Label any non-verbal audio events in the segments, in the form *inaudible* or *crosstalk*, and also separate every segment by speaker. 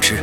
Speaker 1: 质。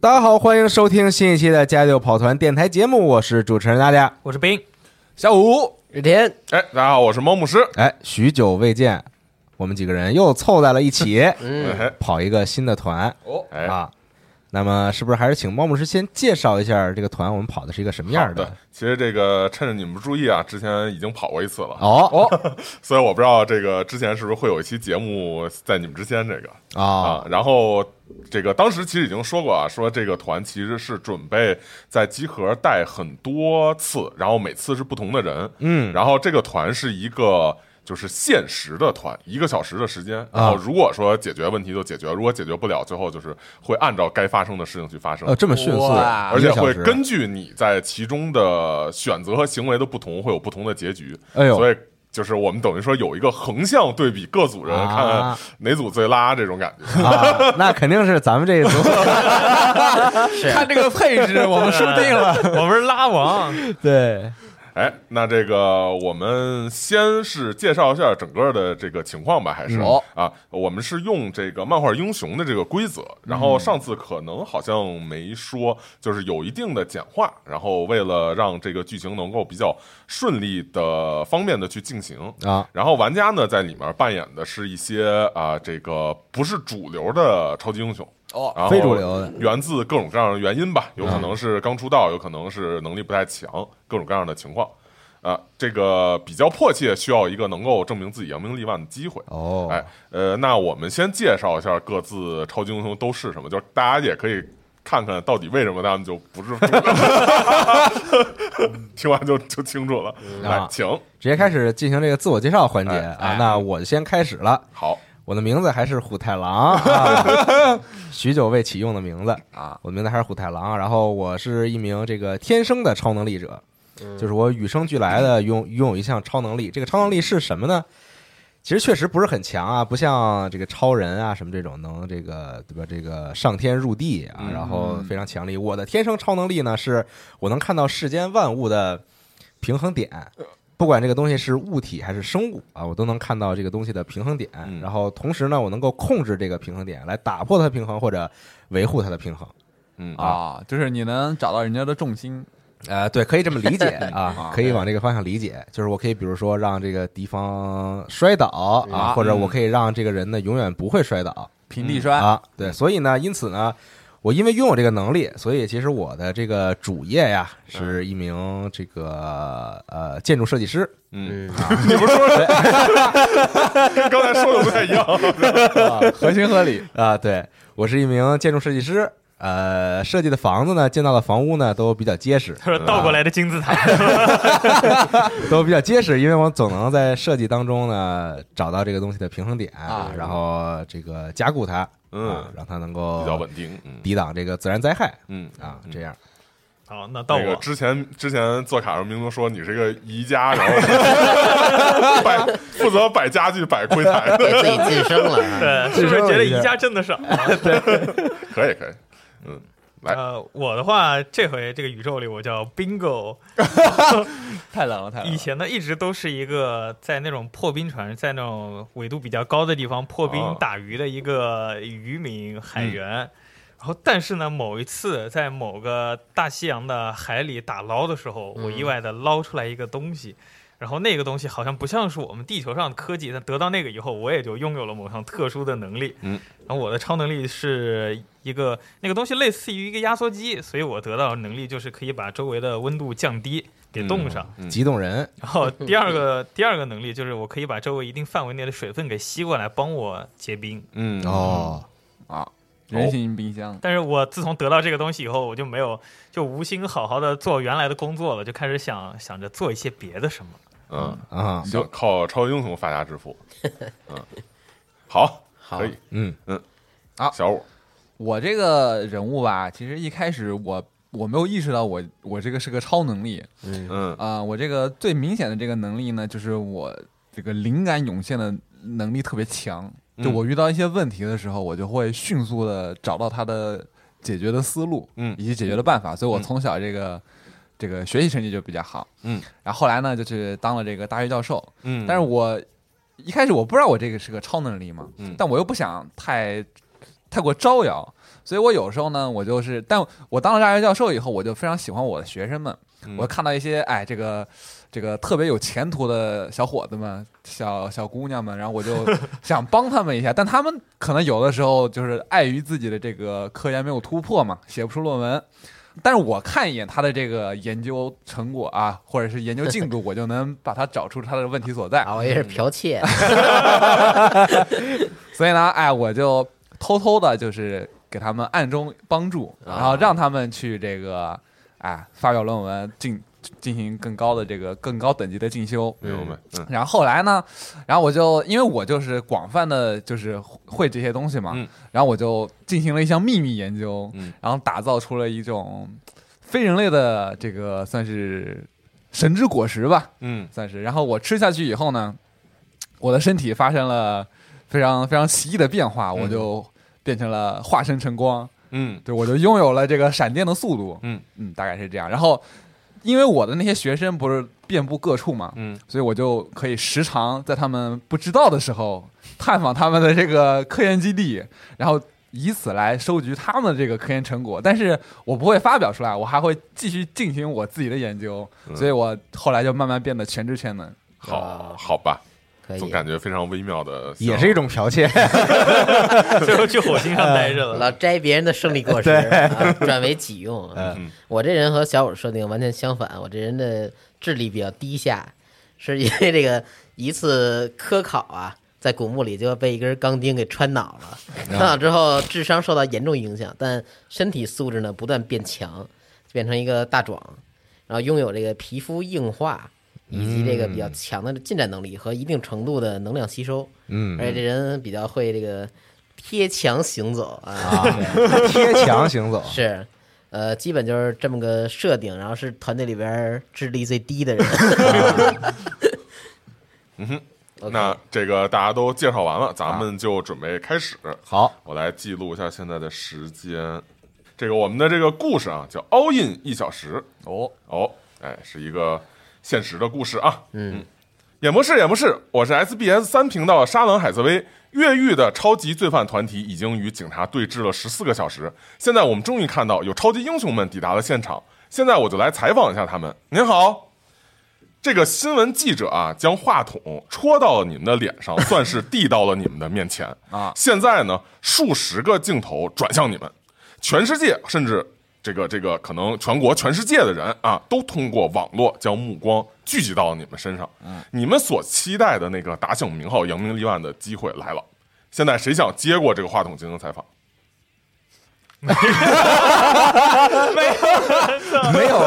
Speaker 2: 大家好，欢迎收听新一期的《加六跑团》电台节目，我是主持人大家。
Speaker 3: 我是冰，
Speaker 4: 下午，
Speaker 5: 日天，
Speaker 4: 哎，大家好，我是猫牧师。
Speaker 2: 哎，许久未见，我们几个人又凑在了一 *laughs* 起，
Speaker 5: 嗯，
Speaker 4: 哎
Speaker 2: 跑一个新的团
Speaker 4: 哦，哎，
Speaker 2: 啊。那么，是不是还是请猫牧师先介绍一下这个团我们跑的是一个什么样
Speaker 4: 对
Speaker 2: 的？，
Speaker 4: 其实这个趁着你们不注意啊，之前已经跑过一次了，
Speaker 2: 哦
Speaker 4: 所以我不知道这个之前是不是会有一期节目在你们之间这个
Speaker 2: 哦
Speaker 4: 啊。然后这个当时其实已经说过啊，说这个团其实是准备在集合带很多次，然后每次是不同的人，
Speaker 2: 嗯
Speaker 4: 然后这个团是一个。就是限时的团，一个小时的时间。
Speaker 2: 啊
Speaker 4: 然后如果说解决问题就解决，如果解决不了，最后就是会按照该发生的事情去发生。
Speaker 2: 呃，这么迅速，
Speaker 5: 哇
Speaker 4: 而且会
Speaker 2: 一个小时
Speaker 4: 根据你在其中的选择和行为的不同，会有不同的结局。
Speaker 2: 哎呦
Speaker 4: 所以就是我们等于说有一个横向对比各组人，
Speaker 2: 啊
Speaker 4: 看看哪组最拉这种感觉。
Speaker 2: 啊，那肯定是咱们这一 *laughs* 组。啊
Speaker 3: 看这个配置，我
Speaker 5: 呃
Speaker 3: 们输
Speaker 5: *laughs*
Speaker 3: 定了，我们是拉王。
Speaker 2: *laughs* 对，
Speaker 4: 哎，那这个我们先是介绍一下整个的这个情况吧，还是、
Speaker 5: 嗯
Speaker 4: 啊，我们是用这个漫画英雄的这个规则，然
Speaker 2: 嗯
Speaker 4: 后上次可能好像没说，就是有一定的简化，然后为了让这个剧情能够比较顺利的、方便的去进行
Speaker 2: 啊，
Speaker 4: 然后玩家呢在里面扮演的是一些啊、这个不是主流的超级英雄。
Speaker 5: 哦
Speaker 4: 然后
Speaker 2: 非主流的嗯
Speaker 4: 源自各种各样的原因吧，有可能是刚出道，有可能是能力不太强，各种各样的情况。啊、这个比较迫切需要一个能够证明自己扬名立万的机会。
Speaker 2: 哦
Speaker 4: 哎，呃，那我们先介绍一下各自超级英雄都是什么，就是大家也可以看看到底为什么他们就不是主
Speaker 2: *laughs*
Speaker 4: 流 *laughs* 听完就就清楚了。来
Speaker 2: 啊，
Speaker 4: 请
Speaker 2: 直接开始进行这个自我介绍环节
Speaker 4: 哎
Speaker 2: 啊。那我就先开始了，
Speaker 4: 好，
Speaker 2: 我的名字还是虎太郎，啊、许久未启用的名字
Speaker 5: 啊。
Speaker 2: 我的名字还是虎太郎，然后我是一名这个天生的超能力者，就是我与生俱来的拥拥有一项超能力。这个超能力是什么呢？其实确实不是很强啊，不像这个超人啊什么这种能这个对吧？这个上天入地啊，然后非常强力。我的天生超能力呢，是我能看到世间万物的平衡点，不管这个东西是物体还是生物啊，我都能看到这个东西的平衡点。
Speaker 4: 嗯
Speaker 2: 然后同时呢，我能够控制这个平衡点，来打破它的平衡或者维护它的平衡。
Speaker 4: 嗯
Speaker 3: 啊，就是你能找到人家的重心，
Speaker 2: 呃，对，可以这么理解
Speaker 3: 啊
Speaker 2: 啊，可以往这个方向理解，就是我可以比如说让这个敌方摔倒啊，
Speaker 3: 啊
Speaker 2: 或者我可以让这个人呢永远不会摔倒，
Speaker 3: 平地摔，
Speaker 2: 啊，对，所以呢，因此呢，我因为拥有这个能力，所以其实我的这个主业呀，是一名这个呃建筑设计师。
Speaker 4: 嗯，
Speaker 3: 嗯，
Speaker 4: 你们说的跟 *laughs* 刚才说的不太一
Speaker 2: *laughs*
Speaker 4: 样。啊
Speaker 3: 合情合理。
Speaker 2: 啊，对我是一名建筑设计师。呃，设计的房子呢，建造的房屋呢，都比较结
Speaker 4: *laughs*
Speaker 2: 实，
Speaker 5: 他说倒过来的金字塔，
Speaker 2: 都比较结实，因为我总能在设计当中呢找到这个东西的平衡点，
Speaker 3: 啊
Speaker 2: 然后这个加固它，啊
Speaker 4: 嗯，
Speaker 2: 让它能
Speaker 4: 比较
Speaker 2: 够
Speaker 4: 稳定。嗯
Speaker 2: 抵挡这个自然灾害
Speaker 4: 嗯
Speaker 2: 啊，这样。
Speaker 5: 好，那到
Speaker 4: 那个
Speaker 5: 我
Speaker 4: 之前之前做卡上明哥说你是个宜家，然
Speaker 2: *laughs*
Speaker 4: 后摆负责摆家具、摆柜台的，
Speaker 6: 给自己晋升了啊。
Speaker 5: 对，是不是觉得宜家挣的少？
Speaker 4: 可以可以。嗯，来
Speaker 5: 呃，我的话，这回这个宇宙里我叫 Bingo，
Speaker 3: 太冷了，太冷
Speaker 5: 以
Speaker 3: 了。
Speaker 5: 前呢一直都是一个在那种破冰船，在那种纬度比较高的地方破冰
Speaker 4: 哦嗯
Speaker 5: 打鱼的一个渔民海员。然后，但是呢，某一次在某个大西洋的海里打捞的时候，我
Speaker 4: 嗯
Speaker 5: 意外的捞出来一个东西。然后那个东西好像不像是我们地球上的科技，但得到那个以后，我也就拥有了某项特殊的能力。
Speaker 4: 嗯，
Speaker 5: 然后我的超能力是一个那个东西类似于一个压缩机，所以我得到的能力就是可以把周围的温度降低，给冻上。
Speaker 4: 嗯
Speaker 2: 激动人，
Speaker 5: 然后哦
Speaker 4: *laughs*
Speaker 5: 第二个第二个能力就是我可以把周围一定范围内的水分给吸过来，帮我结冰。
Speaker 4: 嗯，
Speaker 2: 哦，
Speaker 3: 人形冰箱，
Speaker 5: 但是我自从得到这个东西以后，我就没有就无心好好的做原来的工作了，就开始想想着做一些别的
Speaker 4: *laughs*
Speaker 5: 什么。
Speaker 4: 嗯，
Speaker 2: 啊，
Speaker 4: 想靠超级英雄发家
Speaker 2: *laughs*
Speaker 4: 致富。嗯，好，
Speaker 6: 好
Speaker 4: 可以，
Speaker 2: 嗯
Speaker 4: 小五，
Speaker 3: 我这个人物吧，其实一开始我我没有意识到我我这个是个超能力
Speaker 4: 嗯
Speaker 3: 啊、我这个最明显的这个能力呢，就是我这个灵感涌现的能力特别强。就
Speaker 4: 嗯
Speaker 3: 我遇到一些问题的时候，我就会迅速的找到它的解决的思路，
Speaker 4: 嗯
Speaker 3: 以及解决的办法。所以我
Speaker 4: 嗯
Speaker 3: 从小这个、这个学习成绩就比较好，
Speaker 4: 嗯。
Speaker 3: 然后后来呢，就去当了这个大学教授，
Speaker 4: 嗯，
Speaker 3: 但是我一开始我不知道我这个是个超能力嘛，
Speaker 4: 嗯
Speaker 3: 但我又不想太太过招摇，所以我有时候呢，我就是，但我当了大学教授以后，我就非常喜欢我的学生们，
Speaker 4: 嗯
Speaker 3: 我看到一些哎这个这个特别有前途的小伙子们、小小姑娘们，然后
Speaker 4: *laughs*
Speaker 3: 我就想帮他们一下，但他们可能有的时候就是碍于自己的这个科研没有突破嘛，写不出论文。但是我看一眼他的这个研究成果啊，或者是研究进度，我就能把它找出他的问题所
Speaker 6: *laughs*
Speaker 3: 在。
Speaker 6: 啊，我也是剽窃，
Speaker 3: 所以呢，哎，我就偷偷的，就是给他们暗中帮助，
Speaker 6: 啊
Speaker 3: 然后让他们去这个，哎，发表论文，进进行更高的这个更高等级的进修。
Speaker 4: 明白，嗯
Speaker 3: 然后后来呢，然后我就因为我就是广泛的就是会这些东西嘛，
Speaker 4: 嗯
Speaker 3: 然后我就进行了一项秘密研究，
Speaker 4: 嗯
Speaker 3: 然后打造出了一种非人类的这个算是神之果实吧，
Speaker 4: 嗯
Speaker 3: 算是。然后我吃下去以后呢，我的身体发生了非常非常奇异的变化，我就变成了化身晨光，
Speaker 4: 嗯
Speaker 3: 对我就拥有了这个闪电的速度，
Speaker 4: 嗯
Speaker 3: 嗯，大概是这样。然后因为我的那些学生不是遍布各处嘛，
Speaker 4: 嗯
Speaker 3: 所以我就可以时常在他们不知道的时候探访他们的这个科研基地，然后。以此来收集他们的这个科研成果，但是我不会发表出来，我还会继续进行我自己的研究，
Speaker 4: 嗯
Speaker 3: 所以我后来就慢慢变得全职全能。
Speaker 4: 好，好吧，
Speaker 6: 可以
Speaker 4: 总。感觉非常微妙的，
Speaker 2: 啊也是一种剽窃。
Speaker 4: 啊
Speaker 5: 最后去火星上待着
Speaker 4: *laughs*
Speaker 5: 了。
Speaker 6: 老摘别人的胜利果实，啊转为己用。啊
Speaker 4: 嗯
Speaker 6: 我这人和小五设定完全相反，我这人的智力比较低下，是因为这个一次科考啊，在古墓里就被一根钢钉给穿脑了，穿脑之后智商受到严重影响，但身体素质呢不断变强，变成一个大壮，然后拥有这个皮肤硬化。以及这个比较强的进展能力和一定程度的能量吸收，
Speaker 2: 嗯，
Speaker 6: 而且这人比较会这个贴墙行走啊，
Speaker 2: 贴墙行
Speaker 4: *laughs*
Speaker 2: 走，
Speaker 6: 是，呃，基本就是这么个设定，然后是团队里边儿智力最低的人。 *laughs* 嗯哼，
Speaker 4: 那这个大家都介绍完了，咱们就准备开始。
Speaker 2: 好，
Speaker 4: 我来记录一下现在的时间。这个我们的这个故事啊，叫 All In 一小时
Speaker 3: 哦，
Speaker 4: 哦，哎，是一个现实的故事啊。嗯，演播室，演播室，我是 SBS 三频道的沙朗海瑟薇。越狱的超级罪犯团体已经与警察对峙了十四个小时，现在我们终于看到有超级英雄们抵达了现场。现在我就来采访一下他们。您好，这个新闻记者啊，将话筒戳到了你们的脸上，算是递到了你们的面前
Speaker 3: 啊
Speaker 4: 现在呢，数十个镜头转向你们，全世界甚至这个这个可能全国全世界的人啊，都通过网络将目光聚集到你们身上。嗯，你们所期待的那个打响名号、扬名立万的机会来了。现在谁想接过这个话筒进行采访？
Speaker 2: 没有，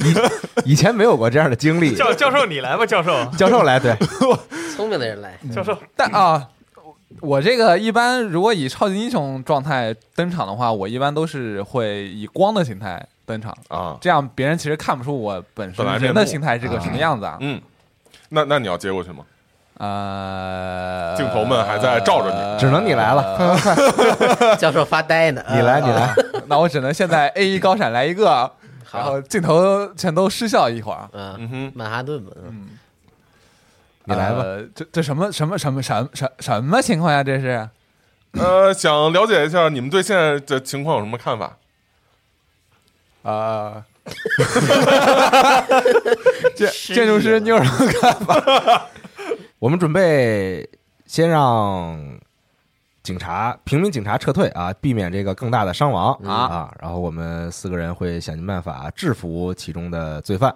Speaker 2: 以以前没有过这样的经
Speaker 4: 哎
Speaker 2: 历。
Speaker 5: 教教授你来吧，教授，
Speaker 2: 教授来，对，
Speaker 6: 聪明的人
Speaker 4: 嗯
Speaker 6: 来，
Speaker 5: 教授，
Speaker 3: 但啊，我这个一般如果以超级英雄状态登场的话，我一般都是会以光的形态登场，
Speaker 4: 啊，
Speaker 3: 这样别人其实看不出我本身
Speaker 4: 本来面
Speaker 3: 人
Speaker 4: 目
Speaker 3: 的形态是个什么样子啊。
Speaker 4: 嗯，那那你要接过去吗？
Speaker 3: 呃，
Speaker 4: 镜头们还在照着你
Speaker 2: 只能你来了，
Speaker 4: 呃
Speaker 2: 快快快，
Speaker 6: 教授发呆呢。
Speaker 2: 你来，你来。
Speaker 3: 你。 *laughs* 那我只能现在 A 一高闪来一个，然
Speaker 6: 好
Speaker 3: 后，镜头全都失效一会儿。
Speaker 6: 嗯，
Speaker 4: 嗯哼，
Speaker 6: 曼哈顿吧，嗯
Speaker 2: 你来吧
Speaker 3: 呃这这什么什么什么什么什么什么情况呀？这是
Speaker 4: 呃，想了解一下你们对现在的情况有什么看法？
Speaker 3: *laughs* 啊。建建筑师， *laughs* 你有什么
Speaker 2: 我们准备先让警察、平民警察撤退啊，避免这个更大的伤亡
Speaker 6: 啊
Speaker 2: 然后我们四个人会想尽办法制服其中的罪犯。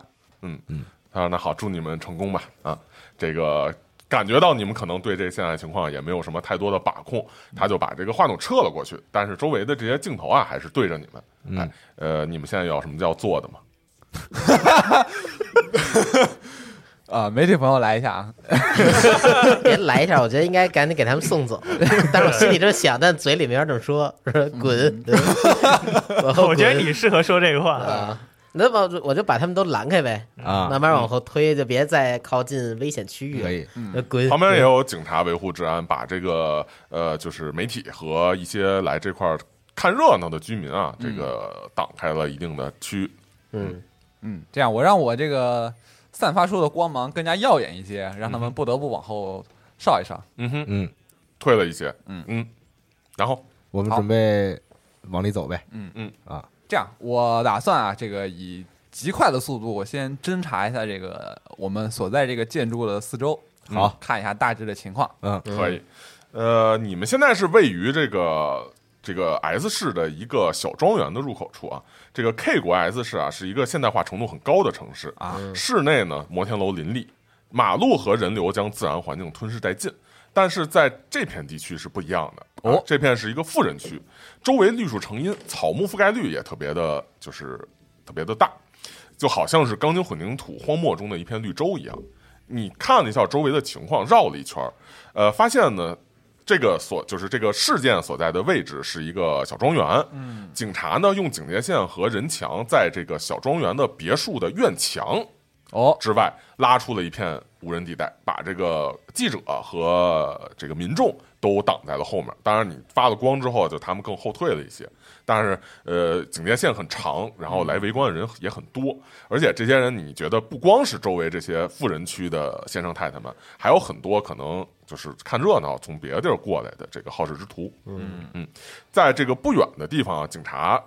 Speaker 4: 啊，那好，祝你们成功吧！啊，这个感觉到你们可能对这现在情况也没有什么太多的把控，他就把这个话筒撤了过去，但是周围的这些镜头啊，还是对着你们。哎，呃，你们现在有什么要做的吗？
Speaker 3: 啊？媒体朋友来一下啊！
Speaker 6: 别来一下，我觉得应该赶紧给他们送走。但是我心里这么想，但嘴里没法这么说，滚！往后
Speaker 5: *laughs* 我觉得
Speaker 6: 滚
Speaker 5: 你适合说这个话。
Speaker 6: 啊，那么我就把他们都拦开呗，
Speaker 3: 嗯
Speaker 2: 啊
Speaker 6: 慢慢往后推，就别再靠近危险区域了。
Speaker 2: 可以
Speaker 3: 嗯
Speaker 6: 呃滚！
Speaker 4: 旁边也有警察维护治安，把这个呃，就是媒体和一些来这块儿看热闹的居民啊，这个挡开了一定的区域。
Speaker 6: 嗯，
Speaker 3: 嗯，这样我让我这个散发出的光芒更加耀眼一些，让他们不得不往后稍一稍。
Speaker 4: 嗯哼，
Speaker 2: 嗯，
Speaker 4: 退了一些。
Speaker 3: 嗯
Speaker 4: 嗯，然后
Speaker 2: 我们
Speaker 3: 好
Speaker 2: 准备往里走呗。
Speaker 3: 这样，我打算啊，这个以极快的速度，我先侦查一下这个我们所在这个建筑的四周，嗯
Speaker 2: 好，
Speaker 3: 看一下大致的情况。
Speaker 2: 嗯
Speaker 4: 可以。呃，你们现在是位于这个这个 S 市的一个小庄园的入口处啊。这个 K 国 S 市啊，是一个现代化程度很高的城市
Speaker 3: 啊。
Speaker 4: 市内呢，摩天楼林立，马路和人流将自然环境吞噬殆尽。但是在这片地区是不一样的啊
Speaker 3: 哦
Speaker 4: 这片是一个富人区，周围绿树成荫，草木覆盖率也特别的，就是特别的大，就好像是钢筋混凝土荒漠中的一片绿洲一样。你看了一下周围的情况，绕了一圈儿，呃，发现呢，这个所就是这个事件所在的位置是一个小庄园。嗯，警察呢用警戒线和人墙在这个小庄园的别墅的院墙
Speaker 3: 哦，
Speaker 4: 之外拉出了一片无人地带，把这个记者和这个民众都挡在了后面。当然，你发了光之后，就他们更后退了一些。但是，呃，警戒线很长，然后来围观的人也很多，而且这些人，你觉得不光是周围这些富人区的先生太太们，还有很多可能就是看热闹从别的地儿过来的这个好事之徒。嗯嗯，在这个不远的地方，啊警察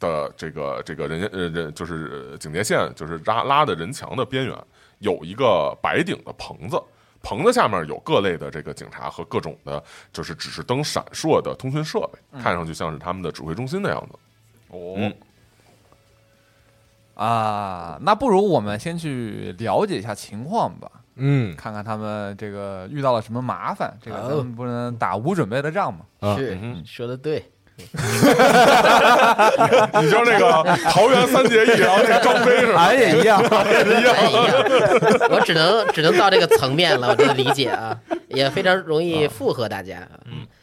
Speaker 4: 的这个这个人呃人就是呃警戒线，就是拉拉的人墙的边缘，有一个白顶的棚子，棚子下面有各类的这个警察和各种的，就是指示灯闪烁的通讯设备，看上去像是他们的指挥中心的样子。
Speaker 3: 哦
Speaker 4: 嗯
Speaker 3: 啊，那不如我们先去了解一下情况吧，
Speaker 2: 嗯
Speaker 3: 看看他们这个遇到了什么麻烦。这个
Speaker 6: 好
Speaker 3: 咱们不能打无准备的仗嘛？
Speaker 2: 啊
Speaker 4: 嗯
Speaker 6: 是说的对，
Speaker 4: *laughs* 你就是那个桃园三结义，然后那个张飞是吧？
Speaker 2: 俺也一样。
Speaker 6: 哎呀， *laughs* 我只能只能到这个层面了，我这个理解啊，也非常容易附和大家。
Speaker 3: *laughs*
Speaker 6: 啊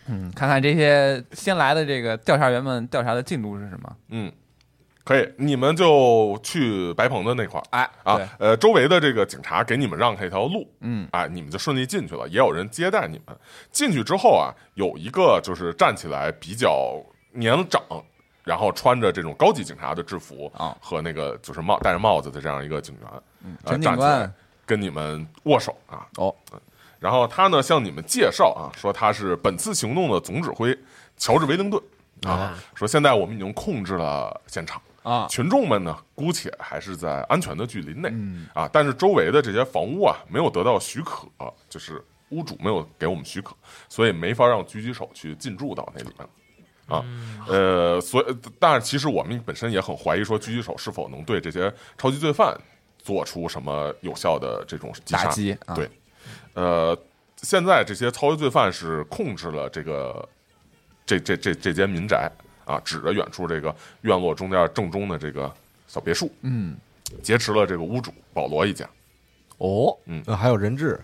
Speaker 3: 嗯，看看这些先来的这个调查员们调查的进度是什么？
Speaker 4: 嗯，可以，你们就去白棚的那块儿。
Speaker 3: 哎，
Speaker 4: 啊
Speaker 3: 对，
Speaker 4: 呃，周围的这个警察给你们让开一条路，
Speaker 3: 嗯，
Speaker 4: 哎，你们就顺利进去了，也有人接待你们。进去之后啊，有一个就是站起来比较年长，然后穿着这种高级警察的制服
Speaker 3: 啊
Speaker 4: 和那个就是帽戴着帽子的这样一个警员，嗯
Speaker 3: 陈警
Speaker 4: 站起来
Speaker 3: 官
Speaker 4: 跟你们握手啊。
Speaker 3: 哦，
Speaker 4: 然后他呢向你们介绍啊，说他是本次行动的总指挥乔治·维灵顿啊，说现在我们已经控制了现场，
Speaker 3: 啊
Speaker 4: 群众们呢，姑且还是在安全的距离内、
Speaker 3: 嗯
Speaker 4: 啊，但是周围的这些房屋啊，没有得到许可，就是屋主没有给我们许可，所以没法让狙击手去进驻到那里面。啊，
Speaker 3: 嗯
Speaker 4: 呃，所以，但是其实我们本身也很怀疑，说狙击手是否能对这些超级罪犯做出什么有效的这种击杀
Speaker 3: 打击啊
Speaker 4: 对，呃，现在这些超级罪犯是控制了这个这这这这间民宅啊，指着远处这个院落中间正中的这个小别墅，
Speaker 3: 嗯，
Speaker 4: 劫持了这个屋主保罗一家。
Speaker 3: 哦，
Speaker 2: 呃还有人质，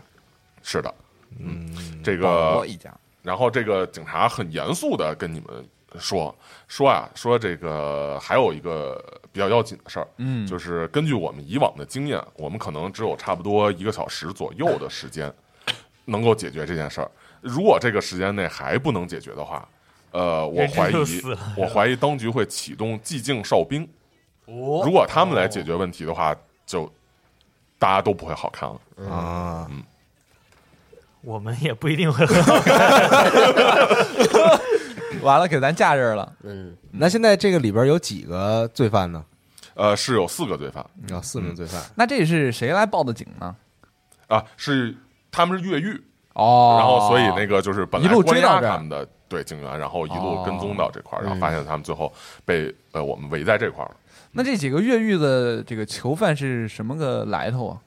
Speaker 4: 是的，嗯，这
Speaker 3: 保
Speaker 4: 个
Speaker 3: 罗一家，
Speaker 4: 然后这个警察很严肃的跟你们说说啊，说这个还有一个比较要紧的事儿，
Speaker 3: 嗯
Speaker 4: 就是根据我们以往的经验，我们可能只有差不多一个小时左右的时间能够解决这件事儿。如果这个时间内还不能解决的话，呃，我
Speaker 5: 人
Speaker 4: 怀
Speaker 5: 就
Speaker 4: 疑
Speaker 5: 死了
Speaker 4: 我怀疑当局会启动寂静哨兵，
Speaker 3: 哦
Speaker 4: 如果他们来解决问题的话，就大家都不会好看了。
Speaker 2: 啊，
Speaker 3: 嗯
Speaker 5: 我们也不一定会很
Speaker 4: *laughs*
Speaker 5: 好看。
Speaker 3: 完了给咱架这儿了，
Speaker 6: 嗯，
Speaker 2: 那现在这个里边有几个罪犯呢？
Speaker 4: 呃，是有四个罪犯
Speaker 3: 嗯
Speaker 2: 啊，四名罪犯，
Speaker 3: 那这是谁来报的警呢？
Speaker 4: 啊，是他们是越狱，
Speaker 3: 哦，
Speaker 4: 然后所以那个就是本来
Speaker 3: 一路
Speaker 4: 关
Speaker 3: 追
Speaker 4: 押
Speaker 3: 到这儿嗯
Speaker 4: 他们的对警员，然后一路跟踪到这块儿，然后发现他们最后被呃我们围在这块儿了。
Speaker 3: 那这几个越狱的这个囚犯是什么个来头啊？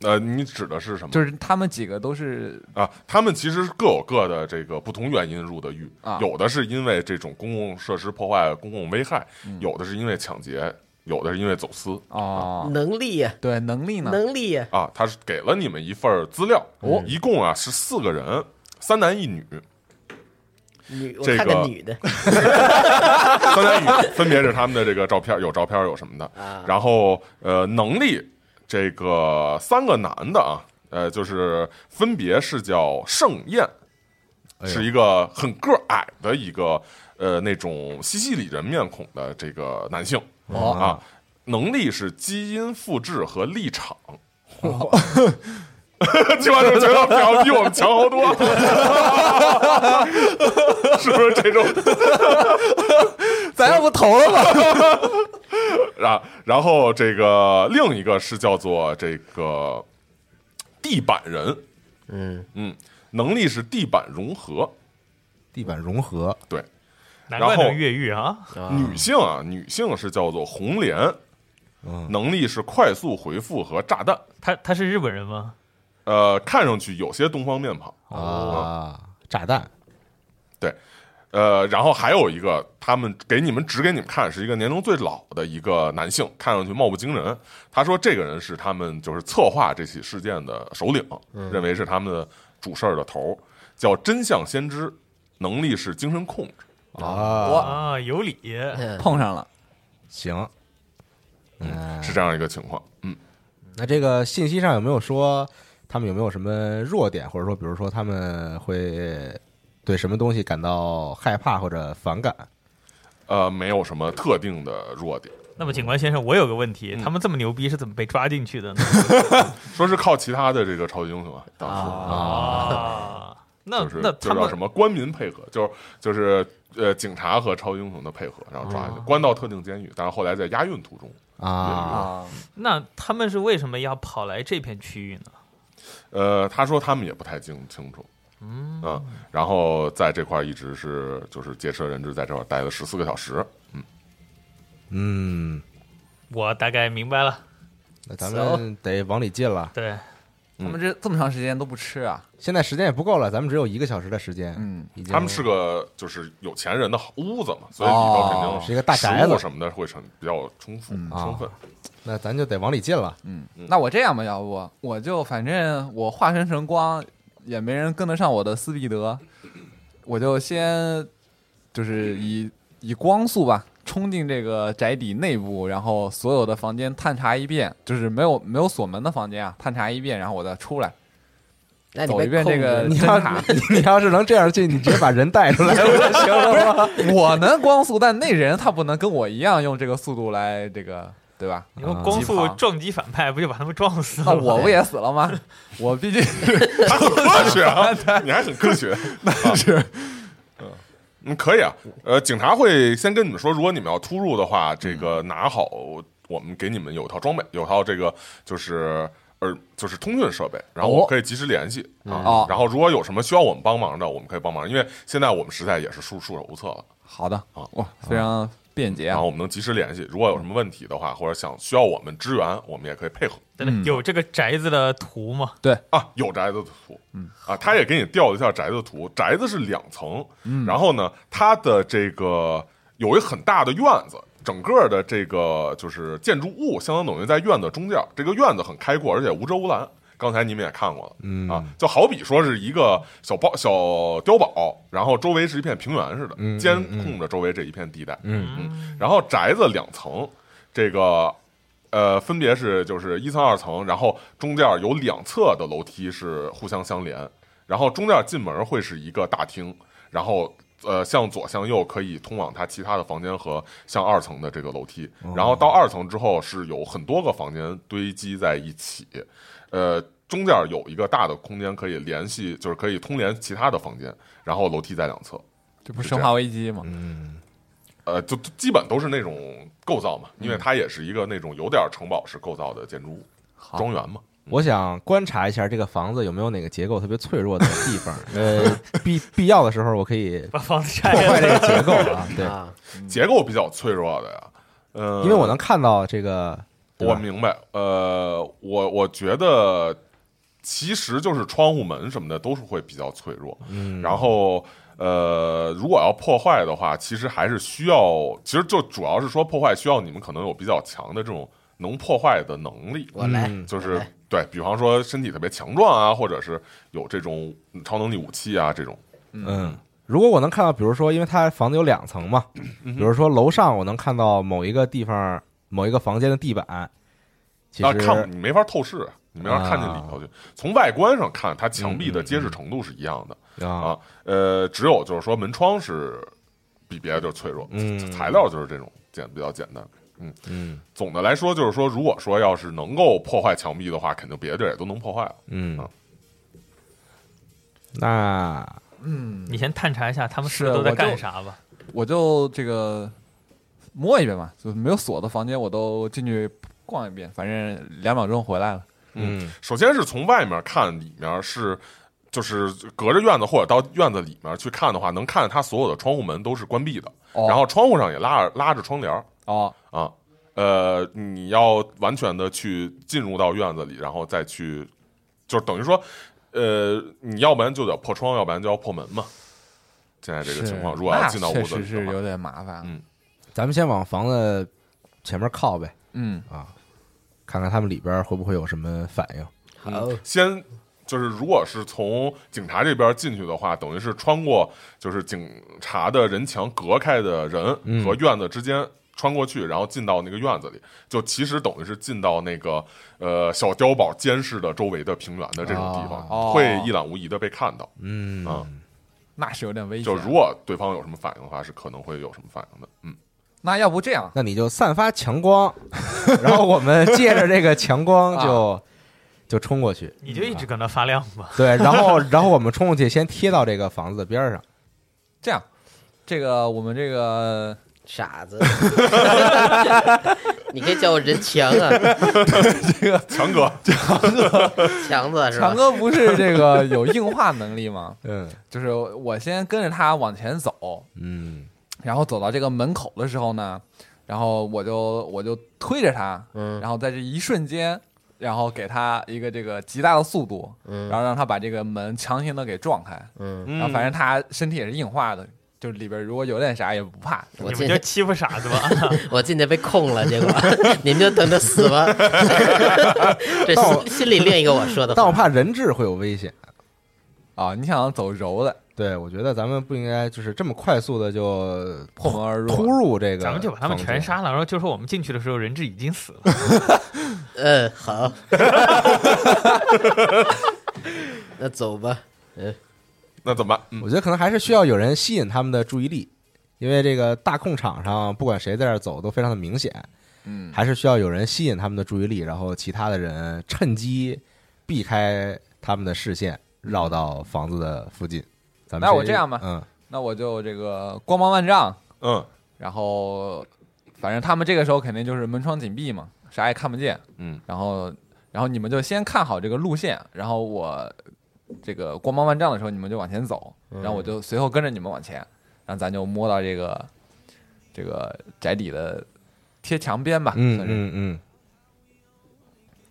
Speaker 4: 呃，你指的是什么？
Speaker 3: 就是他们几个都是
Speaker 4: 啊，他们其实各有各的这个不同原因入的狱，
Speaker 3: 啊
Speaker 4: 有的是因为这种公共设施破坏、公共危害，
Speaker 3: 嗯
Speaker 4: 有的是因为抢劫，有的是因为走私。
Speaker 3: 哦，
Speaker 6: 能力呀，
Speaker 3: 对能力呢？
Speaker 6: 能力呀，
Speaker 4: 啊，他是给了你们一份儿资料，
Speaker 3: 哦
Speaker 4: 一共啊是四个人，三男一女，
Speaker 6: 女，我
Speaker 4: 这
Speaker 6: 看看
Speaker 4: 个
Speaker 6: 女的，
Speaker 4: 三男一女分别是他们的这个照片，有照片有什么的，
Speaker 6: 啊
Speaker 4: 然后呃能力这个三个男的啊，呃就是分别是叫盛宴，
Speaker 2: 哎呦
Speaker 4: 是一个很个儿矮的一个呃那种西西里人面孔的这个男性、
Speaker 3: 哦
Speaker 4: 啊，能力是基因复制和立场。
Speaker 2: 哦
Speaker 4: *laughs* 听完就觉得比比我们强好多，
Speaker 2: *laughs*
Speaker 4: *laughs* 是不是这种？
Speaker 3: 咱要不投了吧？
Speaker 4: 然然后这个另一个是叫做这个地板人，
Speaker 6: 嗯，
Speaker 4: 嗯，能力是地板融合。
Speaker 2: 地板融合，
Speaker 4: 对，
Speaker 5: 难
Speaker 4: 然
Speaker 5: 怪
Speaker 4: 后
Speaker 5: 能越狱啊！
Speaker 4: 女性啊，女性是叫做红莲，能力是快速回复和炸弹。
Speaker 5: 他他是日本人吗？
Speaker 4: 呃，看上去有些东方面庞。
Speaker 3: 哦
Speaker 2: 啊，炸弹，
Speaker 4: 对，呃，然后还有一个，他们给你们指给你们看，是一个年龄最老的一个男性，看上去貌不惊人。他说这个人是他们就是策划这起事件的首领，
Speaker 5: 嗯
Speaker 4: 认为是他们的主事儿的头儿，叫真相先知，能力是精神控制。
Speaker 3: 哦
Speaker 2: 啊，
Speaker 5: 啊，有理。
Speaker 3: *laughs*
Speaker 6: 嗯
Speaker 3: *laughs* 碰上了，
Speaker 2: 行，
Speaker 5: 哦
Speaker 2: 嗯，
Speaker 4: 是这样一个情况，嗯，
Speaker 2: 那这个信息上有没有说他们有没有什么弱点，或者说，比如说他们会对什么东西感到害怕或者反感？
Speaker 4: 呃，没有什么特定的弱点，
Speaker 5: 那么警官先生，我有个问
Speaker 4: 嗯
Speaker 5: 题，他们这么牛逼是怎么被抓进去的呢？
Speaker 4: 说是靠其他的这个超级英雄啊，当时、
Speaker 5: 啊，那
Speaker 4: 就是
Speaker 5: 那
Speaker 4: 就
Speaker 5: 他
Speaker 4: 叫什
Speaker 5: 们
Speaker 4: 么官民配合，就是就是呃警察和超级英雄的配合，然后抓进去，
Speaker 5: 哦
Speaker 4: 关到特定监狱，但是后来在押运途中，
Speaker 2: 啊，
Speaker 3: 啊，
Speaker 5: 那他们是为什么要跑来这片区域呢？
Speaker 4: 呃，他说他们也不太清清楚，嗯然后在这块儿一直是就是劫持人质在这块儿待了十四个小时，
Speaker 2: 嗯，
Speaker 5: 我大概明白了，
Speaker 2: 那咱们得往里进了。
Speaker 5: 对，
Speaker 3: 他们这这么长时间都不吃啊？
Speaker 2: 现在时间也不够了，咱们只有一个小时的时间。
Speaker 3: 嗯，
Speaker 2: 已经
Speaker 4: 他们是个就是有钱人的好屋子嘛，所以里头肯定
Speaker 3: 哦
Speaker 2: 是一个大宅子
Speaker 4: 食物什么的会很比较充富
Speaker 3: 嗯
Speaker 4: 充分，
Speaker 2: 那咱就得往里进了。
Speaker 3: 那我这样吧，要不我就反正我化身成光，也没人跟得上我的斯必德，我就先就是以以光速吧，冲进这个宅邸内部，然后所有的房间探查一遍，就是没有没有锁门的房间啊，探查一遍，然后我再 *laughs* 出来。
Speaker 6: 那你
Speaker 3: 走
Speaker 6: 被
Speaker 3: 一遍这个
Speaker 4: 呃
Speaker 6: 控
Speaker 2: 你
Speaker 6: 制
Speaker 2: 要
Speaker 3: 侦
Speaker 4: 啊
Speaker 3: 查
Speaker 2: *laughs* 你要是能这样进，你直接把人带出来 *laughs* 不就行了吗？
Speaker 3: 我能光速，但那人他不能跟我一样用这个速度来这个，对吧？
Speaker 5: 你用光速
Speaker 3: 机房
Speaker 5: 撞击反派，不就把他们撞死
Speaker 3: 那
Speaker 5: 了吗？ *laughs*
Speaker 3: 我不也死了吗？我毕竟
Speaker 4: *laughs* 还很科学啊，你还很科学，
Speaker 3: 是，
Speaker 4: 啊嗯，可以啊。呃，警察会先跟你们说，如果你们要突入的话，这个拿好，我们给你们有一套装备，有套这个就是呃就是通讯设备，然后我们可以及时联系、啊。
Speaker 3: 哦
Speaker 4: 然后如果有什么需要我们帮忙的，我们可以帮忙，因为现在我们实在也是束束手无策了。
Speaker 3: 好的，
Speaker 4: 好
Speaker 3: 哇，非常便捷
Speaker 4: 然
Speaker 3: 啊
Speaker 4: 后！我们能及时联系，如果有什么问题的话，或者想需要我们支援，我们也可以配合
Speaker 5: 真的有这个宅子的图吗？ *laughs*
Speaker 4: 啊。有宅子的图，嗯啊，他也给你调了一下宅子的图，宅子是两层，然后呢，它的这个有一很大的院子。整个的这个就是建筑物，相当等于在院子中间儿。这个院子很开阔，而且无遮无拦。刚才你们也看过了，嗯啊，就好比说是一个小包小碉堡，然后周围是一片平原似的，监控着周围这一片地带。嗯嗯，然后宅子两层，这个呃，分别是就是一层、二层，然后中间有两侧的楼梯是互相相连，然后中间进门会是一个大厅，然后呃向左向右可以通往它其他的房间和向二层的这个楼梯，然后到二层之后是有很多个房间堆积在一起，呃。中间有一个大的空间可以联系，就是可以通联其他的房间，然后楼梯在两侧，
Speaker 3: 这不是《生化危机》吗？
Speaker 4: 嗯呃，就就基本都是那种构造嘛，
Speaker 2: 嗯
Speaker 4: 因为它也是一个那种有点城堡式构造的建筑物，庄园嘛。
Speaker 2: 我想观察一下这个房子有没有哪个结构特别脆弱的地方，呃，必必要的时候我可以
Speaker 5: 把房子
Speaker 2: 破
Speaker 5: 拆
Speaker 2: 坏这
Speaker 5: 了，
Speaker 2: 个结构啊，对，
Speaker 6: 啊，
Speaker 4: 结构比较脆弱的呀。呃，
Speaker 2: 因为我能看到这个，对
Speaker 4: 我
Speaker 2: 吧
Speaker 4: 明白，呃，我我觉得其实就是窗户门什么的都是会比较脆弱，嗯，然后呃，如果要破坏的话，其实还是需要，其实就主要是说破坏需要你们可能有比较强的这种能破坏的能力，
Speaker 6: 我来，
Speaker 2: 嗯
Speaker 4: 就是对比方说身体特别强壮啊，或者是有这种超能力武器啊这种，
Speaker 2: 嗯，如果我能看到，比如说，因为它房子有两层嘛，
Speaker 4: 嗯
Speaker 2: 比如说楼上我能看到某一个地方某一个房间的地板，其
Speaker 4: 啊，
Speaker 2: 实啊
Speaker 4: 看你没法透视，啊你没法看进里头去。从外观上看，它墙壁的
Speaker 2: 嗯
Speaker 4: 结实程度是一样的、
Speaker 2: 啊
Speaker 4: 啊，呃，只有就是说门窗是比别的就脆弱，
Speaker 2: 嗯
Speaker 4: 材料就是这种简比较简单。
Speaker 2: 嗯
Speaker 4: 总的来说，就是说，如果说要是能够破坏墙壁的话，肯定别的地儿也都能破坏了。
Speaker 2: 嗯
Speaker 4: 啊，
Speaker 2: 那
Speaker 5: *laughs* 你先探查一下他们是不
Speaker 3: 是
Speaker 5: 都在
Speaker 3: 我就
Speaker 5: 干啥吧。
Speaker 3: 我就这个摸一遍嘛，就是没有锁的房间我都进去逛一遍，反正两秒钟回来了。
Speaker 2: 嗯
Speaker 4: 首先是从外面看，里面是就是隔着院子或者到院子里面去看的话，能看见它所有的窗户门都是关闭的，
Speaker 3: 哦
Speaker 4: 然后窗户上也拉着拉着窗帘儿。
Speaker 3: 哦，
Speaker 4: 啊，呃，你要完全的去进入到院子里，然后再去，就是等于说，呃，你要不然就得破窗，要不然就要破门嘛。现在这个
Speaker 3: 是
Speaker 4: 情况，如果要
Speaker 3: 那
Speaker 4: 进到屋子
Speaker 3: 确实
Speaker 4: 里
Speaker 3: 是
Speaker 4: 的话，
Speaker 3: 有点麻烦。
Speaker 4: 嗯
Speaker 2: 咱们先往房子前面靠呗，
Speaker 3: 嗯，
Speaker 2: 看看他们里边会不会有什么反应。
Speaker 6: 好，
Speaker 4: 先就是如果是从警察这边进去的话，等于是穿过就是警察的人墙隔开的人和院子之间。穿过去，然后进到那个院子里，就其实等于是进到那个呃小碉堡监视的周围的平原的这种地方，
Speaker 3: 哦
Speaker 4: 会一览无遗的被看到。
Speaker 2: 嗯
Speaker 4: 啊
Speaker 3: 那是有点危险。
Speaker 4: 就如果对方有什么反应的话，是可能会有什么反应的。嗯，
Speaker 3: 那要不这样，
Speaker 2: 那你就散发强光， *laughs* 然后我们借着这个强光就、
Speaker 4: 啊
Speaker 2: 就冲过去。
Speaker 5: 你就一直搁那发亮吧，
Speaker 3: *laughs*
Speaker 2: 对，然后然后我们冲过去，先贴到这个房子的边上。
Speaker 3: 这样，这个我们
Speaker 4: *laughs*
Speaker 3: 这个
Speaker 6: 傻子， *laughs* 你可以叫我人强啊，
Speaker 4: 强哥，
Speaker 6: 强子是吧
Speaker 3: 强？哥不是这个有硬化能力吗？
Speaker 2: 嗯
Speaker 3: 就是我先跟着他往前走，
Speaker 2: 嗯
Speaker 3: 然后走到这个门口的时候呢，然后我就我就推着他，
Speaker 6: 嗯
Speaker 3: 然后在这一瞬间，然后给他一个这个极大的速度，
Speaker 6: 嗯
Speaker 3: 然后让他把这个门强行的给撞开，
Speaker 6: 嗯，
Speaker 3: 然后反正他身体也是硬化的，就是里边如果有点啥也不怕。
Speaker 6: 我
Speaker 5: 你
Speaker 6: 进
Speaker 5: 们就欺负傻子吧。
Speaker 6: 我进去被控了，
Speaker 3: *laughs*
Speaker 6: 结果你们就等着死吧。这
Speaker 2: 但我
Speaker 6: 心心里另一个我说的话，
Speaker 2: 但我怕人质会有危险。
Speaker 3: 啊，你想走柔的，
Speaker 2: 对，我觉得咱们不应该就是这么快速的就
Speaker 3: 破门而
Speaker 2: 突
Speaker 3: 入，啊
Speaker 2: 入这个，
Speaker 5: 咱们就把他们全。杀了，然后就说我们进去的时候人质已经死了。
Speaker 6: 嗯，好，那走吧。
Speaker 4: 那怎么办？嗯，
Speaker 2: 我觉得可能还是需要有人吸引他们的注意力，因为这个大空场上，不管谁在这儿走都非常的明显，
Speaker 3: 嗯，
Speaker 2: 还是需要有人吸引他们的注意力，然后其他的人趁机避开他们的视线，绕到房子的附近。咱们
Speaker 3: 那
Speaker 2: 谁
Speaker 3: 我这样吧
Speaker 2: 嗯，
Speaker 3: 那我就这个光芒万丈，
Speaker 4: 嗯
Speaker 3: 然后反正他们这个时候肯定就是门窗紧闭嘛，啥也看不见。
Speaker 4: 嗯，
Speaker 3: 然后然后你们就先看好这个路线，然后我这个光芒万丈的时候，你们就往前走，然后我就随后跟着你们往前，然后咱就摸到这个这个宅邸的贴墙边吧，
Speaker 2: 嗯
Speaker 3: 算是
Speaker 2: 嗯嗯，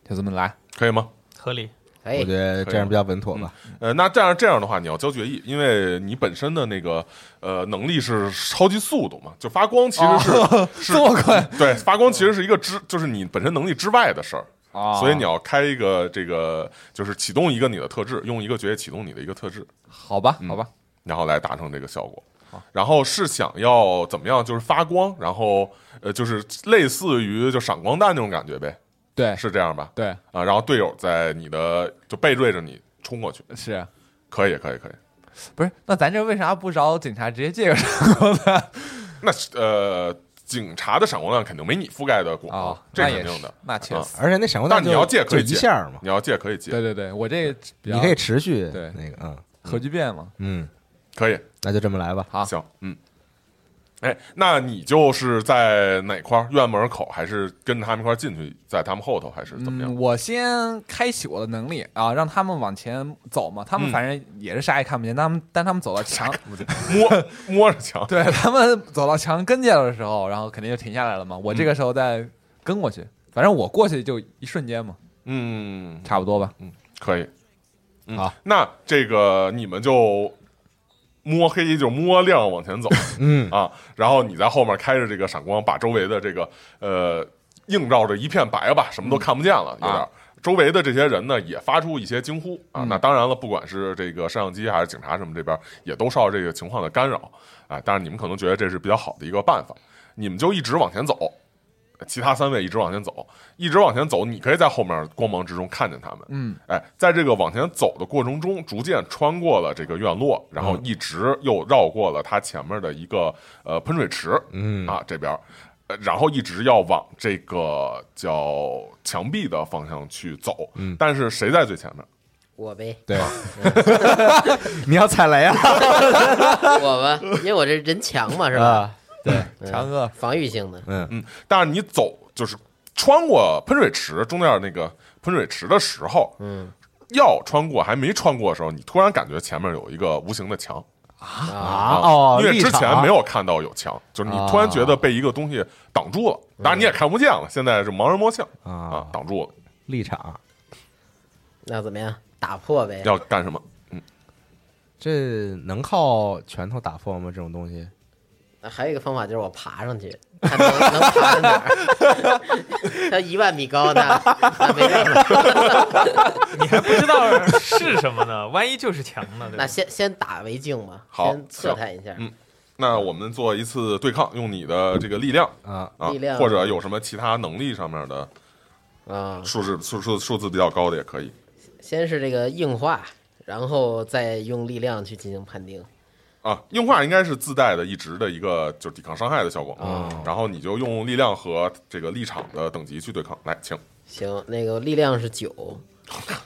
Speaker 3: 就这么来。
Speaker 4: 可以吗？
Speaker 5: 合理。 *laughs*
Speaker 6: 可
Speaker 2: 我
Speaker 6: 以
Speaker 2: 觉，得这样比较稳妥吧。
Speaker 4: 呃，那这样这样的话，你要交决议，因为你本身的那个呃能力是超级速度嘛，就发光其实是、是
Speaker 3: 哦这么快
Speaker 4: 对发光其实是一个之就是你本身能力之外的事儿，
Speaker 3: 啊
Speaker 4: 所以你要开一个这个就是启动一个你的特质，用一个决议启动你的一个特质，
Speaker 3: 好吧，
Speaker 4: 嗯
Speaker 3: 好吧，
Speaker 4: 然后来达成这个效果。
Speaker 3: 哦
Speaker 4: 然后是想要怎么样，就是发光，然后呃，就是类似于就闪光弹那种感觉呗，
Speaker 3: 对
Speaker 4: 是这样吧？
Speaker 3: 对
Speaker 4: 啊，然后队友在你的就背对着你冲过去，
Speaker 3: 是。
Speaker 4: 可以，可以，可以。
Speaker 3: 不是，那咱这为啥不找警察直接借个闪
Speaker 4: 那是呃，警察的闪光弹肯定没你覆盖的广，
Speaker 3: 哦，
Speaker 4: 这
Speaker 3: 那
Speaker 4: 肯
Speaker 3: 也
Speaker 4: 定
Speaker 3: 是
Speaker 4: 的。，
Speaker 3: 那确
Speaker 4: 啊
Speaker 3: 实，
Speaker 2: 而且那闪光弹
Speaker 4: 但你
Speaker 2: 就
Speaker 4: 要借可
Speaker 2: 就
Speaker 4: 以
Speaker 2: 一
Speaker 4: 借
Speaker 2: 下嘛，
Speaker 4: 你要借可以借，
Speaker 3: 对对对，我这个比较
Speaker 2: 你可以持续
Speaker 3: 对
Speaker 2: 那个嗯
Speaker 3: 核聚变嘛，
Speaker 2: 嗯，
Speaker 4: 可以，
Speaker 2: 那就这么来吧。
Speaker 3: 好
Speaker 4: 行，嗯。哎，那你就是在哪块儿院门口，还是跟着他们一块儿进去，在他们后头，还是怎么样？
Speaker 3: 嗯，我先开启我的能力啊，让他们往前走嘛。他们
Speaker 4: 嗯
Speaker 3: 反正也是啥也看不见，他们但他们走
Speaker 4: *laughs*
Speaker 3: 到墙，
Speaker 4: 摸摸着墙， *laughs*
Speaker 3: 对他们走到墙跟前的时候，然后肯定就停下来了嘛。我
Speaker 4: 嗯
Speaker 3: 这个时候再跟过去，反正我过去就一瞬间嘛，
Speaker 4: 嗯，
Speaker 3: 差不多吧。
Speaker 4: 可以。嗯、
Speaker 2: 好，
Speaker 4: 那这个你们就摸黑就摸亮往前走
Speaker 2: 嗯
Speaker 4: 啊，然后你在后面开着这个闪光，把周围的这个呃映照着一片白吧，什么都看不见了，有点儿。周围的这些人呢，也发出一些惊呼啊。
Speaker 3: 嗯
Speaker 4: 那当然了，不管是这个摄像机还是警察什么这边，也都受到这个情况的干扰啊。但是你们可能觉得这是比较好的一个办法，你们就一直往前走，其他三位一直往前走，一直往前走，你可以在后面光芒之中看见他们。
Speaker 3: 嗯，
Speaker 4: 哎，在这个往前走的过程中，逐渐穿过了这个院落，
Speaker 2: 嗯
Speaker 4: 然后一直又绕过了它前面的一个呃喷水池，
Speaker 2: 嗯
Speaker 4: 啊这边儿，呃然后一直要往这个叫墙壁的方向去走。
Speaker 2: 嗯
Speaker 4: 但是谁在最前面？
Speaker 6: 我呗，
Speaker 2: 对，啊
Speaker 4: *laughs*
Speaker 2: 你要踩雷啊
Speaker 6: 我吧，因为我这人强嘛，是吧？
Speaker 2: 啊！对，
Speaker 6: 嗯
Speaker 3: 强哥
Speaker 6: 防御性的，
Speaker 2: 嗯
Speaker 4: 嗯，但是你走就是穿过喷水池中间那个喷水池的时候，
Speaker 6: 嗯
Speaker 4: 要穿过还没穿过的时候，你突然感觉前面有一个无形的墙。
Speaker 6: 啊，
Speaker 2: 啊哦，
Speaker 4: 因为之
Speaker 2: 立场啊
Speaker 4: 前没有看到有墙，就是你突然觉得被一个东西挡住了，当然你也看不见了，现在是盲人摸象啊
Speaker 2: 啊，
Speaker 4: 挡住了，
Speaker 2: 立场
Speaker 6: 那怎么样？打破呗，
Speaker 4: 要干什么？
Speaker 2: 这能靠拳头打破吗？这种东西
Speaker 6: 那还有一个方法就是我爬上去，看能能爬到哪儿。他一万米高呢，那没办法。
Speaker 5: 你还不知道是什么呢？万一就是强呢，对
Speaker 6: 那
Speaker 5: 吧？
Speaker 6: 先先打为敬吧，
Speaker 4: 好
Speaker 6: 先测探一下
Speaker 4: 嗯。那我们做一次对抗，用你的这个力量
Speaker 2: 啊，
Speaker 4: 啊
Speaker 6: 力量，
Speaker 4: 或者有什么其他能力上面的
Speaker 6: 啊，
Speaker 4: 数字数数数字比较高的也可以。
Speaker 6: 先是这个硬化，然后再用力量去进行判定。
Speaker 4: 啊，硬化应该是自带的一直的一个就是抵抗伤害的效果，
Speaker 2: 啊
Speaker 4: 然后你就用力量和这个立场的等级去对抗。来，请，
Speaker 6: 行，那个力量是九，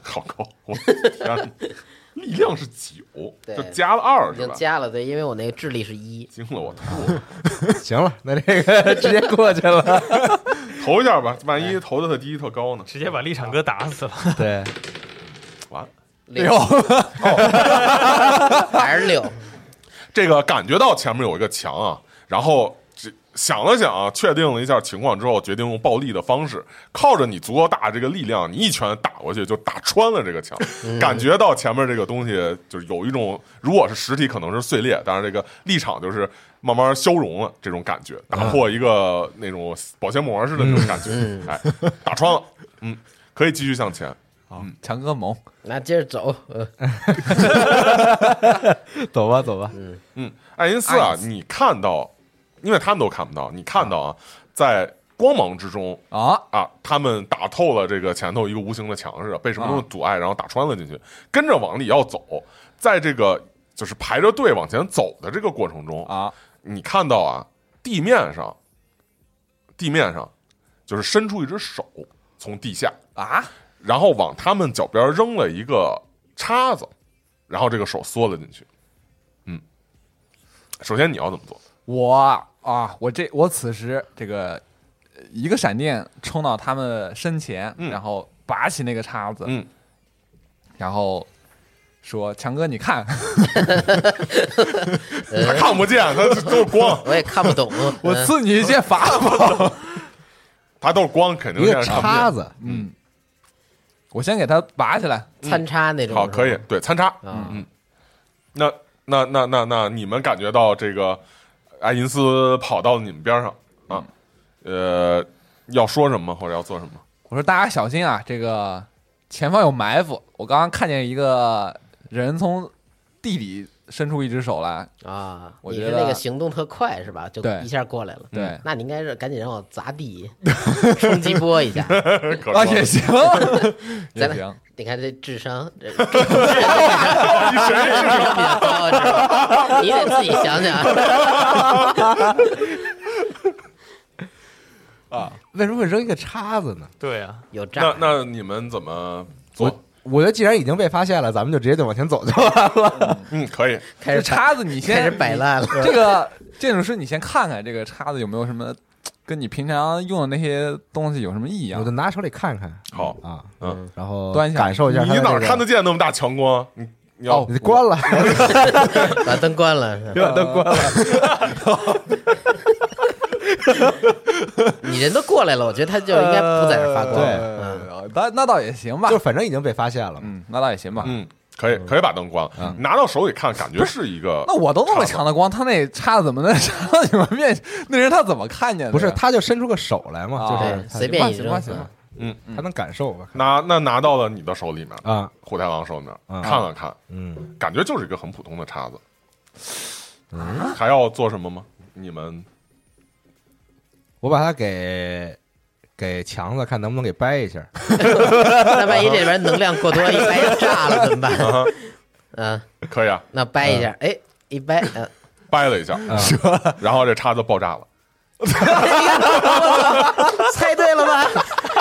Speaker 4: 好高，我的天哪，
Speaker 6: *laughs*
Speaker 4: 力量是九，
Speaker 6: 对
Speaker 4: 就加了二
Speaker 6: 已
Speaker 4: 是
Speaker 6: 经
Speaker 4: 吧？
Speaker 6: 加了对，因为我那个智力是一。
Speaker 4: 惊了我头。
Speaker 2: 行了，那这
Speaker 4: *laughs*
Speaker 2: 个直接过去了。
Speaker 4: 投一下吧，万一投的特低特高呢？
Speaker 5: 直接把立场哥打死了， *laughs*
Speaker 2: 对，
Speaker 4: 完了，
Speaker 6: 六，还是六，
Speaker 4: 这个感觉到前面有一个墙啊，然后这想了想啊，确定了一下情况之后，决定用暴力的方式，靠着你足够大的这个力量，你一拳打过去就打穿了这个墙，感觉到前面这个东西就是有一种，如果是实体可能是碎裂，但是这个立场就是慢慢消融了这种感觉，打破一个那种保鲜膜似的那种感觉，哎，打穿了，嗯，可以继续向前。
Speaker 3: 啊，强哥萌，
Speaker 6: 那接着走。呃
Speaker 2: 走吧走吧，
Speaker 4: 嗯，爱因斯啊
Speaker 3: 爱，因斯
Speaker 4: 你看到，因为他们都看不到，你看到啊，在光芒之中
Speaker 3: 啊，
Speaker 4: 啊，他们打透了这个前头一个无形的墙似的，被什么东西阻碍，然后打穿了进去，跟着往里要走，在这个就是排着队往前走的这个过程中，
Speaker 3: 啊，
Speaker 4: 你看到啊，地面上，地面上就是伸出一只手从地下
Speaker 3: 啊，
Speaker 4: 然后往他们脚边扔了一个叉子，然后这个手缩了进去。嗯，首先你要怎么做？
Speaker 3: 我啊，我这我此时这个呃一个闪电冲到他们身前，
Speaker 4: 嗯
Speaker 3: 然后拔起那个叉子，
Speaker 4: 嗯，
Speaker 3: 然后说：“强哥，你看，
Speaker 4: 他看不见，他都是光，
Speaker 6: *laughs* 我也看不懂。
Speaker 3: 我
Speaker 6: 嗯
Speaker 3: 赐你一件法宝。
Speaker 4: 他都是光，肯定
Speaker 2: 一
Speaker 4: 现
Speaker 2: 个
Speaker 4: 在看不
Speaker 2: 叉
Speaker 4: 见。
Speaker 2: 子，”
Speaker 3: 嗯， *laughs* 我先给他拔起来。
Speaker 6: 参差那种。
Speaker 4: 好，可以嗯
Speaker 6: 是吧。，
Speaker 4: 对，参差。
Speaker 6: 啊，
Speaker 4: 那那那那那，你们感觉到这个爱因斯跑到你们边上啊？呃，要说什么或者要做什么？
Speaker 3: 我说大家小心啊，这个前方有埋伏。我刚刚看见一个人从地里伸出一只手来，
Speaker 6: 啊，
Speaker 3: 我
Speaker 6: 你
Speaker 3: 觉
Speaker 6: 是
Speaker 3: 得
Speaker 6: 那个行动特快是吧？就
Speaker 3: 对
Speaker 6: 一下过来了。
Speaker 3: 对
Speaker 6: 那你应该是赶紧让我砸地，冲击波一下。
Speaker 4: 可
Speaker 3: 啊
Speaker 4: 说
Speaker 3: 也行，也
Speaker 6: 咱
Speaker 3: 行
Speaker 6: 俩。你看这智商，这智商比较高，是吧？你得自己想想。
Speaker 2: 为什么会扔一个叉子呢？
Speaker 5: 对啊，
Speaker 6: 有诈
Speaker 4: 那那你们怎么做
Speaker 2: 我？我觉得既然已经被发现了，咱们就直接就往前走就完了。
Speaker 4: 嗯，可以。
Speaker 6: 开
Speaker 3: 这
Speaker 6: 始摆
Speaker 3: 叉子你
Speaker 6: 开始
Speaker 3: 先
Speaker 6: 摆烂
Speaker 2: *laughs*
Speaker 6: 了。
Speaker 3: 这个建筑师，你先看看这个叉子有没有什么跟你平常用的那些东西有什么异
Speaker 2: 我
Speaker 3: 样
Speaker 2: 就。拿手里看看
Speaker 4: 好，
Speaker 2: 啊，
Speaker 4: 嗯，
Speaker 2: 然后
Speaker 3: 端一下
Speaker 2: 感受一下它
Speaker 4: 你
Speaker 2: 的这个。哦
Speaker 4: 哪儿看得见那么大强光啊？你你要
Speaker 3: 哦
Speaker 2: 你关了，
Speaker 6: 把灯关了，是吧
Speaker 2: 把灯关了。
Speaker 6: *laughs* 你人都过来了，我觉得他就应该不在这儿发光。
Speaker 3: *laughs*
Speaker 6: 嗯，
Speaker 3: 呃，那那倒也行吧
Speaker 2: 就。反正已经被发现了嘛。
Speaker 3: 嗯，那倒也行吧。
Speaker 4: 嗯，可以，可以把灯关了。拿到手里看，感觉是一个
Speaker 3: 那我都那么强的光，他那 *laughs* 叉子怎么能插到你们面前？那人他怎么看见的？
Speaker 2: 不是，他就伸出个手来嘛，
Speaker 3: 啊
Speaker 2: 就是
Speaker 6: 对
Speaker 2: 他
Speaker 6: 随便一
Speaker 2: 行
Speaker 6: 扔啊
Speaker 2: 吧行吧，
Speaker 4: 嗯，
Speaker 2: 他能感受吧？
Speaker 4: 拿那拿到了你的手里面，
Speaker 2: 啊，
Speaker 4: 虎太郎手里面
Speaker 2: 啊
Speaker 4: 看了看，
Speaker 2: 嗯，
Speaker 4: 感觉就是一个很普通的叉子。还要做什么吗？你们
Speaker 2: 我把它给给强子看能不能给掰一下，
Speaker 6: 那万一这边能量过多，一掰炸了怎么办？嗯，
Speaker 4: 可以啊，
Speaker 6: 那掰一下，哎，一掰，嗯，
Speaker 4: 掰了一下， *laughs* 然后这叉子爆炸了。
Speaker 6: 猜对了吧？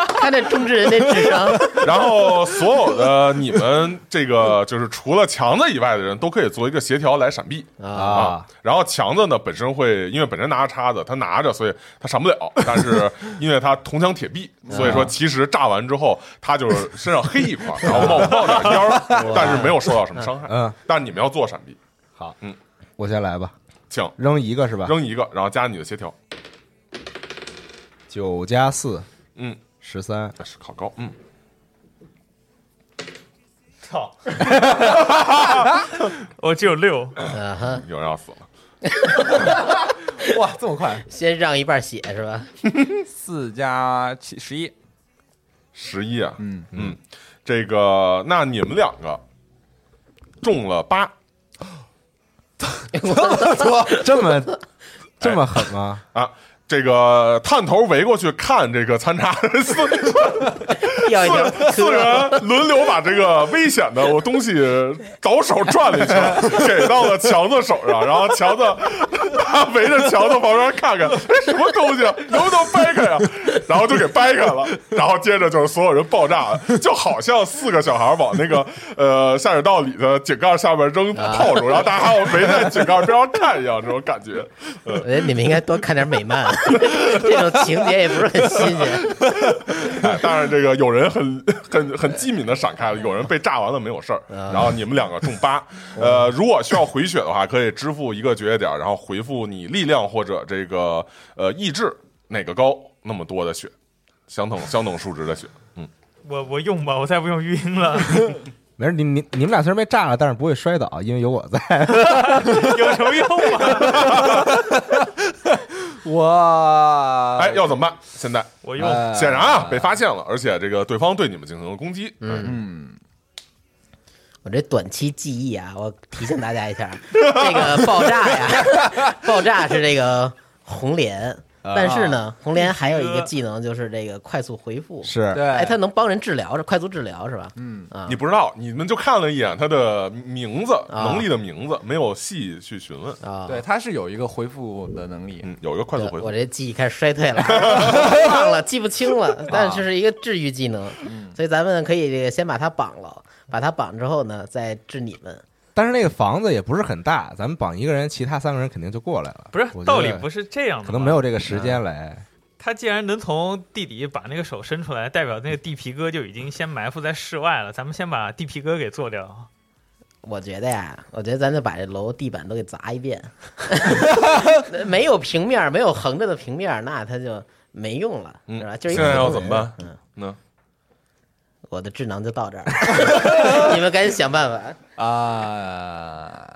Speaker 6: *laughs* 看这中之人这智商，
Speaker 4: 然后所有的你们这个就是除了强子以外的人都可以做一个协调来闪避
Speaker 6: 啊
Speaker 2: 啊。
Speaker 4: 然后强子呢本身会因为本身拿着叉子，他拿着，所以他闪不了。但是因为他铜墙铁壁，所以说其实炸完之后他就是身上黑一块，然后冒冒点烟儿，但是没有受到什么伤害。
Speaker 2: 嗯，
Speaker 4: 但你们要做闪避，
Speaker 2: 我先来吧，
Speaker 4: 请
Speaker 2: 扔一个是吧？
Speaker 4: 扔一个，然后加你的协调。
Speaker 2: 九加四
Speaker 4: 嗯，
Speaker 2: 十三，
Speaker 4: 那是考高，嗯，
Speaker 5: 操！ *laughs* 我只有六，
Speaker 6: 啊哈，
Speaker 4: 有人要死了。
Speaker 3: 哇，这么快，
Speaker 6: 先让一半血是吧？
Speaker 3: 四加七十一。
Speaker 4: 十一啊，
Speaker 3: *laughs* 嗯
Speaker 4: 嗯，这个那你们两个中了八，
Speaker 2: 这么这么狠吗？
Speaker 4: 啊，这个探头围过去看这个参差 *laughs* 四
Speaker 6: *laughs* 掉一条
Speaker 4: 四四人轮流把这个危险的我东西找手转了一圈，给到了强子手上，然后强子他围着强子旁边看看，哎什么东西啊能不能掰开呀、然后就给掰开了，然后接着就是所有人爆炸了，就好像四个小孩往那个呃下水道里的井盖下面扔
Speaker 6: 啊
Speaker 4: 炮竹，然后大家还要围在井盖边上看一样，这种感觉。
Speaker 6: 我觉得你们应该多看点美漫，啊这种情节也不是很新鲜。
Speaker 4: *laughs* 哎当然，这个有人很很很机敏的闪开了，有人被炸完了没有事儿。然后你们两个中八，呃，如果需要回血的话，可以支付一个绝血点，然后回复你力量或者这个呃意志哪个高那么多的血，相等相等数值的血。嗯
Speaker 5: 我我用吧，我再不用晕了。 *laughs*
Speaker 2: 没事，你你你们俩虽然被炸了，但是不会摔倒，因为有我在。
Speaker 5: 有什么用啊？
Speaker 3: 哇，
Speaker 4: 哎，要怎么办？现在
Speaker 5: 我用
Speaker 3: 呃
Speaker 4: 显然啊被发现了，而且这个对方对你们进行了攻击。嗯，
Speaker 6: 我这短期记忆啊，我提醒大家一下，这个爆炸呀，爆炸是这个红莲，但是呢，红莲还有一个技能就是这个快速回复，
Speaker 2: 是，
Speaker 3: 对，
Speaker 6: 哎，它能帮人治疗，是快速治疗是吧？嗯啊
Speaker 4: 你，不知道，你们就看了一眼他的名字，
Speaker 6: 啊
Speaker 4: 能力的名字，没有细去询问。
Speaker 6: 啊，
Speaker 3: 对，它是有一个回复的能力。
Speaker 4: 嗯，有一个快速回
Speaker 6: 我
Speaker 4: 复
Speaker 6: 我。这记忆开始衰退
Speaker 4: *laughs*
Speaker 6: 了，忘了记不清了，
Speaker 4: 啊
Speaker 6: 但是这是一个治愈
Speaker 4: 嗯
Speaker 6: 技能，所以咱们可以这个先把它绑了，把它绑之后呢，再治你们。
Speaker 2: 但是那个房子也不是很大，咱们绑一个人，其他三个人肯定就过来了。
Speaker 5: 不是
Speaker 2: 我觉得
Speaker 5: 道理不是这样的，
Speaker 2: 可能没有。这个时间来。
Speaker 5: 他既然能从地底把那个手伸出来，代表那个地皮哥就已经先埋伏在室外了。咱们先把地皮哥给做掉。
Speaker 6: 我觉得呀，我觉得咱就把这楼地板都给砸
Speaker 4: *laughs*
Speaker 6: 一遍，没有平面儿，没有横着的平面儿，那它就没用了，
Speaker 4: 嗯
Speaker 6: 是吧？就是一
Speaker 4: 现在
Speaker 6: 普通
Speaker 4: 要
Speaker 6: 人
Speaker 4: 怎么办
Speaker 6: 嗯，
Speaker 4: 呢？
Speaker 6: 我的智囊就到这儿， *laughs* 你们赶紧想办法。
Speaker 3: 啊，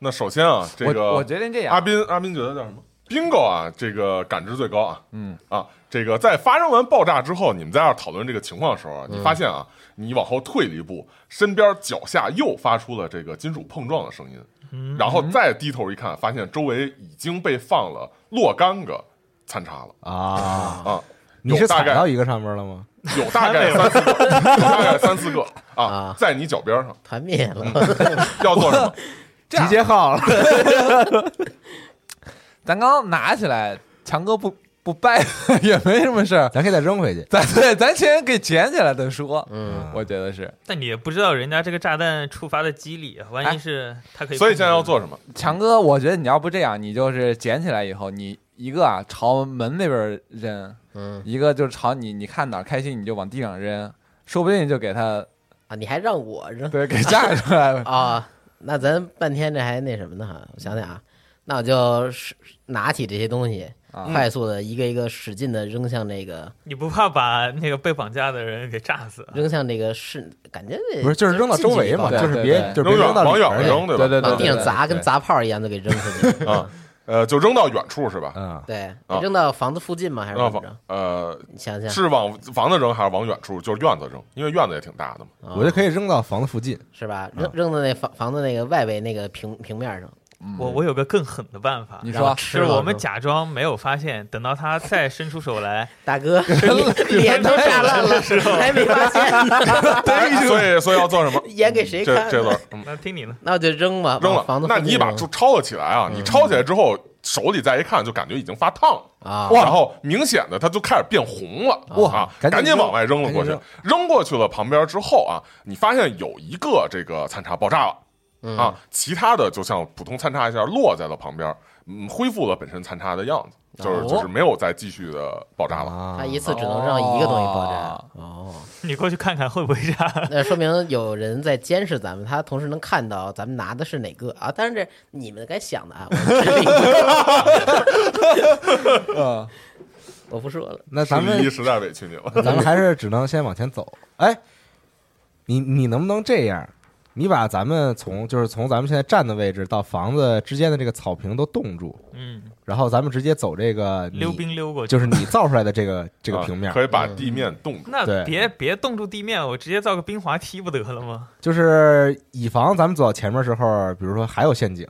Speaker 4: 那首先啊，这个啊
Speaker 3: 我我决定这样，
Speaker 4: 阿斌，阿斌觉得叫什么？bingo 啊，这个感知最高啊。
Speaker 3: 嗯
Speaker 4: 啊，这个在发生完爆炸之后，你们在这儿讨论这个情况的时候
Speaker 2: 嗯
Speaker 4: 啊，你发现啊，你往后退了一步，身边脚下又发出了这个金属碰撞的声音，
Speaker 2: 嗯
Speaker 4: 然后再低头一看，发现周围已经被放了若干个餐叉了
Speaker 2: 啊，
Speaker 4: 啊。
Speaker 2: 你是
Speaker 4: 有大
Speaker 2: 踩
Speaker 4: 概
Speaker 2: 到一个上面了吗？
Speaker 4: 有大
Speaker 2: *laughs*
Speaker 4: 概三四个，有大概三四个啊
Speaker 6: 啊，
Speaker 4: 在你脚边上，
Speaker 2: *laughs*
Speaker 6: 团灭
Speaker 4: 嗯
Speaker 6: 了，
Speaker 4: 要做什么？
Speaker 3: 这样
Speaker 2: 集结号了，
Speaker 3: *laughs* 咱刚刚拿起来，强哥不不掰 *laughs* 也没什么事儿，
Speaker 2: 咱可以再扔回去。啊
Speaker 3: 咱对咱先给捡起来再说。
Speaker 6: 嗯，
Speaker 3: 我觉得是
Speaker 5: 但你也不知道人家这个炸弹触发的机理，万一是他可以。
Speaker 4: 所以现在要，做什么？
Speaker 3: 强哥，我觉得你要不这样，你就是捡起来以后，你一个啊朝门那边扔，
Speaker 6: 嗯
Speaker 3: 一个就是朝你你看哪儿开心你就往地上扔，说不定就给他
Speaker 6: *laughs* 啊，你还让我扔
Speaker 3: 对给炸出来了。
Speaker 6: 啊？那咱半天这还那什么呢？哈，我想想啊，那我就是拿起这些东西，
Speaker 3: 啊
Speaker 6: 快速的一个一个使劲的扔向那个
Speaker 5: 你不怕把那个被绑架的人给炸死？
Speaker 6: 扔向这个是感觉这
Speaker 2: 不是，就是扔到周围嘛，
Speaker 3: 对
Speaker 2: 就是别
Speaker 3: 对对
Speaker 2: 就是别
Speaker 4: 扔远
Speaker 2: 扔到
Speaker 4: 往
Speaker 2: 里
Speaker 4: 远
Speaker 2: 边
Speaker 4: 了
Speaker 2: 儿去
Speaker 4: 扔，对吧？
Speaker 3: 对对
Speaker 6: 往
Speaker 3: 对
Speaker 6: 地上砸，跟
Speaker 3: 对
Speaker 6: 砸炮一样的给扔出去
Speaker 4: 啊呃，就扔到远处是吧？
Speaker 2: 嗯，
Speaker 6: 对，
Speaker 4: 啊
Speaker 6: 扔到房子附近吗？还是
Speaker 4: 扔到
Speaker 6: 怎么
Speaker 4: 房
Speaker 6: 着？
Speaker 4: 呃
Speaker 6: 你想想，
Speaker 4: 是往房子扔还是往远处？就是院子扔，因为院子也挺大的嘛。
Speaker 6: 啊
Speaker 2: 我就可以扔到房子附近。
Speaker 6: 是吧？扔扔到那房房子那个外围那个平平面上，
Speaker 5: 我我有个更狠的办法，
Speaker 3: 你
Speaker 6: 然后
Speaker 3: 说
Speaker 6: 吃
Speaker 5: 就是
Speaker 6: 了
Speaker 5: 我们
Speaker 6: 吧
Speaker 5: 假装没有发现，等到他再伸出手来， *laughs*
Speaker 6: 大哥 *laughs* 脸都炸烂了，还没发现 *laughs* 呢，？
Speaker 4: 哎所以所以要做什么
Speaker 6: 演给谁
Speaker 4: 这
Speaker 6: 看？
Speaker 4: 这段嗯
Speaker 5: 那听你呢？
Speaker 6: *laughs* 那我就扔吧，
Speaker 4: 扔
Speaker 6: 往房
Speaker 4: 了
Speaker 6: 子，附
Speaker 4: 那
Speaker 6: 近
Speaker 4: 你一把
Speaker 6: 扔嗯
Speaker 4: 就抄了起来啊！你抄起来之后，手里再一看，就感觉已经发烫了。
Speaker 6: 啊，
Speaker 4: 然后明显的它就开始变红了，
Speaker 2: 哇
Speaker 4: 啊
Speaker 2: 赶紧
Speaker 4: 赶紧
Speaker 2: 扔
Speaker 4: 往外扔了过去
Speaker 2: 赶，
Speaker 4: 扔过去了。旁边之后啊，你发现有一个这个餐叉爆炸了。
Speaker 6: 嗯
Speaker 4: 啊，其他的就像普通餐叉一下落在了旁边，嗯，恢复了本身餐叉的样子，
Speaker 6: 哦
Speaker 4: 就是就是没有再继续的爆炸了。
Speaker 2: 啊
Speaker 6: 他一次只能让一个东西爆炸。哦，
Speaker 5: 你过去看看会不会炸？
Speaker 6: 那说明有人在监视咱们，他同时能看到咱们拿的是哪个啊？当然这你们该想的啊，我们这里
Speaker 3: 嗯，
Speaker 6: *laughs* 我不说了。
Speaker 2: 那咱
Speaker 4: 十一
Speaker 2: 们
Speaker 4: 实在委屈你了，
Speaker 2: 咱们还是只能先往前走。哎，你你能不能这样？你把咱们从就是从咱们现在站的位置到房子之间的这个草坪都冻住，
Speaker 5: 嗯，
Speaker 2: 然后咱们直接走这个你
Speaker 5: 溜冰溜过去。
Speaker 2: 就是你造出来的这个这个
Speaker 4: 啊
Speaker 2: 平面，嗯
Speaker 4: 可以把地面冻住。
Speaker 5: 那
Speaker 2: 对
Speaker 5: 别别冻住地面，我直接造个冰滑梯不得了吗？
Speaker 2: 就是以防咱们走到前面的时候，比如说还有陷阱，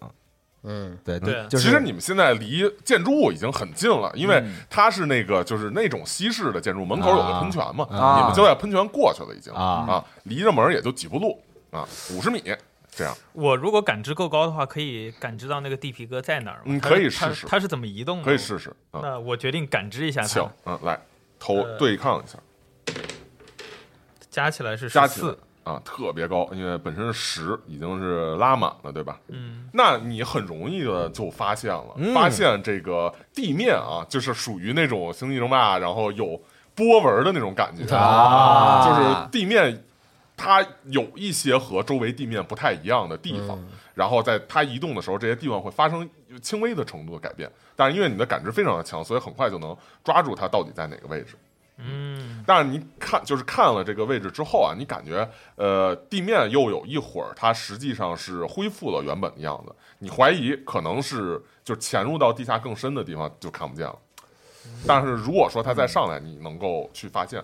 Speaker 6: 嗯，
Speaker 2: 对，
Speaker 5: 对
Speaker 2: 你就
Speaker 4: 其实
Speaker 2: 是
Speaker 4: 你们现在离建筑物已经很近了，因为
Speaker 5: 嗯
Speaker 4: 它是那个就是那种西式的建筑，门口有个喷泉嘛，
Speaker 2: 啊
Speaker 4: 你们就在喷泉过去了，已经
Speaker 2: 啊
Speaker 4: 离着门也就几步路啊，五十米这样。
Speaker 5: 我如果感知够高的话，可以感知到那个地皮哥在哪儿吗？
Speaker 4: 嗯
Speaker 5: 他
Speaker 4: 可以
Speaker 5: 是他
Speaker 4: 试试
Speaker 5: 他是怎么移动的？
Speaker 4: 可以。试试啊，
Speaker 5: 嗯那我决定感知一下
Speaker 4: 请
Speaker 5: 他，
Speaker 4: 嗯来投
Speaker 5: 呃
Speaker 4: 对抗一下。
Speaker 5: 加起来是
Speaker 4: 加
Speaker 5: 十
Speaker 4: 起来
Speaker 5: 四。
Speaker 4: 啊，特别高，因为本身是十，已经是拉满了，对吧？
Speaker 5: 嗯，
Speaker 4: 那你很容易的就发现了，发现这个地面啊，就是属于那种星际争霸，然后有波纹的那种感觉
Speaker 3: 啊
Speaker 4: 就是地面它有一些和周围地面不太一样的地方，然后在它移动的时候，这些地方会发生轻微的程度的改变。但是因为你的感知非常的强，所以很快就能抓住它到底在哪个位置。嗯，但是你看，就是看了这个位置之后啊，你感觉呃，地面又有一会儿，它实际上是恢复了原本的样子。你怀疑可能是就潜入到地下更深的地方就看不见了。但是如果说它再上来，你能够去发现。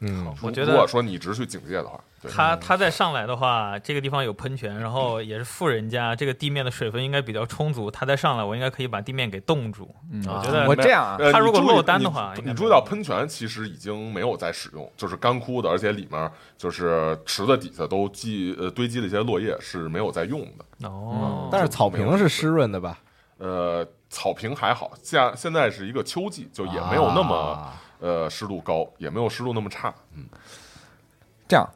Speaker 2: 嗯，
Speaker 5: 我
Speaker 4: 如
Speaker 5: 觉得
Speaker 4: 如果说你一直去警戒的话，对，
Speaker 5: 他他再上来的话，这个地方有喷泉，然后也是富人家，这个地面的水分应该比较充足。他再上来，我应该可以把地面给冻住。我觉得
Speaker 3: 嗯我这样啊，
Speaker 4: 呃
Speaker 5: 他如果
Speaker 4: 你注意
Speaker 5: 落单的话
Speaker 4: 你
Speaker 5: 应该
Speaker 4: 你注意到喷泉其实已经没有在使用，就是干枯的，而且里面就是池子底下都积呃堆积了一些落叶，是没有在用的。
Speaker 5: 哦，
Speaker 2: 嗯但是草坪是湿润的吧？
Speaker 4: 呃，草坪还好，现现在是一个秋季，就也没有那么、
Speaker 2: 啊
Speaker 4: 呃湿度高，也没有湿度那么差。
Speaker 3: 这样，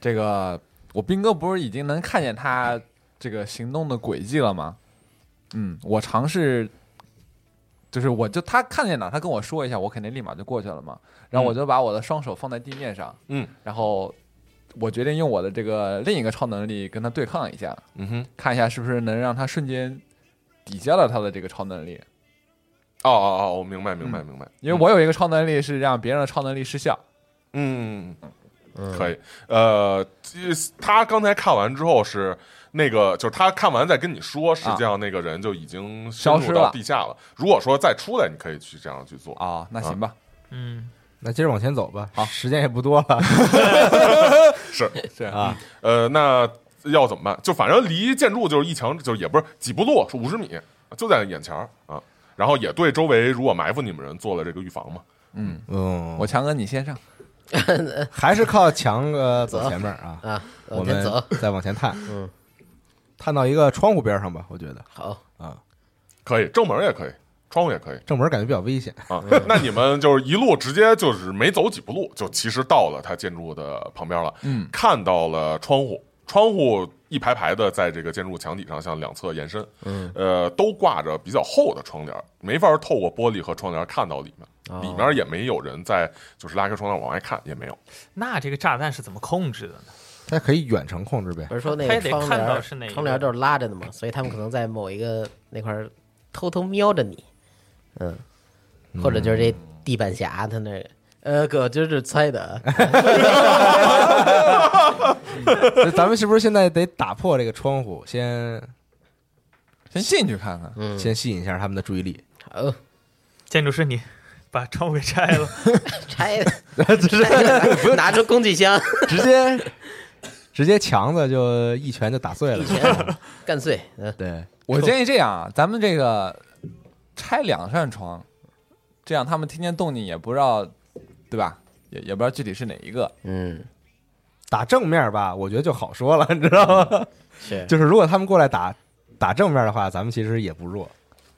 Speaker 3: 这个我斌哥不是已经能看见他这个行动的轨迹了吗？嗯，我尝试，就是我就他看见哪，他跟我说一下，我肯定立马就过去了嘛。然后我就把我的双手放在地面上，
Speaker 4: 嗯，
Speaker 3: 然后我决定用我的这个另一个超能力跟他对抗一下，
Speaker 4: 嗯哼，
Speaker 3: 看一下是不是能让他瞬间抵消了他的这个超能力。
Speaker 4: 哦哦哦，我明白明白明白，
Speaker 3: 因为我有一个超能力是让别人的超能力失效，
Speaker 4: 嗯，
Speaker 6: 嗯
Speaker 4: 可以，呃，他刚才看完之后是那个，就是他看完再跟你说，实际上那个人就已经深
Speaker 3: 消
Speaker 4: 入
Speaker 3: 失
Speaker 4: 到
Speaker 3: 了
Speaker 4: 地下了。如果说再出来，你可以去这样去做。
Speaker 3: 啊，那行吧，
Speaker 5: 嗯，
Speaker 2: 那接着往前走吧，
Speaker 3: 好
Speaker 2: 时间也不多
Speaker 6: *laughs*
Speaker 2: 了
Speaker 4: 是，
Speaker 3: 是
Speaker 2: 啊，
Speaker 4: 呃，那要怎么办？就反正离建筑就是一墙，就是也不是几步路，是五十米，就在眼前儿啊。然后也对周围如果埋伏你们人做了这个预防嘛。
Speaker 3: 嗯，
Speaker 2: 嗯，
Speaker 3: 我强哥你先上，
Speaker 2: 还是靠强哥走
Speaker 6: 走
Speaker 2: 前面啊，
Speaker 6: 啊，
Speaker 2: 我
Speaker 6: 往前
Speaker 2: 们
Speaker 6: 走，
Speaker 2: 再往前探，
Speaker 6: 嗯，
Speaker 2: 探到一个窗户边上吧，我觉得
Speaker 6: 好，
Speaker 4: 可以，正门也可以，窗户也可以
Speaker 2: 正门感觉比较危险，
Speaker 4: 啊。那你们就是一路直接就是没走几步路，就其实到了他建筑的旁边了。
Speaker 3: 嗯，
Speaker 4: 看到了窗户，窗户一排排的在这个建筑墙体上向两侧延伸，嗯，呃，都挂着比较厚的窗帘，没法透过玻璃和窗帘看到里面，
Speaker 6: 哦
Speaker 4: 里面也没有人在，就是拉开窗帘往外看也没有。
Speaker 5: 那这个炸弹是怎么控制的呢？
Speaker 2: 它可以远程控制呗 *laughs*
Speaker 6: 不，是说那
Speaker 5: 他也
Speaker 6: 个
Speaker 5: 得
Speaker 6: 窗
Speaker 5: 看
Speaker 6: 帘
Speaker 5: 到
Speaker 6: 儿
Speaker 5: 是哪一个
Speaker 6: 窗帘儿都是拉着的嘛，所以他们可能在某一个那块儿偷偷瞄着你，嗯，或者就是这地板侠他那儿。呃，哥，我今儿是猜的啊，
Speaker 2: 所以咱们是不是现在得打破这个窗户，先
Speaker 3: 先进去看看，
Speaker 6: 嗯，
Speaker 2: 先吸引一下他们的注意
Speaker 6: *laughs*
Speaker 2: 力？
Speaker 6: 好，
Speaker 5: 建筑师你 *laughs* 把窗户给拆
Speaker 4: *laughs*
Speaker 5: 了，
Speaker 6: 拆的，拆的，拿出工具箱，
Speaker 2: 直接直接强子就一拳就打碎了
Speaker 6: 一。拳干碎，
Speaker 2: *laughs*
Speaker 6: 嗯，
Speaker 2: 对，
Speaker 3: 我建议这样啊，咱们这个拆两扇窗，这样他们听见动静也不知道，对吧？也也不知道具体是哪一个。
Speaker 6: 嗯，
Speaker 2: 打正面吧，我觉得就好说了，你知道吗？
Speaker 6: 是，
Speaker 2: 就是如果他们过来打打正面的话，咱们其实也不弱。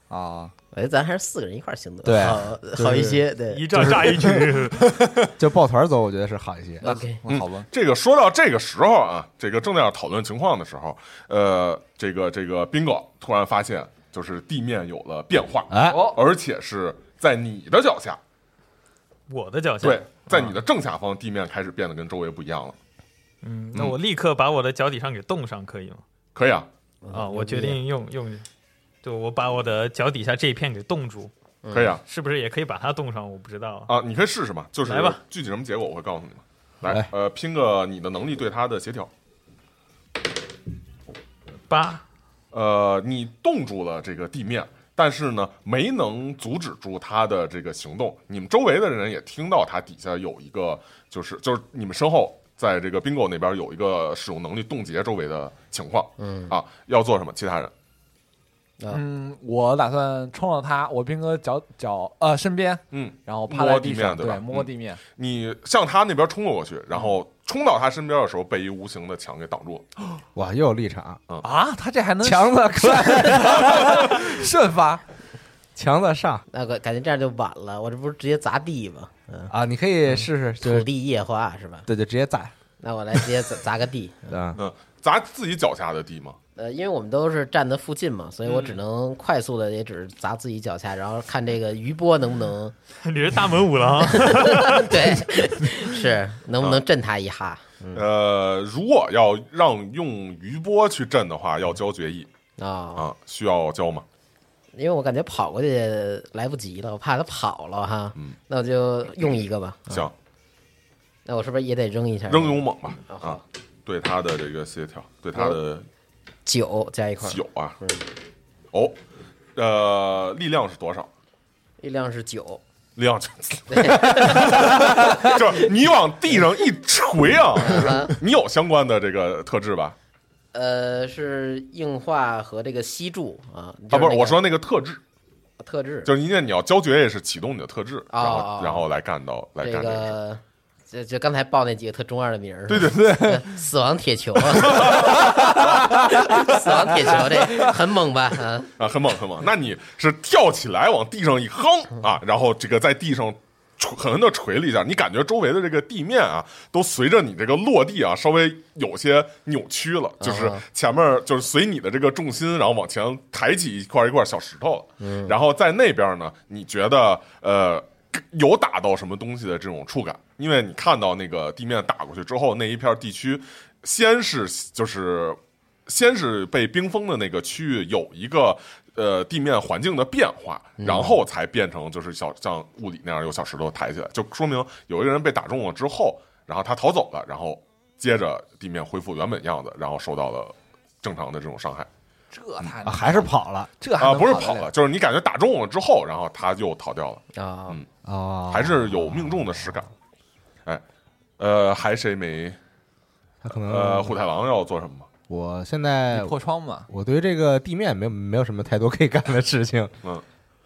Speaker 3: 啊，
Speaker 6: 我觉得哎咱还是四个人一块儿行动，
Speaker 2: 对
Speaker 6: 好
Speaker 2: 就是
Speaker 6: 好一些，对
Speaker 5: 一炸炸一局，
Speaker 2: 就抱团走，我觉得是好一些。
Speaker 6: ，OK，
Speaker 3: 那好吧，
Speaker 4: 这个说到这个时候啊，这个正在讨论情况的时候，呃，这个这个宾哥突然发现，就是地面有了变化，
Speaker 2: 哎，
Speaker 3: 哦
Speaker 4: 而且是在你的脚下，
Speaker 5: *laughs* 我的脚下。
Speaker 4: 对，在你的正下方，地面开始变得跟周围不一样了。
Speaker 5: 嗯，那我立刻把我的脚底上给冻上，可以吗？
Speaker 4: 可以啊，
Speaker 3: 嗯
Speaker 5: 啊，我决定用用，就我把我的脚底下这一片给冻住，
Speaker 4: 可以啊，
Speaker 5: 是不是也可以把它冻上？我不知道啊。
Speaker 4: 啊，你可以试试嘛，就是
Speaker 5: 来吧，
Speaker 4: 具体什么结果我会告诉你嘛。
Speaker 2: 来
Speaker 4: 来，呃，拼个你的能力对他的协调。
Speaker 5: 八，
Speaker 4: 呃，你冻住了这个地面，但是呢，没能阻止住他的这个行动。你们周围的人也听到他底下有一个，就是就是你们身后，在这个 bingo 那边有一个使用能力冻结周围的情况。嗯啊，要做什么？其他人
Speaker 3: 嗯，我打算冲到他，我兵哥脚脚呃身边，
Speaker 4: 嗯，
Speaker 3: 然后趴在
Speaker 4: 摸地面
Speaker 3: 上，
Speaker 4: 对
Speaker 3: 对
Speaker 4: 吧，嗯
Speaker 3: 摸地面，
Speaker 4: 你向他那边冲了过去，
Speaker 6: 嗯
Speaker 4: 然后冲到他身边的时候，被一无形的墙给挡住了。
Speaker 2: 哇，又有立场，
Speaker 3: 啊，他这还能
Speaker 2: 强子快，
Speaker 3: 顺发，
Speaker 2: 强子上
Speaker 6: 那个感觉这样就晚了，我这不是直接砸地吗？嗯，
Speaker 2: 啊！你可以试试，就
Speaker 6: 土
Speaker 2: 是
Speaker 6: 地液化是吧？
Speaker 2: 对，就直接在
Speaker 6: 那我来直接砸砸个地，
Speaker 2: 啊，
Speaker 4: 嗯，砸自己脚下的地吗？
Speaker 6: 呃，因为我们都是站的附近嘛，所以
Speaker 5: 嗯
Speaker 6: 我只能快速的，也只是砸自己脚下，然后看这个余波能
Speaker 5: *laughs*
Speaker 6: 不能，
Speaker 5: 你是大门五啊郎，
Speaker 6: 对，是能不能震他一下
Speaker 4: 呃，如果要让用余波去震的话，要交决议
Speaker 6: 啊？
Speaker 4: 啊，需要交吗？
Speaker 6: 因为我感觉跑过去来不及了，我怕他跑了哈，
Speaker 2: 嗯
Speaker 6: 那我就用一个吧。
Speaker 4: 行，
Speaker 6: 那我是不是也得扔一下？
Speaker 4: 扔勇猛吧啊
Speaker 6: 啊好，
Speaker 4: 对他的这个协调，对他的
Speaker 6: 九加一块儿，
Speaker 4: 九啊，哦，呃，力量是多少？
Speaker 6: 力量
Speaker 5: *laughs*
Speaker 6: 是九，
Speaker 4: 力量
Speaker 6: *laughs*
Speaker 4: 就就是你往地上一锤啊，
Speaker 6: 嗯
Speaker 4: *laughs* 你有相关的这个特质吧？
Speaker 6: 呃，是硬化和这个吸住啊。
Speaker 4: 啊，不
Speaker 6: 就是那
Speaker 4: 是，
Speaker 6: 个
Speaker 4: 我说那个特质，
Speaker 6: 特质，
Speaker 4: 就是因为你要交决议是启动你的特质，然
Speaker 6: 哦
Speaker 4: 后然后来干到来
Speaker 6: 这
Speaker 4: 干这个事。
Speaker 6: 个，就就刚才报那几个特中二的名儿，对
Speaker 4: 对对，
Speaker 6: *laughs* 死亡铁球，啊 *laughs* 死亡铁球这很猛吧？啊，
Speaker 4: 啊，很猛很猛。那你是跳起来往地上一夯啊，然后这个在地上捶狠狠的捶了一下，你感觉周围的这个地面啊，都随着你这个落地啊，稍微有些扭曲了，就是
Speaker 6: 啊
Speaker 4: 前面就是随你的这个重心，然后往前抬起一块一块小石头了。然后在那边呢，你觉得呃有打到什么东西的这种触感，因为你看到那个地面打过去之后，那一片地区先是就是先是被冰封的那个区域有一个呃地面环境的变化，
Speaker 2: 嗯
Speaker 4: 然后才变成就是小像物理那样有小石头抬起来，就说明有一个人被打中了之后，然后他逃走了，然后接着地面恢复原本样子，然后受到了正常的这种伤害
Speaker 3: 这太
Speaker 2: 啊还是跑了
Speaker 3: 这还
Speaker 4: 啊，
Speaker 3: 能
Speaker 4: 不是
Speaker 3: 跑
Speaker 4: 跑
Speaker 3: 得了
Speaker 4: 了，就是你感觉打中了之后，然后他就逃掉了，
Speaker 6: 啊，
Speaker 4: 嗯
Speaker 2: 哦，
Speaker 4: 还是有命中的实
Speaker 2: 啊
Speaker 4: 感。哎，呃，还谁没？
Speaker 2: 他可能
Speaker 4: 呃，虎太郎要做什么吗？
Speaker 2: 我现在
Speaker 3: 你破窗嘛？
Speaker 2: 我对这个地面没有没有什么太多可以干的事情，
Speaker 4: *laughs* 嗯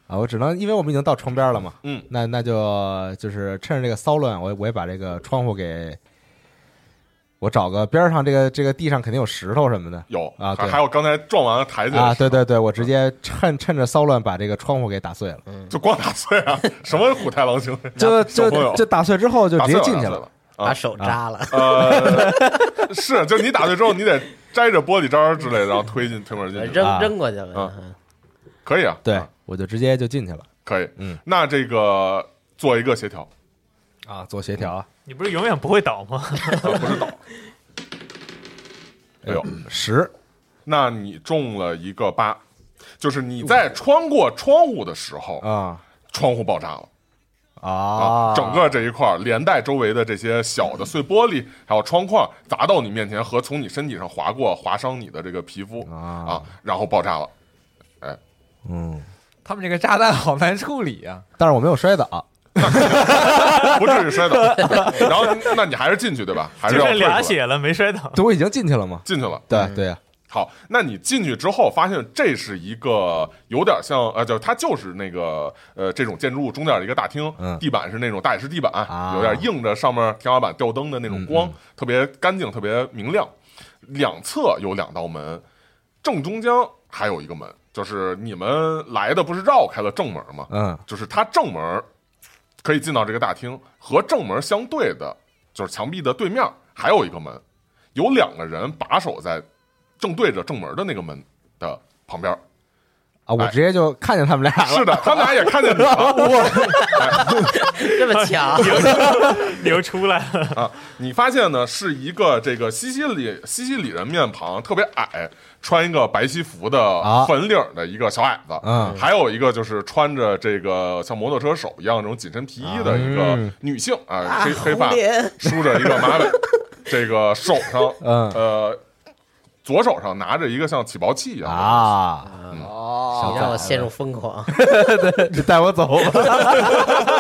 Speaker 2: 啊，我只能因为我们已经到窗边了嘛，
Speaker 4: 嗯，
Speaker 2: 那那就就是趁着这个骚乱，我也我也把这个窗户给我找个边儿上这个这个地上肯定有石头什么的
Speaker 4: 有
Speaker 2: 啊
Speaker 4: 还
Speaker 2: 对
Speaker 4: 还有刚才撞完了抬起来
Speaker 2: 啊，
Speaker 4: 的时候
Speaker 2: 对对对，我直接趁趁着骚乱把这个窗户给打碎了，
Speaker 4: *laughs* 就光打碎啊，什么虎太郎行为？
Speaker 2: 就
Speaker 4: 嗯小朋友
Speaker 2: 就就打碎之后就
Speaker 4: 打
Speaker 2: 直
Speaker 4: 碎
Speaker 2: 接
Speaker 4: 了
Speaker 2: 进去
Speaker 4: 打碎
Speaker 2: 了
Speaker 4: 了。
Speaker 6: 把
Speaker 4: 啊
Speaker 6: 手扎了，
Speaker 4: 呃，是，就是你打碎之后，你得摘着玻璃渣儿之类的，然后推进推门进去，
Speaker 6: 扔
Speaker 2: 啊
Speaker 6: 扔过去了。
Speaker 4: 啊
Speaker 6: 嗯
Speaker 4: 可以啊，
Speaker 2: 对
Speaker 4: 啊，
Speaker 2: 我就直接就进去了
Speaker 4: 可以。
Speaker 2: 嗯，
Speaker 4: 那这个做一个协调，
Speaker 2: 啊，做协调啊，
Speaker 5: *laughs* 你不是永远不会倒吗？ *laughs*
Speaker 4: 啊
Speaker 2: *laughs*
Speaker 4: 哎呦，
Speaker 2: 十
Speaker 4: 那你中了一个八，就是你在穿过窗户的时候，
Speaker 2: 啊
Speaker 4: 窗户爆炸了。
Speaker 2: 啊
Speaker 4: 啊，，整个这一块儿连带周围的这些小的碎玻璃，还有窗框砸到你面前和从你身体上划过，划伤你的这个皮肤
Speaker 2: 啊
Speaker 4: 然后爆炸了。
Speaker 2: 嗯，
Speaker 3: 他们这个炸弹好难处理啊！
Speaker 2: 但是我没有摔倒，
Speaker 4: 不至于摔倒。然后，那你还是进去对吧？还是
Speaker 5: 就
Speaker 4: 要
Speaker 5: 剩
Speaker 4: 退出来
Speaker 5: 俩血了，没摔倒。
Speaker 2: 对，我已经进去了嘛，
Speaker 4: 进去了。
Speaker 2: 对对啊，
Speaker 4: 好，那你进去之后发现这是一个有点像呃，就它就是那个呃这种建筑物中间的一个大厅，
Speaker 2: 嗯
Speaker 4: 地板是那种大理石地板，
Speaker 2: 啊嗯
Speaker 4: 有点映着上面天花板吊灯的那种光，特别干净，特别明亮。两侧有两道门，正中间还有一个门，就是你们来的不是绕开了正门吗？
Speaker 2: 嗯
Speaker 4: 就是它正门可以进到这个大厅，和正门相对的，就是墙壁的对面还有一个门，有两个人把守在正对着正门的那个门的旁边。
Speaker 2: 啊，我
Speaker 4: 哎
Speaker 2: 直接就看见他们俩了，
Speaker 4: 是的，他们俩也看见
Speaker 2: *laughs*
Speaker 4: 你了。
Speaker 6: 这么强，
Speaker 5: 流出来了，
Speaker 4: *laughs*
Speaker 5: *laughs*
Speaker 4: 你发现呢，是一个这个西西里西西里人面庞特别矮，穿一个白西服的
Speaker 2: 啊
Speaker 4: 粉领的一个小矮子，
Speaker 2: 嗯
Speaker 4: 还有一个就是穿着这个像摩托车手一样这种紧身皮衣的一个
Speaker 2: 嗯
Speaker 4: 女性啊，
Speaker 6: 啊
Speaker 4: 黑黑发
Speaker 6: 红脸，
Speaker 4: 梳着一
Speaker 2: *laughs*
Speaker 4: 个马尾，这个手上
Speaker 2: 嗯
Speaker 4: 呃左手上拿着一个像起爆器一样
Speaker 2: *laughs*
Speaker 4: 的
Speaker 2: 啊，
Speaker 3: 哦，
Speaker 6: 你让我
Speaker 4: 啊
Speaker 6: 陷入疯狂。
Speaker 2: 你带我
Speaker 4: *laughs*
Speaker 2: 走吧，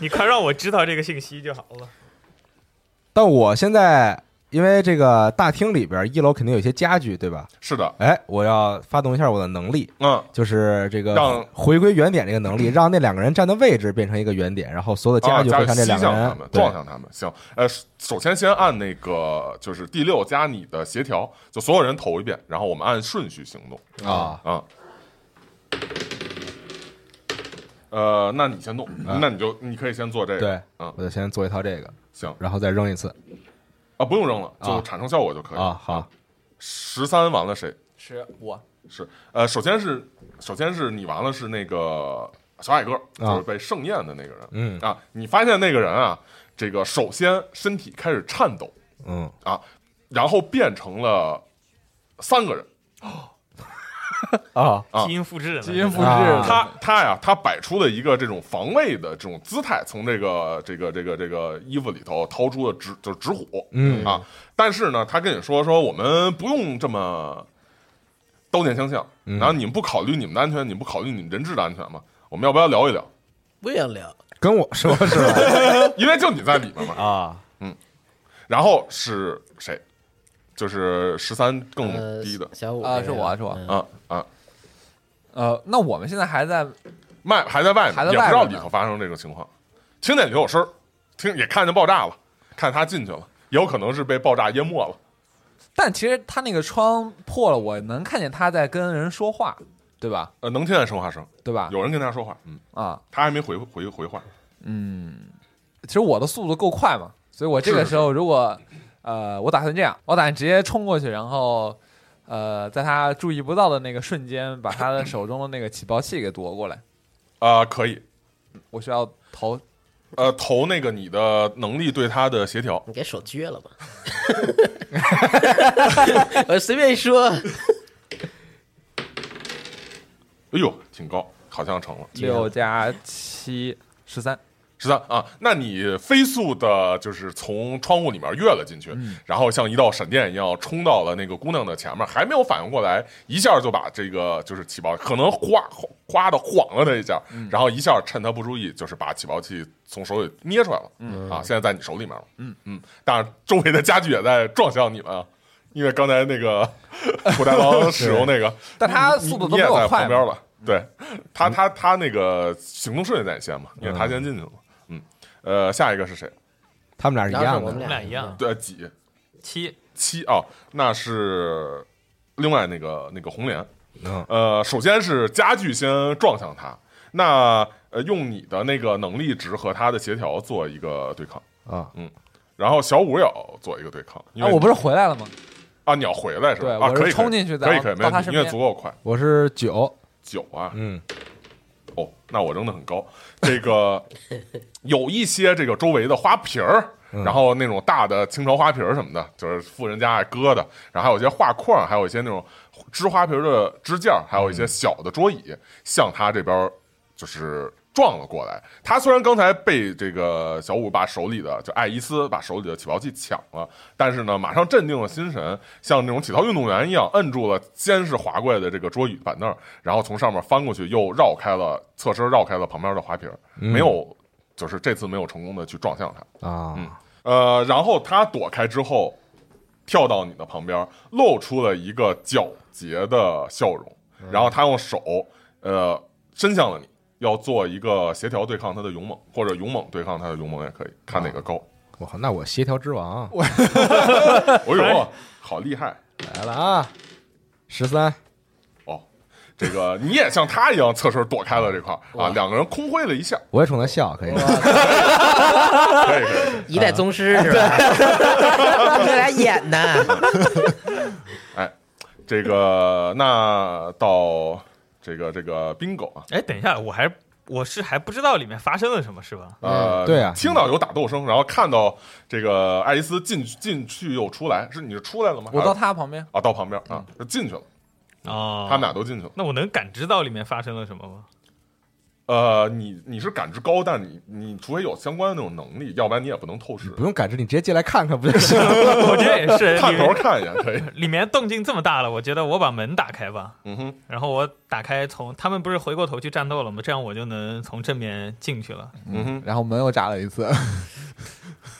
Speaker 5: 你快让我知道这个信息就好了。
Speaker 2: 但我现在因为这个大厅里边一楼肯定有一些家具，对吧？
Speaker 4: 是的，
Speaker 2: 哎，我要发动一下我的能力，
Speaker 4: 嗯，
Speaker 2: 就是这个
Speaker 4: 让
Speaker 2: 回归原点这个能
Speaker 4: *laughs*
Speaker 2: 力，让那两个人站的位置变成一个原点，然后所有的
Speaker 4: 啊
Speaker 2: 家具会向这
Speaker 4: 吸
Speaker 2: 两个
Speaker 4: 向
Speaker 2: 人、
Speaker 4: 他们，
Speaker 2: 对
Speaker 4: 撞向他们。行，呃，首先先按那个就是第六加你的协调，就所有人投一遍，然后我们按顺序行动
Speaker 2: 啊
Speaker 4: 啊。呃，那你先动，那你就你可以先做这个。
Speaker 2: 啊对，
Speaker 4: 嗯，
Speaker 2: 我就先做一套这个，
Speaker 4: 行
Speaker 2: 然后再扔一次
Speaker 4: 啊，不用扔了，就
Speaker 2: 啊
Speaker 4: 产生效果就可以
Speaker 2: 啊，。好
Speaker 4: 十三完了谁？
Speaker 3: 是我
Speaker 4: 是，呃，首先是首先是你完了是那个小矮个儿，
Speaker 2: 啊
Speaker 4: 就是被盛宴的那个人，
Speaker 2: 嗯
Speaker 4: 啊，你发现那个人啊，这个首先身体开始颤抖
Speaker 2: 嗯，
Speaker 4: 啊，然后变成了三个人，
Speaker 2: 啊
Speaker 4: 啊
Speaker 5: 基因复制呢，
Speaker 3: 基因复制
Speaker 2: 啊
Speaker 3: 他
Speaker 4: 他他呀，他摆出了一个这种防卫的这种姿态，从这个这个这个这个衣服里头掏出了纸就是纸虎，
Speaker 2: 嗯
Speaker 4: 啊，但是呢，他跟你说说我们不用这么刀剑相向，
Speaker 3: 嗯
Speaker 4: 然后你们不考虑你们的安全，你们不考虑你们人质的安全吗？我们要不要聊一聊？
Speaker 6: 不想聊，
Speaker 2: 跟我说是吧？
Speaker 4: 因为就你在里面
Speaker 3: *laughs*
Speaker 4: 嘛。
Speaker 2: 啊，
Speaker 4: 然后是谁？就是十三更
Speaker 6: 呃
Speaker 4: 低的，
Speaker 6: 小五
Speaker 3: 啊
Speaker 6: 这个
Speaker 3: 是我是我
Speaker 6: 嗯
Speaker 4: 啊啊，
Speaker 3: 呃，那我们现在还在
Speaker 4: 卖还在外面，
Speaker 3: 还在
Speaker 4: 也不知
Speaker 3: 外
Speaker 4: 道
Speaker 3: 面
Speaker 4: 里
Speaker 3: 呢
Speaker 4: 头发生这个情况。听见里头有声儿，听也看见爆炸了，看他进去了，也有可能是被爆炸淹没了。
Speaker 3: 但其实他那个窗破了，我能看见他在跟人说话，对吧？
Speaker 4: 呃，能听见说话声，
Speaker 3: 对吧？
Speaker 4: 有人跟他说话，嗯，
Speaker 3: 啊，
Speaker 4: 他还没回回回话。
Speaker 3: 嗯，其实我的速度够快嘛，所以我这个时候如果呃，我打算这样，我打算直接冲过去，然后呃，在他注意不到的那个瞬间，把他的手中的那个起爆器给夺过来。
Speaker 4: 啊，可以，
Speaker 3: 我需要投
Speaker 4: 呃，投那个你的能力对他的协调，
Speaker 6: 你给手撅了吧， *laughs* 我随便一说，
Speaker 4: 哎呦，挺高，好像成了
Speaker 3: 六加七十三。
Speaker 4: 十三啊。那你飞速的，就是从窗户里面越了进去，然后像一道闪电一样冲到了那个姑娘的前面，还没有反应过来，一下就把这个就是起爆，可能哗哗的晃了她一下，然后一下趁她不注意，就是把起爆器从手里捏出来了。嗯啊，现在在你手里面了。嗯嗯，当然周围的家具也在撞向你们啊。因为刚才那
Speaker 3: *laughs*
Speaker 4: 个虎大王使用那个，
Speaker 3: 但他
Speaker 4: 你
Speaker 3: 速度
Speaker 4: 你
Speaker 3: 都
Speaker 4: 也
Speaker 3: 没
Speaker 4: 在
Speaker 3: 我
Speaker 4: 旁
Speaker 3: 快
Speaker 4: 边
Speaker 3: 嘛，嗯
Speaker 4: 了。对他，他他那个行动顺序在你先嘛，因为他先进去了。嗯，呃，下一个是谁？
Speaker 2: 他们俩是一
Speaker 6: 然后
Speaker 2: 样
Speaker 6: 我们
Speaker 2: 的，
Speaker 5: 我们俩一样，
Speaker 4: 对，几
Speaker 5: 七
Speaker 4: 七哦，那是另外那个那个红莲。
Speaker 2: 嗯，
Speaker 4: 呃，首先是家具先撞向他，那呃用你的那个能力值和他的协调做一个对抗，
Speaker 2: 啊，
Speaker 4: 然后小五也要做一个对抗，因
Speaker 3: 啊，
Speaker 4: 为
Speaker 3: 我不是回来了吗？
Speaker 4: 啊你要回来是吧
Speaker 3: 对？
Speaker 4: 啊，
Speaker 3: 我是
Speaker 4: 可以
Speaker 3: 冲进去
Speaker 4: 可以
Speaker 3: 到
Speaker 4: 可以，没
Speaker 3: 到他
Speaker 4: 问题，
Speaker 3: 身
Speaker 4: 因为
Speaker 3: 边
Speaker 4: 足够快。
Speaker 2: 我是九，
Speaker 4: 九啊，
Speaker 2: 嗯
Speaker 4: 哦，那我扔的很高。这个 *laughs* 有一些这个周围的花瓶儿，然后那种大的清朝花瓶儿什么的，就是富人家爱搁的，然后还有一些画框，还有一些那种支花瓶儿的支架，还有一些小的桌椅，向他这边儿就是撞了过来。他虽然刚才被这个小五把手里的就爱伊斯把手里的起爆器抢了，但是呢，马上镇定了心神，像那种体操运动员一样，摁住了先是滑过来的这个桌椅板凳，然后从上面翻过去，又绕开了侧身，绕开了旁边的花瓶，没有，就是这次没有成功的去撞向他。
Speaker 2: 啊，
Speaker 4: 呃，然后他躲开之后，跳到你的旁边，露出了一个皎洁的笑容，然后他用手呃伸向了你，要做一个协调对抗他的勇猛，或者勇猛对抗他的勇猛也可以，看哪个高。
Speaker 2: 我靠，那我协调之王啊
Speaker 4: 哦呦，好厉害！
Speaker 2: 来了啊，十三，
Speaker 4: 哦，这个你也像他一样侧身躲开了这块儿啊，两个人空挥了一下，
Speaker 2: 我也冲他笑，可以吗？
Speaker 4: 可以可以可以，
Speaker 6: 一代宗师是吧？ *laughs* 这俩演的，
Speaker 4: 哎，这个那到这个这个 bingo 啊，
Speaker 5: 哎，等一下，我还我是还不知道里面发生了什么，是吧？
Speaker 4: 呃，
Speaker 2: 对啊
Speaker 4: 听到有打斗声，然后看到这个爱丽丝进去进去又出来，是你是出来了吗？
Speaker 3: 我到
Speaker 4: 还是
Speaker 3: 他旁边，
Speaker 4: 啊，到旁边啊，就进去了，
Speaker 5: 哦，
Speaker 4: 他们俩都进去了。
Speaker 5: 那我能感知到里面发生了什么吗？ *laughs*
Speaker 4: 呃，你你是感知高，但你你除非有相关的那种能力，要不然你也不能透视
Speaker 2: 不。用感知，你直接进来看看不就行了？
Speaker 5: 我觉得也是，
Speaker 4: 探
Speaker 5: 里
Speaker 4: 头
Speaker 5: 面
Speaker 4: 看一眼可以。
Speaker 5: 里面动静这么大了，我觉得我把门打开吧，
Speaker 4: 嗯哼，
Speaker 5: 然后我打开从他们不是回过头去战斗了吗？这样我就能从正面进去了。
Speaker 4: 嗯哼，
Speaker 3: 然后门又炸了一次，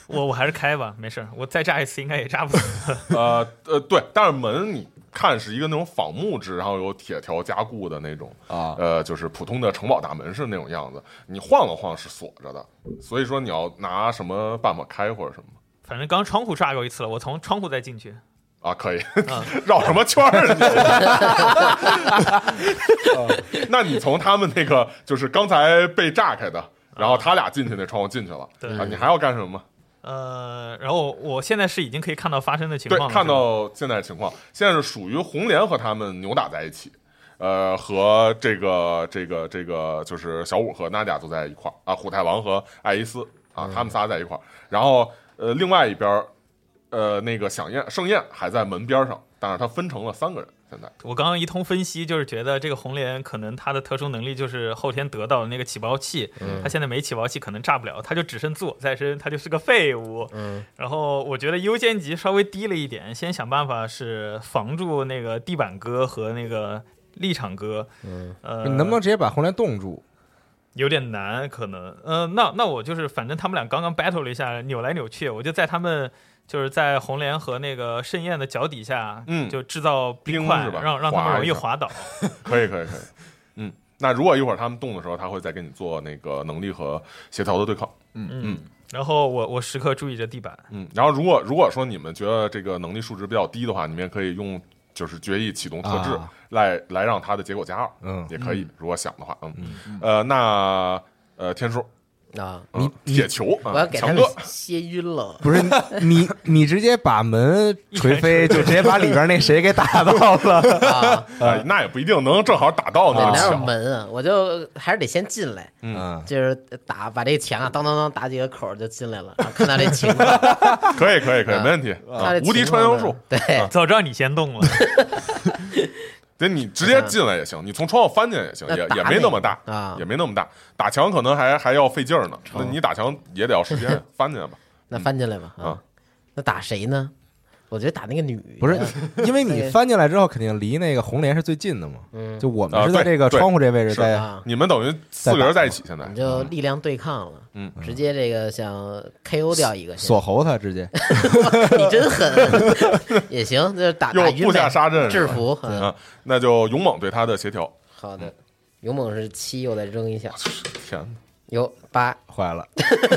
Speaker 5: 我我还是开吧，没事儿，我再炸一次应该也炸不死。
Speaker 4: 呃呃，对，但是门你看是一个那种仿木质，然后有铁条加固的那种
Speaker 3: 啊
Speaker 4: 呃，就是普通的城堡大门是那种样子，你晃了晃是锁着的，所以说你要拿什么办法开或者什么
Speaker 5: 反正刚窗户炸过一次了，我从窗户再进去。
Speaker 4: 啊，可以 *laughs* 绕什么圈儿你？ *laughs* 啊那你从他们那个就是刚才被炸开的，然后他俩进去那窗户进去了，
Speaker 5: 对
Speaker 4: 啊，你还要干什么吗？
Speaker 5: 呃，然后我现在是已经可以看到发生的情
Speaker 4: 对
Speaker 5: 况，了，
Speaker 4: 看
Speaker 5: 是吧
Speaker 4: 到现在的情况，现在是属于红莲和他们扭打在一起，呃，和这个这个这个就是小五和娜迦都在一块儿啊，虎太郎和爱伊斯啊，
Speaker 5: 嗯
Speaker 4: 他们仨在一块儿。然后呃，另外一边儿，呃，那个响宴盛宴还在门边上，但是它分成了三个人。现在
Speaker 5: 我刚刚一通分析，就是觉得这个红莲可能他的特殊能力就是后天得到的那个起爆器，他现在没起爆器，可能炸不了，他就只剩自我再生，他就是个废物。
Speaker 6: 嗯，
Speaker 5: 然后我觉得优先级稍微低了一点，先想办法是防住那个地板哥和那个立场哥。嗯，呃，
Speaker 2: 你能不能直接把红莲冻住？
Speaker 5: 有点难？可能，呃，那那我就是反正他们俩刚刚 battle 了一下，扭来扭去，我就在他们。就是在红莲和那个盛宴的脚底下，
Speaker 4: 嗯
Speaker 5: 就制造冰
Speaker 4: 冰
Speaker 5: 块，
Speaker 4: 是吧
Speaker 5: 让让他
Speaker 4: 滑
Speaker 5: 们
Speaker 4: 一
Speaker 5: 容易
Speaker 4: 下
Speaker 5: 滑倒。
Speaker 4: 可以，可以，
Speaker 6: *laughs*
Speaker 4: 可以。嗯，那如果一会儿他们动的时候，他会再给你做那个能力和协调的对抗。
Speaker 5: 嗯，然后我我时刻注意着地板，
Speaker 4: 嗯，然后如果如果说你们觉得这个能力数值比较低的话，你们也可以用就是决议启动特质
Speaker 2: 啊
Speaker 4: 来、来让它的结果加二，
Speaker 2: 嗯
Speaker 4: 也可以，如果想的话，嗯，呃，那呃天叔
Speaker 6: 啊！
Speaker 4: 啊铁球，
Speaker 6: 我要
Speaker 4: 啊，
Speaker 6: 给他
Speaker 4: 强
Speaker 6: 们
Speaker 4: 哥，
Speaker 6: 歇晕了。
Speaker 2: 不是你，你直接把门锤飞，就直接把里边那谁给打到了。
Speaker 6: 啊，
Speaker 4: 哎，那也不一定能正好打到那
Speaker 6: 对
Speaker 4: 个
Speaker 6: 哪有
Speaker 4: 墙。
Speaker 6: 门啊？我就还是得先进来，
Speaker 2: 嗯，
Speaker 6: 就是打把这墙啊，当当当打几个口儿就进来了，然啊后看到这情况，
Speaker 4: 可以，可以，可以，
Speaker 6: 啊
Speaker 4: 没问题。
Speaker 6: 看到
Speaker 4: 啊
Speaker 6: 这
Speaker 4: 无敌
Speaker 6: 情况
Speaker 4: 穿墙
Speaker 6: 呢
Speaker 4: 术，啊
Speaker 6: 对，
Speaker 5: 早知道你先
Speaker 4: *laughs*
Speaker 5: 动了，
Speaker 4: 对，你直接进来也行，你从窗户翻进来也行，
Speaker 6: 那
Speaker 4: 也
Speaker 6: 打
Speaker 4: 也没那么大
Speaker 6: 那个啊哦
Speaker 4: 也没那么大。打墙可能还还要费劲儿呢，那你打墙也得要时
Speaker 6: *laughs*
Speaker 4: 间翻进来吧？
Speaker 6: 那翻进来吧啊
Speaker 4: 啊。
Speaker 6: 那打谁呢？我觉得打那个女的，啊
Speaker 2: 不是， *laughs* 因为你翻进来之后，肯定离那个红莲是最近的嘛。就我们是在
Speaker 4: 啊对
Speaker 2: 这个窗户这位置
Speaker 4: 是
Speaker 2: 在
Speaker 6: 啊，
Speaker 4: 你们等于四个人在一起，现在
Speaker 6: 你就力量对抗了，
Speaker 4: 嗯，
Speaker 6: 直接这个想 KO 掉一个，
Speaker 2: 锁喉，他直接。
Speaker 6: 你真狠， *laughs* 也行，就是打打
Speaker 4: 又
Speaker 6: 晕
Speaker 4: 布下
Speaker 6: 呗
Speaker 4: 杀阵
Speaker 6: 制
Speaker 4: 是吧
Speaker 6: 服，嗯
Speaker 4: 啊，那就勇猛对他的协调。
Speaker 6: 好的，勇猛是七，我再扔一下，
Speaker 4: 天
Speaker 6: 有八，
Speaker 2: 坏了，
Speaker 6: 出事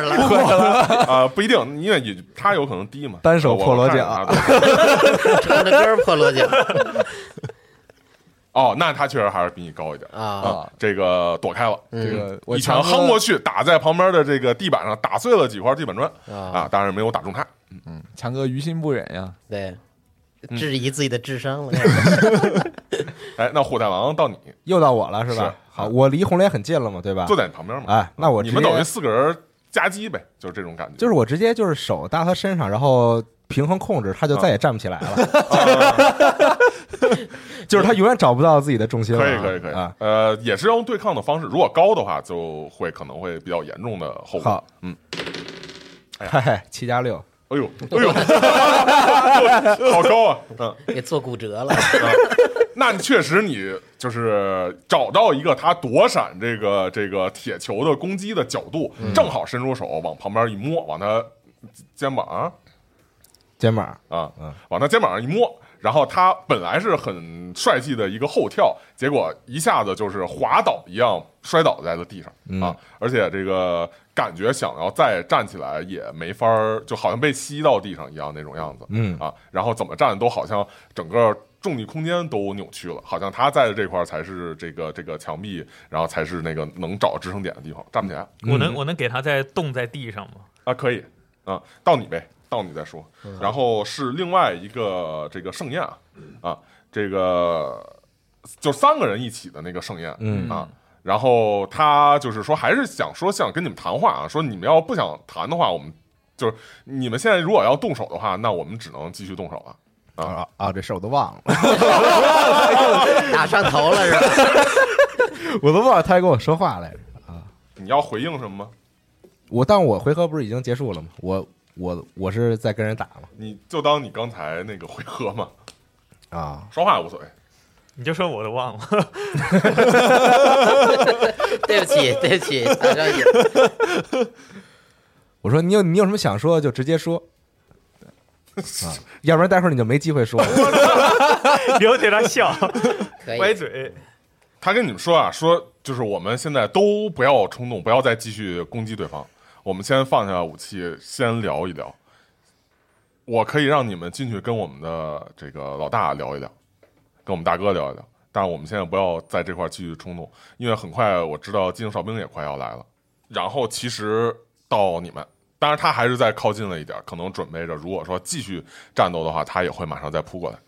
Speaker 4: *laughs*
Speaker 6: 了，
Speaker 4: 哪啊，不一定，因为也他有可能低嘛，
Speaker 2: 单手
Speaker 4: 我
Speaker 2: 破
Speaker 4: 我
Speaker 2: 锣
Speaker 4: 看
Speaker 2: 脚
Speaker 4: 看他的
Speaker 6: 唱着歌儿破锣脚
Speaker 4: 哦，那他确实还是比你高一点
Speaker 6: *laughs* 啊，嗯
Speaker 4: 啊。这个躲开了，
Speaker 3: 这个
Speaker 4: *laughs*
Speaker 3: 我
Speaker 4: 一拳
Speaker 3: 强哥
Speaker 4: 夯过去，打在旁边的这个地板上，打碎了几块地板砖
Speaker 6: 啊
Speaker 4: 啊，当然没有打中他。
Speaker 3: 强哥于心不忍呀，
Speaker 6: 对，质疑自己的智商了， *laughs*
Speaker 4: 哎，那虎太郎到你，
Speaker 2: 又到我了是吧
Speaker 4: 是？
Speaker 2: 好，我离红莲很近了嘛，对吧
Speaker 4: 坐？在你旁边嘛。
Speaker 2: 哎，那我
Speaker 4: 你
Speaker 2: 直
Speaker 4: 们
Speaker 2: 接
Speaker 4: 等于四个人夹击呗，就是这种感觉。
Speaker 2: 就是我直接就是手搭他身上，然后平衡控制，他
Speaker 4: 啊
Speaker 2: 就再也站不起来了。
Speaker 4: *laughs*
Speaker 2: *laughs* 就是他永远找不到自己的重心了
Speaker 4: 可
Speaker 2: 啊。
Speaker 4: 以，可以，可以
Speaker 2: 啊。。
Speaker 4: 呃，也是要用对抗的方式，如果高的话，就会可能会比较严重的后果
Speaker 2: 好。
Speaker 4: 嗯，哎
Speaker 2: 嗨嗨，七加六，
Speaker 4: 哎呦，哎
Speaker 2: *laughs*
Speaker 4: 呦，好高啊！嗯，
Speaker 6: 给做骨折了， *laughs*
Speaker 4: 那确实你就是找到一个他躲闪这个这个铁球的攻击的角度，
Speaker 2: 嗯
Speaker 4: 正好伸出手往旁边一摸，往他肩膀啊
Speaker 2: 肩膀。
Speaker 4: 啊
Speaker 2: 嗯，
Speaker 4: 往他肩膀上一摸，然后他本来是很帅气的一个后跳，结果一下子就是滑倒一样摔倒在了地上、
Speaker 2: 嗯
Speaker 4: 啊！而且这个感觉想要再站起来也没法儿，就好像被吸到地上一样那种样子，
Speaker 2: 嗯
Speaker 4: 啊，然后怎么站都好像整个。重力空间都扭曲了，好像他在这块儿才是这个这个墙壁，然后才是那个能找支撑点的地方，站不起来
Speaker 5: 我能我能给他再冻在地上吗？
Speaker 4: 啊，可以啊，到你呗，到你再说。然后是另外一个这个盛宴啊，啊，这个就三个人一起的那个盛宴，
Speaker 2: 嗯
Speaker 4: 啊。然后他就是说，还是想说想跟你们谈话啊，说你们要不想谈的话，我们就是你们现在如果要动手的话，那我们只能继续动手了。
Speaker 2: 啊啊！这事我都忘了，
Speaker 4: *laughs*
Speaker 6: 打上头了是吧？
Speaker 2: 我都忘了他还跟我说话来着。
Speaker 4: 你要回应什么吗？
Speaker 2: 我但我回合不是已经结束了吗？我我我是在跟人打嘛
Speaker 4: 你就当你刚才那个回合嘛，
Speaker 2: 啊，
Speaker 4: 说话也无所谓。
Speaker 5: 你就说我都忘了， *laughs*
Speaker 6: 对不起，对不起，打上瘾
Speaker 2: 我说你有你有什么想说的就直接
Speaker 4: *laughs*
Speaker 2: 说，啊，要不然待会儿你就没机会说
Speaker 4: *laughs*
Speaker 2: 了。
Speaker 5: 留给他笑，
Speaker 6: 可
Speaker 5: 歪
Speaker 6: 以，
Speaker 5: 嘴。
Speaker 4: 他跟你们说啊，说就是我们现在都不要冲动，不要再继续攻击对方，我们先放下武器，先聊一聊。我可以让你们进去跟我们的这个老大聊一聊，跟我们大哥聊一聊，但是我们现在不要在这块儿继续冲动，因为很快我知道机动哨兵也快要来了。然后其实到你们，当然他还是在靠近了一点，可能准备着，如果说继续战斗的话，他也会马上再扑过来。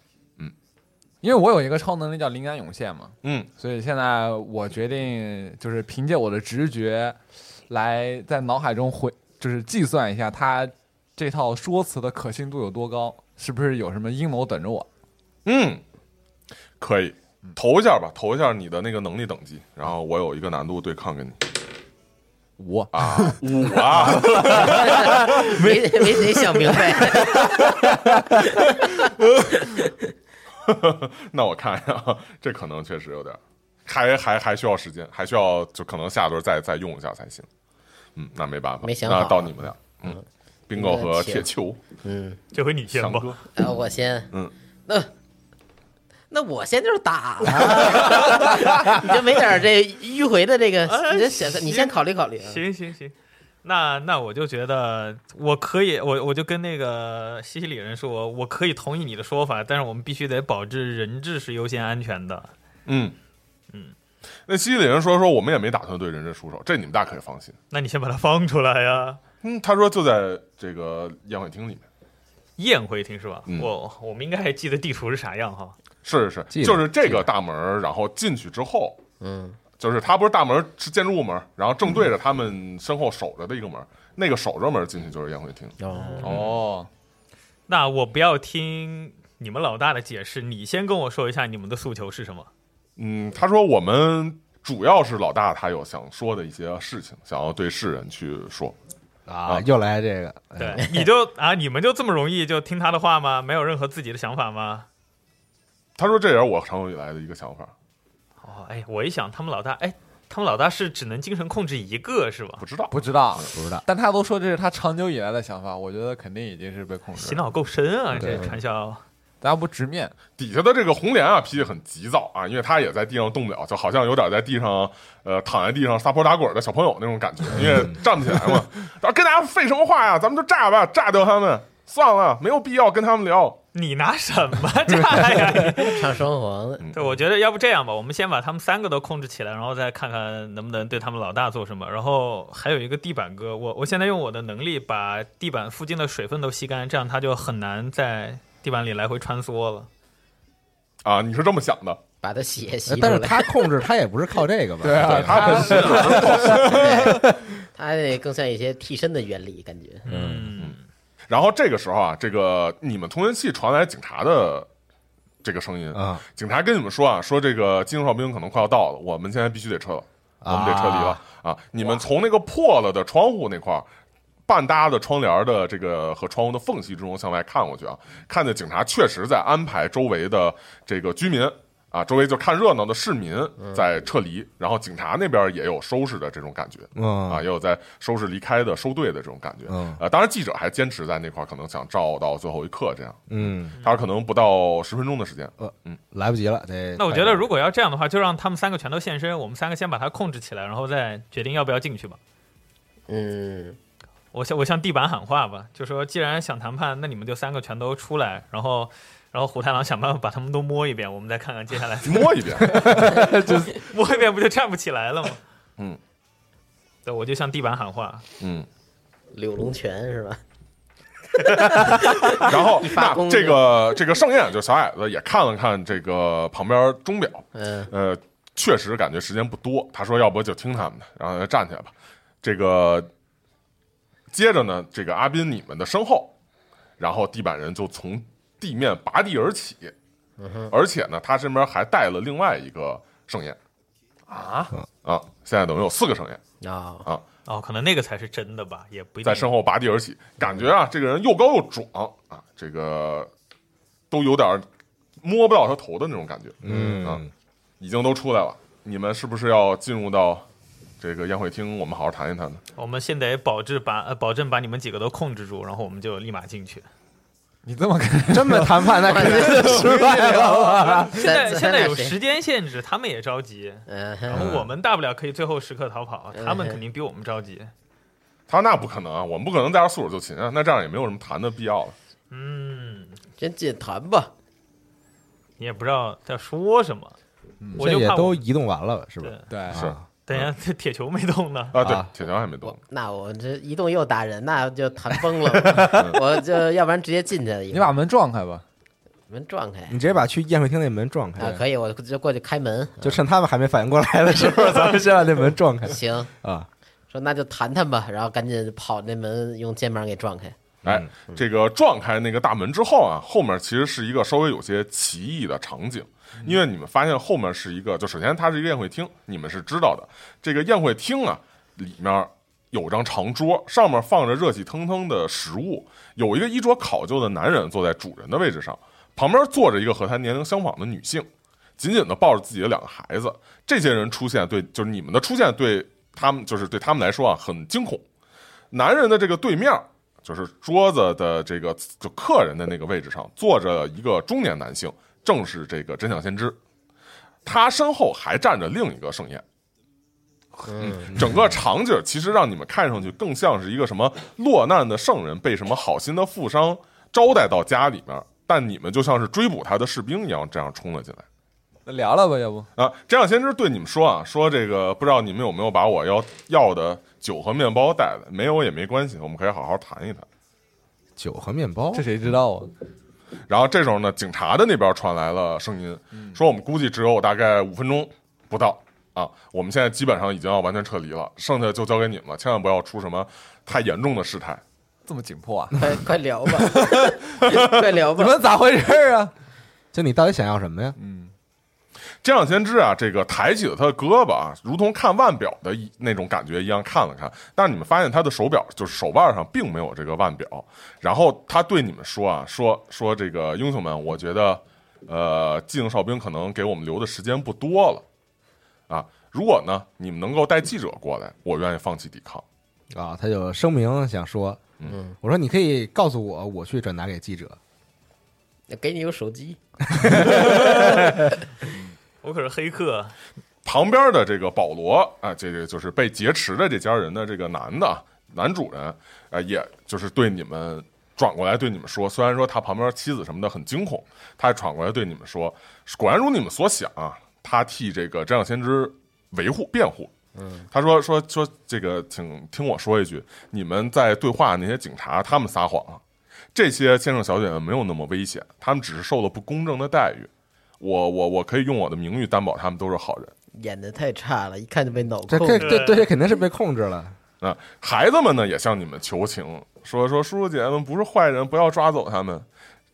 Speaker 3: 因为我有一个超能力叫灵感涌现嘛，
Speaker 4: 嗯，
Speaker 3: 所以现在我决定就是凭借我的直觉，来在脑海中回就是计算一下他这套说辞的可信度有多高，是不是有什么阴谋等着我？
Speaker 4: 嗯，可以投一下吧，投一下你的那个能力等级，然后我有一个难度对抗给你 *laughs*
Speaker 3: 五
Speaker 4: 啊，五啊，
Speaker 6: 没没没想明白，
Speaker 4: 那我看一下啊，这可能确实有点儿，还还还需要时间，还需要就可能下轮再再用一下才行。嗯，那没办法，
Speaker 6: 没想好啊
Speaker 4: 那到你们俩，嗯，冰狗和铁球，
Speaker 6: 嗯，
Speaker 5: 这回你先
Speaker 4: 翔
Speaker 5: 吧，
Speaker 4: 哥，
Speaker 6: 然后呃我先，
Speaker 4: 嗯，
Speaker 6: 那。那我先就是打了， *laughs* 你就没点儿这迂回的这个，
Speaker 5: 哎
Speaker 6: 你就想，你先
Speaker 5: 行
Speaker 6: 考虑考虑啊。
Speaker 5: 行行行，那那我就觉得我可以，我我就跟那个西西里人说，我可以同意你的说法，但是我们必须得保证人质是优先安全的。
Speaker 4: 嗯
Speaker 5: 嗯，
Speaker 4: 那西西里人说说我们也没打算对人质出手，这你们大可以放心。
Speaker 5: 那你先把它放出来呀。
Speaker 4: 嗯，他说就在这个宴会厅里面。
Speaker 5: 宴会厅是吧？
Speaker 4: 嗯
Speaker 5: 我我们应该还记得地图是啥样哈。
Speaker 4: 是是
Speaker 2: 记
Speaker 4: 是，
Speaker 2: 得
Speaker 4: 就是这个大门儿，然后进去之后，
Speaker 6: 嗯，
Speaker 4: 就是它不是大门儿是建筑物门儿，然后正对着他们身后守着的一个门儿，那个守着门儿进去就是宴会厅。
Speaker 2: 嗯
Speaker 6: 哦，
Speaker 3: 哦，
Speaker 5: 那我不要听你们老大的解释，你先跟我说一下你们的诉求是什么。
Speaker 4: 嗯，他说我们主要是老大他有想说的一些事情，想要对世人去说。
Speaker 2: 啊，又来这个，哎呀，
Speaker 5: *laughs* 对，你就啊，你们就这么容易就听他的话吗？没有任何自己的想法吗？
Speaker 4: 他说这也是我长久以来的一个想法，
Speaker 5: 哦，哎，我一想，他们老大，哎，他们老大是只能精神控制一个是吧
Speaker 4: 不？知道
Speaker 3: 不知道，
Speaker 2: 不知道，
Speaker 3: 但他都说这是他长久以来的想法，我觉得肯定已经是被控制
Speaker 5: 洗
Speaker 3: 了。
Speaker 5: 脑够深啊，
Speaker 2: 对
Speaker 5: 这传销。
Speaker 3: 大家不直面，
Speaker 4: 底下的这个红莲啊，脾气很急躁啊，因为他也在地上动不了，就好像有点在地上呃躺在地上撒泼打滚的小朋友那种感觉，因为站不起来嘛。然后跟大家废什么话呀？咱们就炸吧，炸掉他们，算了，没有必要跟他们聊。
Speaker 5: 你拿什么炸呀？ *laughs* 你
Speaker 6: 唱双簧的，
Speaker 5: 对，我觉得要不这样吧，我们先把他们三个都控制起来，然后再看看能不能对他们老大做什么。然后还有一个地板哥，我我现在用我的能力把地板附近的水分都吸干，这样他就很难在地板里来回穿梭了。
Speaker 4: 啊，你是这么想的？
Speaker 6: 把他血吸出
Speaker 2: 呃但是
Speaker 6: 来，
Speaker 2: 他控制他也不是靠这个
Speaker 4: *laughs*
Speaker 2: 吧？
Speaker 3: 对啊，他
Speaker 4: 他是
Speaker 6: 他那更像一些替身的原理感觉。
Speaker 5: 嗯，
Speaker 4: 然后这个时候啊，这个你们通讯器传来警察的这个声音，
Speaker 2: 啊
Speaker 4: 警察跟你们说啊，说这个金哨兵可能快要到了，我们现在必须得撤了，我
Speaker 2: 啊
Speaker 4: 们得撤离了啊！你们从那个破了的窗户那块儿。半搭的窗帘的这个和窗户的缝隙之中向外看过去啊，看见警察确实在安排周围的这个居民啊，周围就看热闹的市民
Speaker 2: 嗯
Speaker 4: 在撤离，然后警察那边也有收拾的这种感觉。啊，
Speaker 2: 嗯
Speaker 4: 也有在收拾离开的收队的这种感觉。
Speaker 2: 嗯
Speaker 4: 呃，当然记者还坚持在那块儿，可能想照到最后一刻这样。
Speaker 2: 嗯，
Speaker 4: 他说可能不到十分钟的时间，
Speaker 2: 来不及了，得。
Speaker 5: 那我觉得如果要这样的话，就让他们三个全都现身，我们三个先把他控制起来，然后再决定要不要进去吧。
Speaker 6: 嗯，
Speaker 5: 我向我向地板喊话吧，就说既然想谈判，那你们就三个全都出来，然后 *laughs* 然后虎太郎想办法把他们都摸一遍，我们再看看接下来 *laughs*
Speaker 4: 摸一遍。
Speaker 5: 摸一遍不就站不起来了吗？
Speaker 4: 嗯，
Speaker 5: 对，我就向地板喊话，
Speaker 4: 嗯，
Speaker 6: 柳龙拳是吧？ *laughs*
Speaker 4: 然后
Speaker 6: 一发
Speaker 4: 那
Speaker 6: 功
Speaker 4: 这个这个盛宴，就小矮子也看了看这个旁边钟表，
Speaker 6: 嗯，
Speaker 4: 呃，确实感觉时间不多。他说要不就听他们的，然后站起来吧。这个接着呢，这个阿斌你们的身后，然后地板人就从地面拔地而起，而且呢，他身边还带了另外一个盛宴
Speaker 5: 啊，
Speaker 4: 啊，现在等于有四个盛宴
Speaker 6: 哦，
Speaker 5: 哦，可能那个才是真的吧，也不一定
Speaker 4: 在身后拔地而起，感觉啊，这个人又高又壮啊，这个都有点摸不到他头的那种感觉，啊
Speaker 2: 嗯，
Speaker 4: 已经都出来了，你们是不是要进入到这个宴会厅，我们好好谈一谈呢？
Speaker 5: 我们先得保质把呃保证把你们几个都控制住，然后我们就立马进去。
Speaker 3: 你这么看，
Speaker 2: *laughs* 这么谈判那肯定是失败了。
Speaker 5: 现在
Speaker 6: 咱
Speaker 5: 现在有
Speaker 6: 咱俩谁
Speaker 5: 时间限制，他们也着急，
Speaker 6: 嗯
Speaker 5: 然
Speaker 6: 哼，
Speaker 5: 后我们大不了可以最后时刻逃跑，
Speaker 6: 嗯
Speaker 5: 他们肯定比我们着急。
Speaker 4: 他说那不可能啊，我们不可能在这儿束手就擒啊，那这样也没有什么谈的必要了。
Speaker 5: 嗯，
Speaker 6: 先进谈吧。
Speaker 5: 你也不知道在说什么，我
Speaker 2: 这
Speaker 5: 就
Speaker 2: 也
Speaker 5: 怕我
Speaker 2: 都移动完了，是吧？
Speaker 5: 对
Speaker 3: *laughs* 对，
Speaker 4: 是
Speaker 2: 啊
Speaker 5: 等一下，这铁球没动呢。
Speaker 4: 啊，对
Speaker 2: 啊，
Speaker 4: 铁条还没动
Speaker 6: 我，那我这一动又打人，那就谈崩了。我就要不然直接进去，
Speaker 3: 你把门撞开吧。
Speaker 6: 门撞开
Speaker 2: 你直接把去宴会厅那门撞
Speaker 6: 啊，
Speaker 2: 开，
Speaker 6: 可以，我就过去开门。
Speaker 2: 就趁他们还没反应过来的时候，咱们先把那门撞开
Speaker 6: 行，
Speaker 2: 啊。
Speaker 6: 说那就谈谈吧，然后赶紧跑那门，用肩膀给撞开。
Speaker 4: 哎，这个撞开那个大门之后啊，后面其实是一个稍微有些奇异的场景，因为你们发现后面是一个，就首先它是一个宴会厅，你们是知道的。这个宴会厅啊，里面有张长桌，上面放着热气腾腾的食物，有一个衣着考究的男人坐在主人的位置上，旁边坐着一个和他年龄相仿的女性，紧紧的抱着自己的两个孩子。这些人出现对，就是你们的出现对他们，就是对他们来说啊，很惊恐。男人的这个对面儿，就是桌子的这个就客人的那个位置上，坐着一个中年男性，正是这个真相先知。他身后还站着另一个盛宴。嗯，整个场景其实让你们看上去更像是一个什么落难的圣人被什么好心的富商招待到家里面，但你们就像是追捕他的士兵一样这样冲了进来。
Speaker 3: 那聊聊吧，要不
Speaker 4: 啊，这样先知对你们说啊，说这个不知道你们有没有把我要要的酒和面包带来，没有也没关系，我们可以好好谈一谈。
Speaker 2: *laughs* 酒和面包
Speaker 3: 这谁知道啊？
Speaker 4: 然后这时候呢，警察的那边传来了声音，说我们估计只有大概五分钟不到啊，我们现在基本上已经要完全撤离了，剩下就交给你们了，千万不要出什么太严重的事态。
Speaker 3: 这么紧
Speaker 2: *laughs*
Speaker 3: 迫啊？
Speaker 6: 快快聊吧，快聊
Speaker 3: 你
Speaker 6: 吧。
Speaker 3: 们咋回事儿啊？
Speaker 2: 就你到底想要什么呀？
Speaker 4: 这样先知啊，这个抬起了他的胳膊啊，如同看腕表的一那种感觉一样看了看，但是你们发现他的手表就是手腕上并没有这个腕表。然后他对你们说啊，说说这个英雄们，我觉得，呃，寂静哨兵可能给我们留的时间不多了，啊，如果呢你们能够带记者过来，我愿意放弃抵抗。
Speaker 2: 啊，他就声明想说，嗯，我说你可以告诉我，我去转达给记者。
Speaker 6: 给你个手机，
Speaker 5: 我可是黑客，
Speaker 4: 旁边的这个保罗啊，这个就是被劫持的这家人的这个男的啊男主人啊，也就是对你们转过来对你们说，虽然说他旁边妻子什么的很惊恐，他还转过来对你们说，果然如你们所想啊，他替这个真相先知维护辩护。嗯，他说说说这个，请听我说一句，你们在对话那些警察，他们撒谎了，这些先生小姐们没有那么危险，他们只是受了不公正的待遇。我我我可以用我的名誉担保，他们都是好人。
Speaker 6: 演的太差了，一看就被脑
Speaker 2: 这
Speaker 6: 控。
Speaker 2: 这这对这肯定是被控制了。
Speaker 4: 啊，孩子们呢也向你们求情，说说叔叔姐姐们不是坏人，不要抓走他们。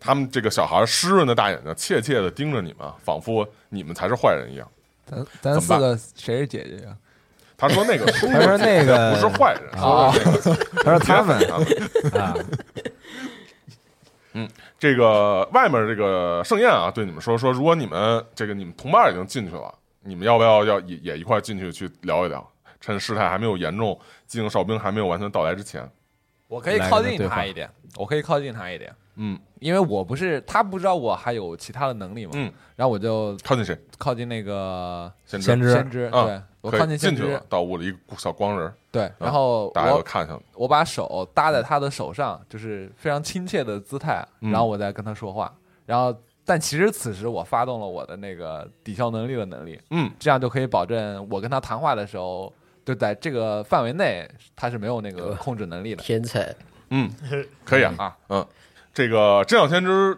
Speaker 4: 他们这个小孩湿润的大眼睛怯怯地盯着你们，仿佛你们才是坏人一样。
Speaker 3: 咱咱四个谁是姐啊姐呀？
Speaker 4: 他说那个叔叔
Speaker 2: 他说那个
Speaker 4: 不是坏人，
Speaker 2: 啊， *laughs* 他说他们
Speaker 4: 啊
Speaker 2: *laughs* 啊，
Speaker 4: 这个外面这个盛宴啊，对你们说说，如果你们这个你们同伴已经进去了，你们要不要要也也一块进去去聊一聊？趁事态还没有严重，寂静哨兵还没有完全到来之前，
Speaker 3: 我可以靠近他一点，我可以靠近他一点，
Speaker 4: 嗯，
Speaker 3: 因为我不是他不知道我还有其他的能力嘛，
Speaker 4: 嗯，
Speaker 3: 然后我就
Speaker 4: 靠近谁？
Speaker 3: 靠近那个
Speaker 4: 先知
Speaker 2: 先知
Speaker 3: 先知，
Speaker 4: 啊
Speaker 3: 对我
Speaker 4: 可以
Speaker 3: 靠近先
Speaker 4: 进去
Speaker 3: 知
Speaker 4: 了，，啊到屋里一个小光人，
Speaker 3: 对，然后
Speaker 4: 大家都
Speaker 3: 我
Speaker 4: 看向你。
Speaker 3: 我把手搭在他的手上，就是非常亲切的姿态，
Speaker 4: 嗯
Speaker 3: 然后我再跟他说话，然后但其实此时我发动了我的那个抵消能力的能力，
Speaker 4: 嗯，
Speaker 3: 这样就可以保证我跟他谈话的时候，就在这个范围内，他是没有那个控制能力的
Speaker 6: 天才，
Speaker 3: *laughs*
Speaker 4: 嗯，呃可以啊，
Speaker 3: 啊。
Speaker 4: 嗯，这个真相先知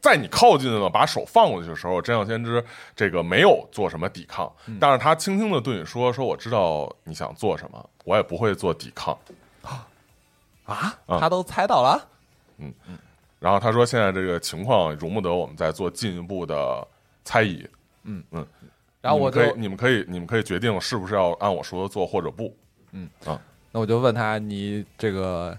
Speaker 4: 在你靠近了，把手放过去的时候，真相先知这个没有做什么抵抗，
Speaker 3: 嗯
Speaker 4: 但是他轻轻的对你说：“说我知道你想做什么，我也不会做抵抗。
Speaker 3: 啊，
Speaker 4: 啊
Speaker 3: 他都猜到了，”
Speaker 4: 然后他说：“现在这个情况容不得我们再做进一步的猜疑，
Speaker 3: 然后
Speaker 4: 你
Speaker 3: 我
Speaker 4: 们嗯
Speaker 3: 就
Speaker 4: 可以，你们可以，你们可以决定是不是要按我说的做或者不。
Speaker 3: 那我就问他，你这个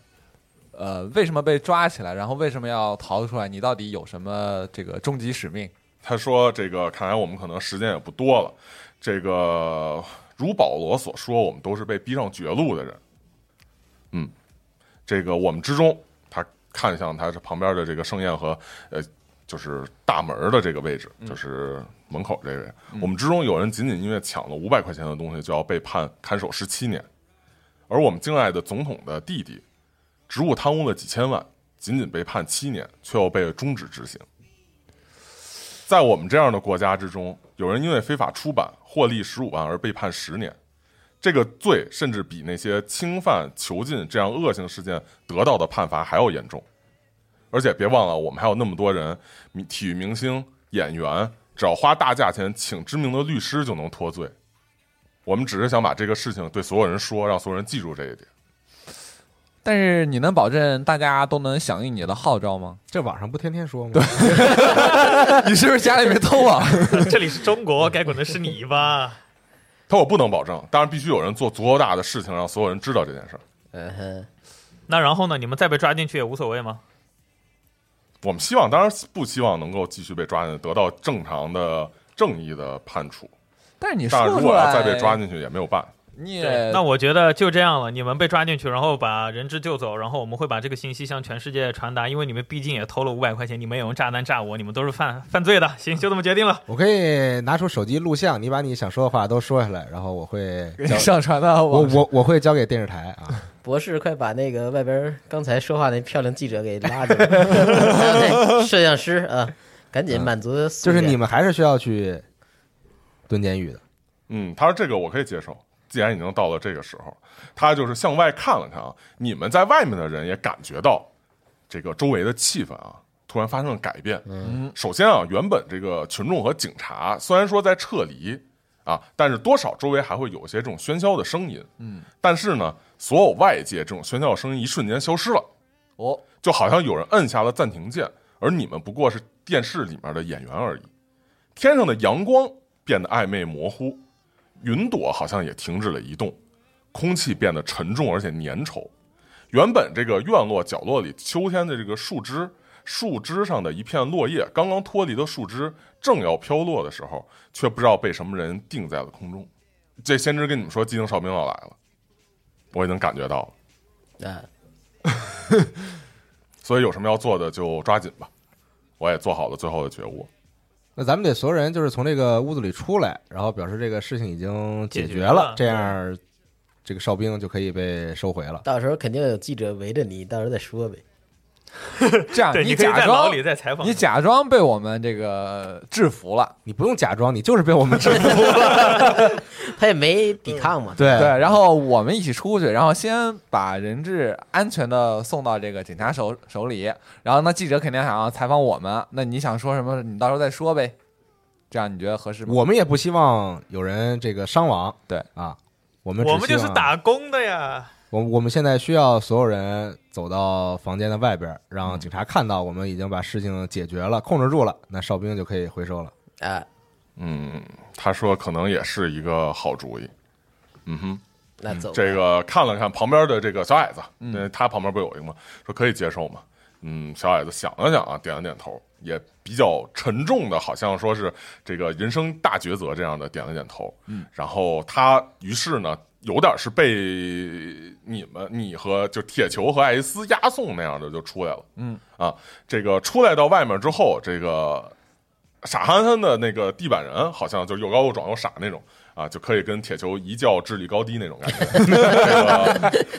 Speaker 3: 呃为什么被抓起来，然后为什么要逃出来？你到底有什么这个终极使命？”
Speaker 4: 他说：“这个看来我们可能时间也不多了，这个如保罗所说，我们都是被逼上绝路的人。嗯，这个我们之中，他看向他这旁边的这个盛宴和呃，就是大门的这个位置，就是门口这位，我们之中有人仅仅因为抢了五百块钱的东西，就要被判看守十七年，而我们敬爱的总统的弟弟，职务贪污了几千万，仅仅被判七年，却又被终止执行。”在我们这样的国家之中，有人因为非法出版获利十五万而被判十年，这个罪甚至比那些侵犯囚禁这样恶性事件得到的判罚还要严重。而且别忘了，我们还有那么多人，明体育明星、演员，只要花大价钱请知名的律师就能脱罪。我们只是想把这个事情对所有人说，让所有人记住这一点。
Speaker 3: 但是你能保证大家都能响应你的号
Speaker 2: *laughs*
Speaker 3: 召吗？
Speaker 2: 这网上不天天说吗？对，
Speaker 3: 你是不是家里没偷啊？ *laughs*
Speaker 5: 这里是中国，该滚的是你吧？
Speaker 4: 他我不能保证，当然必须有人做足够大的事情，让所有人知道这件事儿。
Speaker 6: 嗯哼，
Speaker 5: 那然后呢？你们再被抓进去也无所谓吗？
Speaker 4: 我们希望，当然不希望能够继续被抓进去，得到正常的、正义的判处。
Speaker 3: 但是你
Speaker 4: 但
Speaker 3: 说
Speaker 4: 是如
Speaker 3: 出
Speaker 4: 果
Speaker 3: 来
Speaker 4: 要啊再被抓，进去，也没有办法。
Speaker 3: 你
Speaker 5: 对
Speaker 3: 也，
Speaker 5: 那我觉得就这样了。你们被抓进去，然后把人质救走，然后我们会把这个信息向全世界传达，因为你们毕竟也偷了五百块钱，你们也用炸弹炸我，你们都是犯犯罪的。行，就这么决定了。
Speaker 2: 我可以拿出手机录像，你把你想说的话都说下来，然后我 *laughs* 会
Speaker 3: 给你上传到
Speaker 2: 我
Speaker 3: 网上
Speaker 2: 我我会交给电视台啊。
Speaker 6: 博士，快把那个外边刚才说话那漂亮记者给拉
Speaker 2: *laughs*
Speaker 6: 住，还有那摄像师啊，赶紧满足。
Speaker 2: 就是你，们还是需要去蹲监狱的。
Speaker 4: 嗯，他说这个我可以接受。既然已经到了这个时候，他就是向外看了看啊，你们在外面的人也感觉到这个周围的气氛啊，突然发生了改变。嗯，首先啊，原本这个群众和警察虽然说在撤离啊，但是多少周围还会有一些这种喧嚣的声音。嗯，但是呢，所有外界这种喧嚣的声音一瞬间消失了。
Speaker 3: 哦，
Speaker 4: 就好像有人摁下了暂停键，而你们不过是电视里面的演员而已。天上的阳光变得暧昧模糊，云朵好像也停止了移动，空气变得沉重而且粘稠。原本这个院落角落里，秋天的这个树枝，树枝上的一片落叶，刚刚脱离的树枝正要飘落的时候，却不知道被什么人定在了空中。这先知跟你们说，机灵哨兵要来了，我已经感觉到了，
Speaker 6: 啊，
Speaker 4: 所以有什么要做的就抓紧吧。我也做好了最后的觉悟。
Speaker 2: 那咱们得所有人就是从这个屋子里出来，然后表示这个事情已经解
Speaker 5: 解
Speaker 2: 决
Speaker 5: 决
Speaker 2: 了，
Speaker 5: 了
Speaker 2: 这样这个哨兵就可以被收回了。
Speaker 6: 到时候肯定有记者围着你，到时候再说呗。
Speaker 3: 这样
Speaker 5: 对，可以
Speaker 3: 啊假
Speaker 5: 在牢
Speaker 3: 装
Speaker 5: 里再采访
Speaker 3: 你，假装被我们这个制服了，
Speaker 2: 你不用假装，你就是被我们 *laughs* 制服。
Speaker 6: 他也没抵抗嘛，
Speaker 2: 对
Speaker 3: 对，然后我们一起出去，然后先把人质安全的送到这个警察手手里，然后那记者肯定想要采访我们，那你想说什么，你到时候再说呗。这样你觉得合适吗？
Speaker 2: 我们也不希望有人这个伤亡。
Speaker 3: 对
Speaker 2: 啊，我们只
Speaker 5: 我们就
Speaker 2: 希
Speaker 5: 是
Speaker 2: 望
Speaker 5: 打工的呀。
Speaker 2: 我我们现在需要所有人走到房间的外边，让
Speaker 5: 嗯
Speaker 2: 警察看到我们已经把事情解决了，控制住了，那哨兵就可以回收了。
Speaker 6: 啊，
Speaker 4: 嗯，他说可能也是一个好主意。嗯哼，
Speaker 6: 那走吧
Speaker 4: 这个看了嗯看旁边的这个小矮子，因为他旁边不有一个吗？说可以接受吗？嗯，小矮子想了想啊，点了点头，也比较沉重的，好像说是这个人生大抉择这样的，点了点头。嗯，然后他于是呢，有点是被你们、你和就铁球和艾斯押送那样的就出来了。嗯啊，这个出来到外面之后，这个傻憨憨的那个地板人，好像就是又高又壮又傻那种啊，就可以跟铁球一较智力高低那种感觉。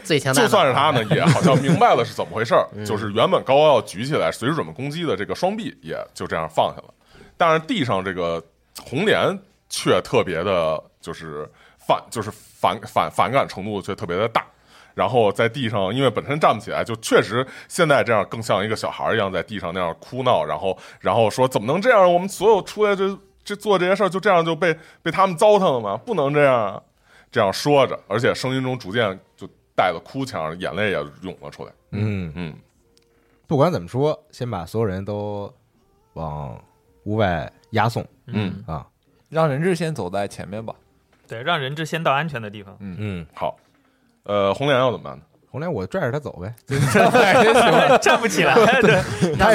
Speaker 6: 最强大嗯
Speaker 4: 就
Speaker 6: 脑
Speaker 4: 算是他
Speaker 6: *laughs*
Speaker 4: 呢，也好像明白了是怎么回事儿，就是原本高高要举起来随时准备攻击的这个双臂，也就这样放下了。但是地上这个红莲却特别的，就是反，就是反反反感程度却特别的大。然后在地上，因为本身站不起来，就确实现在这样更像一个小孩儿一样在地上那样哭闹，然后然后说怎么能这样？我们所有出来这这做这些事儿，就这样就被被他们糟蹋了吗？不能这样啊！这样说着，而且声音中逐渐就带了哭腔，眼泪也涌了出来。
Speaker 2: 嗯，
Speaker 4: 嗯，
Speaker 2: 不管怎么说，先把所有人都往屋外押送
Speaker 4: 嗯
Speaker 2: 啊。
Speaker 3: 让人质先走在前面吧。
Speaker 5: 对，让人质先到安全的地方。
Speaker 2: 嗯，
Speaker 4: 好，呃，红莲要怎么办呢？
Speaker 2: 红莲，我拽着他走呗。
Speaker 5: *laughs* 站不起来，对，
Speaker 6: 让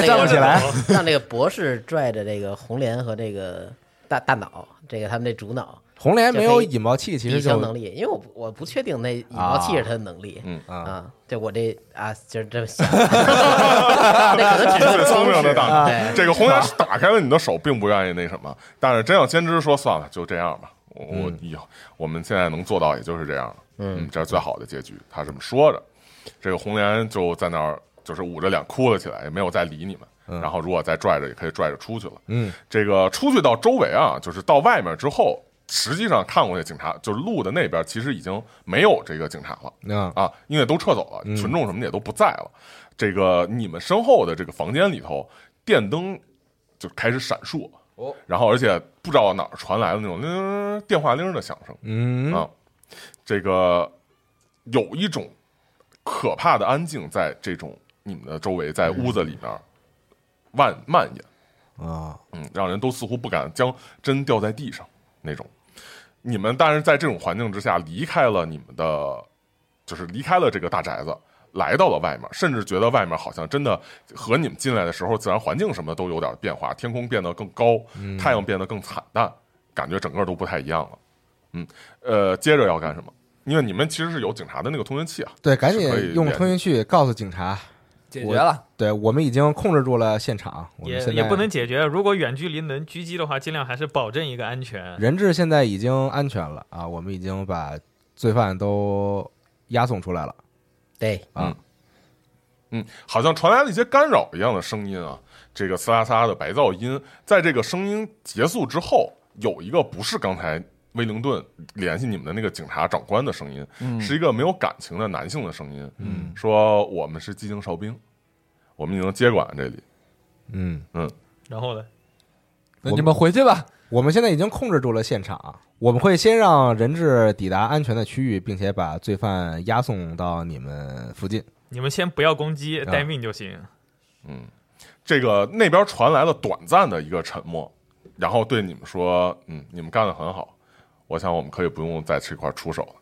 Speaker 2: 他
Speaker 6: 那个
Speaker 2: 也站不起来，
Speaker 6: *laughs* 让那个博士拽着这个红莲和这个大大脑，这个他们这主脑
Speaker 2: 红莲没有
Speaker 6: 就可以
Speaker 2: 引爆器，其
Speaker 6: 抵
Speaker 2: 实
Speaker 6: 消
Speaker 2: 就
Speaker 6: 能力，因为我不我不确定那引爆器是他的能力。
Speaker 4: 嗯
Speaker 2: 啊，
Speaker 6: 啊，对我这啊，就是这
Speaker 2: *laughs*
Speaker 6: 么想，那可能只是
Speaker 4: 最
Speaker 6: 个
Speaker 4: 聪
Speaker 6: 装
Speaker 4: 明的
Speaker 6: 饰
Speaker 4: 大脑
Speaker 6: 对，
Speaker 4: 啊这个红莲打开了你的手，并不愿意那什么，但是真要先知说算了，就这样吧。我我以后我们现在能做到也就是这样了，嗯，这是最好的结局。他这么说着，这个红莲就在那儿就是捂着脸哭了起来，也没有再理你们。然后如果再拽着，也可以拽着出去了。
Speaker 2: 嗯，
Speaker 4: 这个出去到周围啊，就是到外面之后，实际上看过去警察，就是路的那边其实已经没有这个警察了。
Speaker 2: 啊，
Speaker 4: 啊，因为都撤走了，群众什么的也都不在了。这个你们身后的这个房间里头，电灯就开始闪烁，
Speaker 3: 哦，
Speaker 4: 然后而且不知道哪儿传来的那种铃铃电话铃的响声、
Speaker 2: 嗯
Speaker 4: 啊，这个有一种可怕的安静在这种你们的周围，在屋子里面蔓蔓延。
Speaker 2: 啊，
Speaker 4: 嗯，让人都似乎不敢将针掉在地上那种。你们但是在这种环境之下离开了你们的，就是离开了这个大宅子，来到了外面，甚至觉得外面好像真的和你们进来的时候自然环境什么的都有点变化，天空变得更高，太阳变得更惨淡，感觉整个都不太一样了。嗯，呃，接着要干什么？因为你们其实是有警察的那个通讯器啊，
Speaker 2: 对，赶
Speaker 4: 是可以
Speaker 2: 紧用
Speaker 4: 连
Speaker 2: 通讯器告诉警察，
Speaker 3: 解决了，
Speaker 2: 对我们已经控制住了现场，我们
Speaker 5: 也
Speaker 2: 现在
Speaker 5: 也不能解决。如果远距离能狙击的话，尽量还是保证一个安全。
Speaker 2: 人质现在已经安全了啊，我们已经把罪犯都押送出来了
Speaker 6: 对，
Speaker 2: 啊。
Speaker 4: 嗯，好像传来了一些干扰一样的声音啊，这个呲啦呲啦的白噪音，在这个声音结束之后，有一个不是刚才威灵顿联系你们的那个警察长官的声音，是一个没有感情的男性的声音，嗯，说我们是寂静哨兵，我们已经接管这里，
Speaker 2: 嗯，
Speaker 4: 嗯，
Speaker 5: 然后呢？
Speaker 3: 那你们回去 *laughs* 吧。
Speaker 2: 我们现在已经控制住了现场，我们会先让人质抵达安全的区域，并且把罪犯押送到你们附近。
Speaker 5: 你们先不要攻击，
Speaker 2: 啊
Speaker 5: 待命就行。
Speaker 4: 这个那边传来了短暂的一个沉默，然后对你们说：“嗯，你们干得很好，我想我们可以不用在这块出手了。”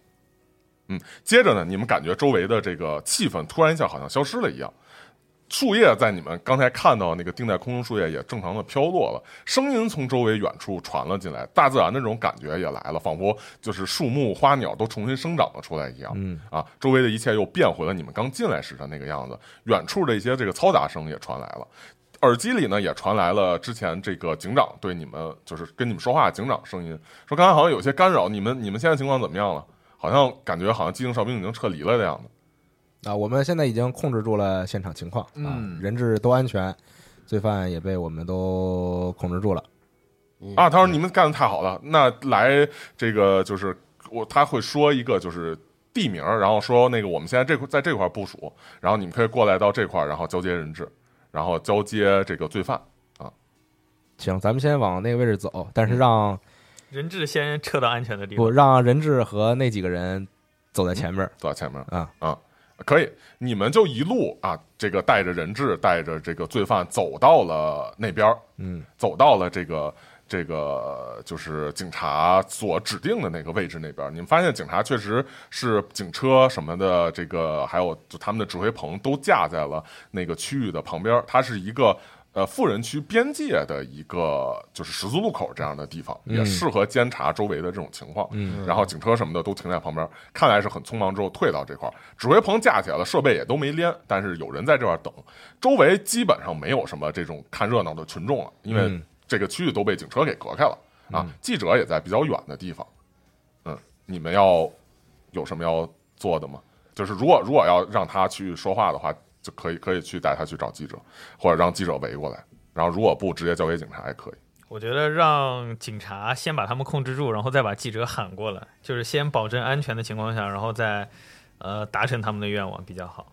Speaker 4: 嗯，接着呢，你们感觉周围的这个气氛突然一下好像消失了一样，树叶在你们刚才看到那个定在空中树叶也正常的飘落了，声音从周围远处传了进来，大自然的这种感觉也来了，仿佛就是树木、花鸟都重新生长了出来一样。
Speaker 2: 嗯
Speaker 4: 啊，周围的一切又变回了你们刚进来时的那个样子，远处的一些这个嘈杂声也传来了。耳机里呢也传来了之前这个警长对你们就是跟你们说话的警长声音，说刚才好像有些干扰，你们你们现在情况怎么样了？好像感觉好像机动哨兵已经撤离了的样子。
Speaker 2: 啊，我们现在已经控制住了现场情况，啊
Speaker 3: 嗯，
Speaker 2: 人质都安全，罪犯也被我们都控制住了。
Speaker 4: 啊，他说你们干的太好了，那来这个就是我他会说一个就是地名，然后说那个我们现在这块在这块部署，然后你们可以过来到这块，然后交接人质，然后交接这个罪犯。
Speaker 2: 行，咱们先往那个位置走，但是让
Speaker 5: 人质先撤到安全的地
Speaker 2: 不
Speaker 5: 方。
Speaker 2: 让人质和那几个人走在前面儿。
Speaker 4: 走在前面
Speaker 2: 啊
Speaker 4: 啊，可以，你们就一路啊，这个带着人质，带着这个罪犯走到了那边儿
Speaker 2: 嗯
Speaker 4: 走到了这个这个就是警察所指定的那个位置那边儿。你们发现警察确实是警车什么的，这个还有就他们的指挥棚都架在了那个区域的旁边儿，它是一个。呃，富人区边界的一个就是十字路口这样的地方，也适合监察周围的这种情况。
Speaker 2: 嗯
Speaker 4: 然后警车什么的都停在旁边，看来是很匆忙之后退到这块儿。指挥棚架起来了，设备也都没连，但是有人在这块儿等。周围基本上没有什么这种看热闹的群众了，因为
Speaker 2: 嗯
Speaker 4: 这个区域都被警车给隔开了啊。记者也在比较远的地方。嗯，你们要有什么要做的吗？就是如果如果要让他去说话的话，就可以可以去带他去找记者，或者让记者围过来。然后如果不直接交给警察也可以。
Speaker 5: 我觉得让警察先把他们控制住，然后再把记者喊过来，就是先保证安全的情况下，然后再呃达成他们的愿望比较好。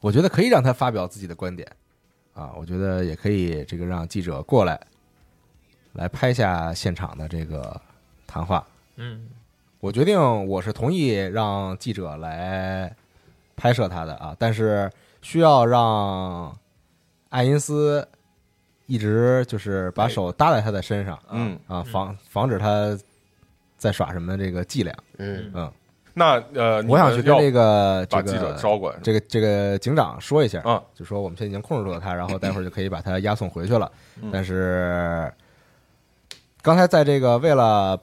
Speaker 2: 我觉得可以让他发表自己的观点啊，我觉得也可以这个让记者过来，来拍下现场的这个谈话。
Speaker 5: 嗯，
Speaker 2: 我决定我是同意让记者来拍摄他的啊，但是需要让爱因斯一直就是把手搭在他的身上
Speaker 4: 嗯，
Speaker 2: 啊，防防止他再耍什么这个伎俩。
Speaker 6: 嗯
Speaker 4: 那呃，你
Speaker 2: 我想
Speaker 4: 们
Speaker 2: 去
Speaker 4: 要
Speaker 2: 跟这个这
Speaker 4: 把记者
Speaker 2: 个
Speaker 4: 招过来。
Speaker 2: 这个这个警长说一下
Speaker 4: 啊，
Speaker 2: 就说我们现在已经控制住了他，然后待会儿就可以把他押送回去了。但是刚才在这个为了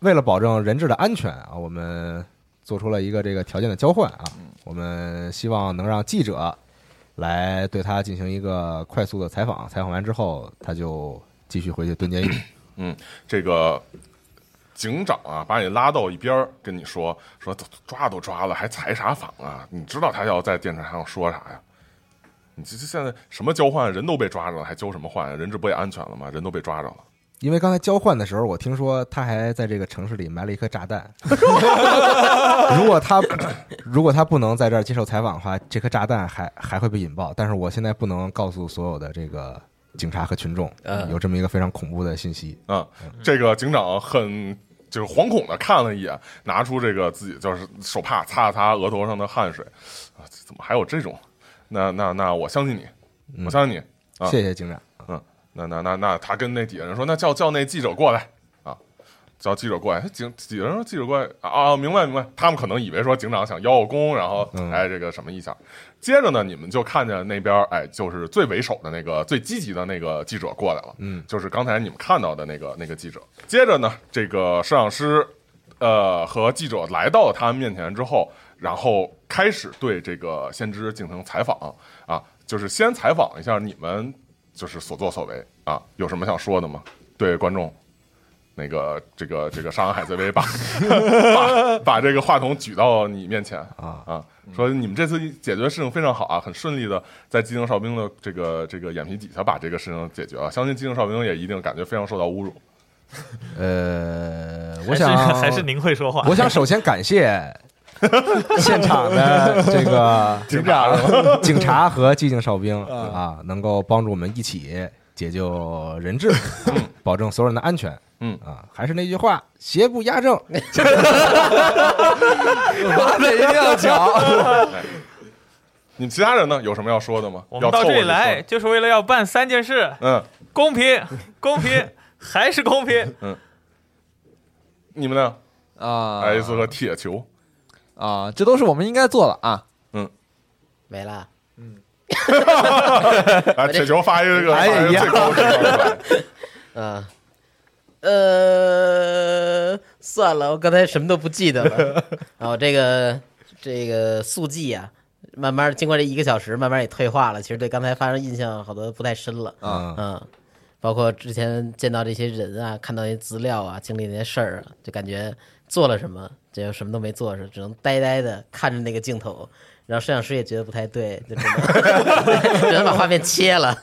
Speaker 2: 为了保证人质的安全啊，我们做出了一个这个条件的交换啊，我们希望能让记者来对他进行一个快速的采访，采访完之后他就继续回去蹲监狱。
Speaker 4: 这个警长啊，把你拉到一边儿，跟你说说都抓都抓了，还采啥访啊？你知道他要在电视上说啥呀？你这这现在什么交换？人都被抓着了，还交什么换？人质不也安全了吗？人都被抓着了。
Speaker 2: 因为刚才交换的时候，我听说他还在这个城市里埋了一颗炸弹。如果他如果他不能在这儿接受采访的话，这颗炸弹还还会被引爆。但是我现在不能告诉所有的这个警察和群众
Speaker 6: 嗯
Speaker 2: 有这么一个非常恐怖的信息。
Speaker 4: 嗯，这个警长很就是惶恐的看了一眼，拿出这个自己就是手帕擦了擦额头上的汗水，啊，这怎么还有这种？那那那我相信你，我相信你。啊
Speaker 2: 谢谢警长，
Speaker 4: 那那那那他跟那底下人说，那叫叫那记者过来啊，叫记者过来。他警几个人说记者过来啊，啊明白明白。他们可能以为说警长想邀个功，然后
Speaker 2: 嗯
Speaker 4: 哎这个什么一下。接着呢，你们就看见那边哎就是最为首的那个最积极的那个记者过来了，
Speaker 2: 嗯，
Speaker 4: 就是刚才你们看到的那个那个记者。接着呢，这个摄像师呃和记者来到了他们面前之后，然后开始对这个先知进行采访啊，就是先采访一下你们就是所作所为啊，有什么想说的吗？对观众，那个这个这个上海海贼威把把把这个话筒举到你面前
Speaker 2: 啊
Speaker 4: 说你们这次解决的事情非常好啊，很顺利的在机动哨啊兵的这个这个眼皮底下把这个事情解决了，相信机动哨兵也一定感觉非常受到侮辱。
Speaker 2: 呃，我
Speaker 5: 还是
Speaker 2: 想
Speaker 5: *laughs* 还是您会说话。
Speaker 2: *laughs* 我想首先感谢现场的这个
Speaker 4: 警察是
Speaker 2: *laughs*
Speaker 4: 吧？
Speaker 2: 警察和寂静哨兵啊，能够帮助我们一起解救人质，啊保证所有人的安全。
Speaker 4: 嗯
Speaker 2: 啊，还是那句话，邪不压正。
Speaker 3: 妈的一定要讲，
Speaker 4: 你们其他人呢？有什么要说的吗？
Speaker 5: 我
Speaker 4: 要
Speaker 5: 们到
Speaker 4: 凑
Speaker 5: 这里
Speaker 4: 合着
Speaker 5: 来
Speaker 4: 说，
Speaker 5: 就是为了要办三件事：
Speaker 4: 嗯，
Speaker 5: 公平、公平，
Speaker 2: *laughs*
Speaker 5: 还是公平。
Speaker 4: 你们呢
Speaker 3: 啊
Speaker 4: ？S 和铁球，
Speaker 3: 啊，这都是我们应该做的啊。
Speaker 6: 没了。
Speaker 4: 哎，铁球发一个，
Speaker 2: 啊哎
Speaker 4: 发一个
Speaker 2: 呀
Speaker 4: 最高的出来，
Speaker 6: 啊，呃，算了，我刚才什么都不记
Speaker 3: *laughs*
Speaker 6: 得了。然后这个这个速记啊，慢慢经过这一个小时，慢慢也退化了。其实对刚才发生印象好多不太深了。
Speaker 2: 啊
Speaker 6: 嗯，包括之前见到这些人啊，看到那些资料啊，经历那些事儿啊，就感觉做了什么，结果什么都没做，是只能呆呆的看着那个镜头。然后摄影师也觉得不太对，就只能 *laughs* 只能把画面切了。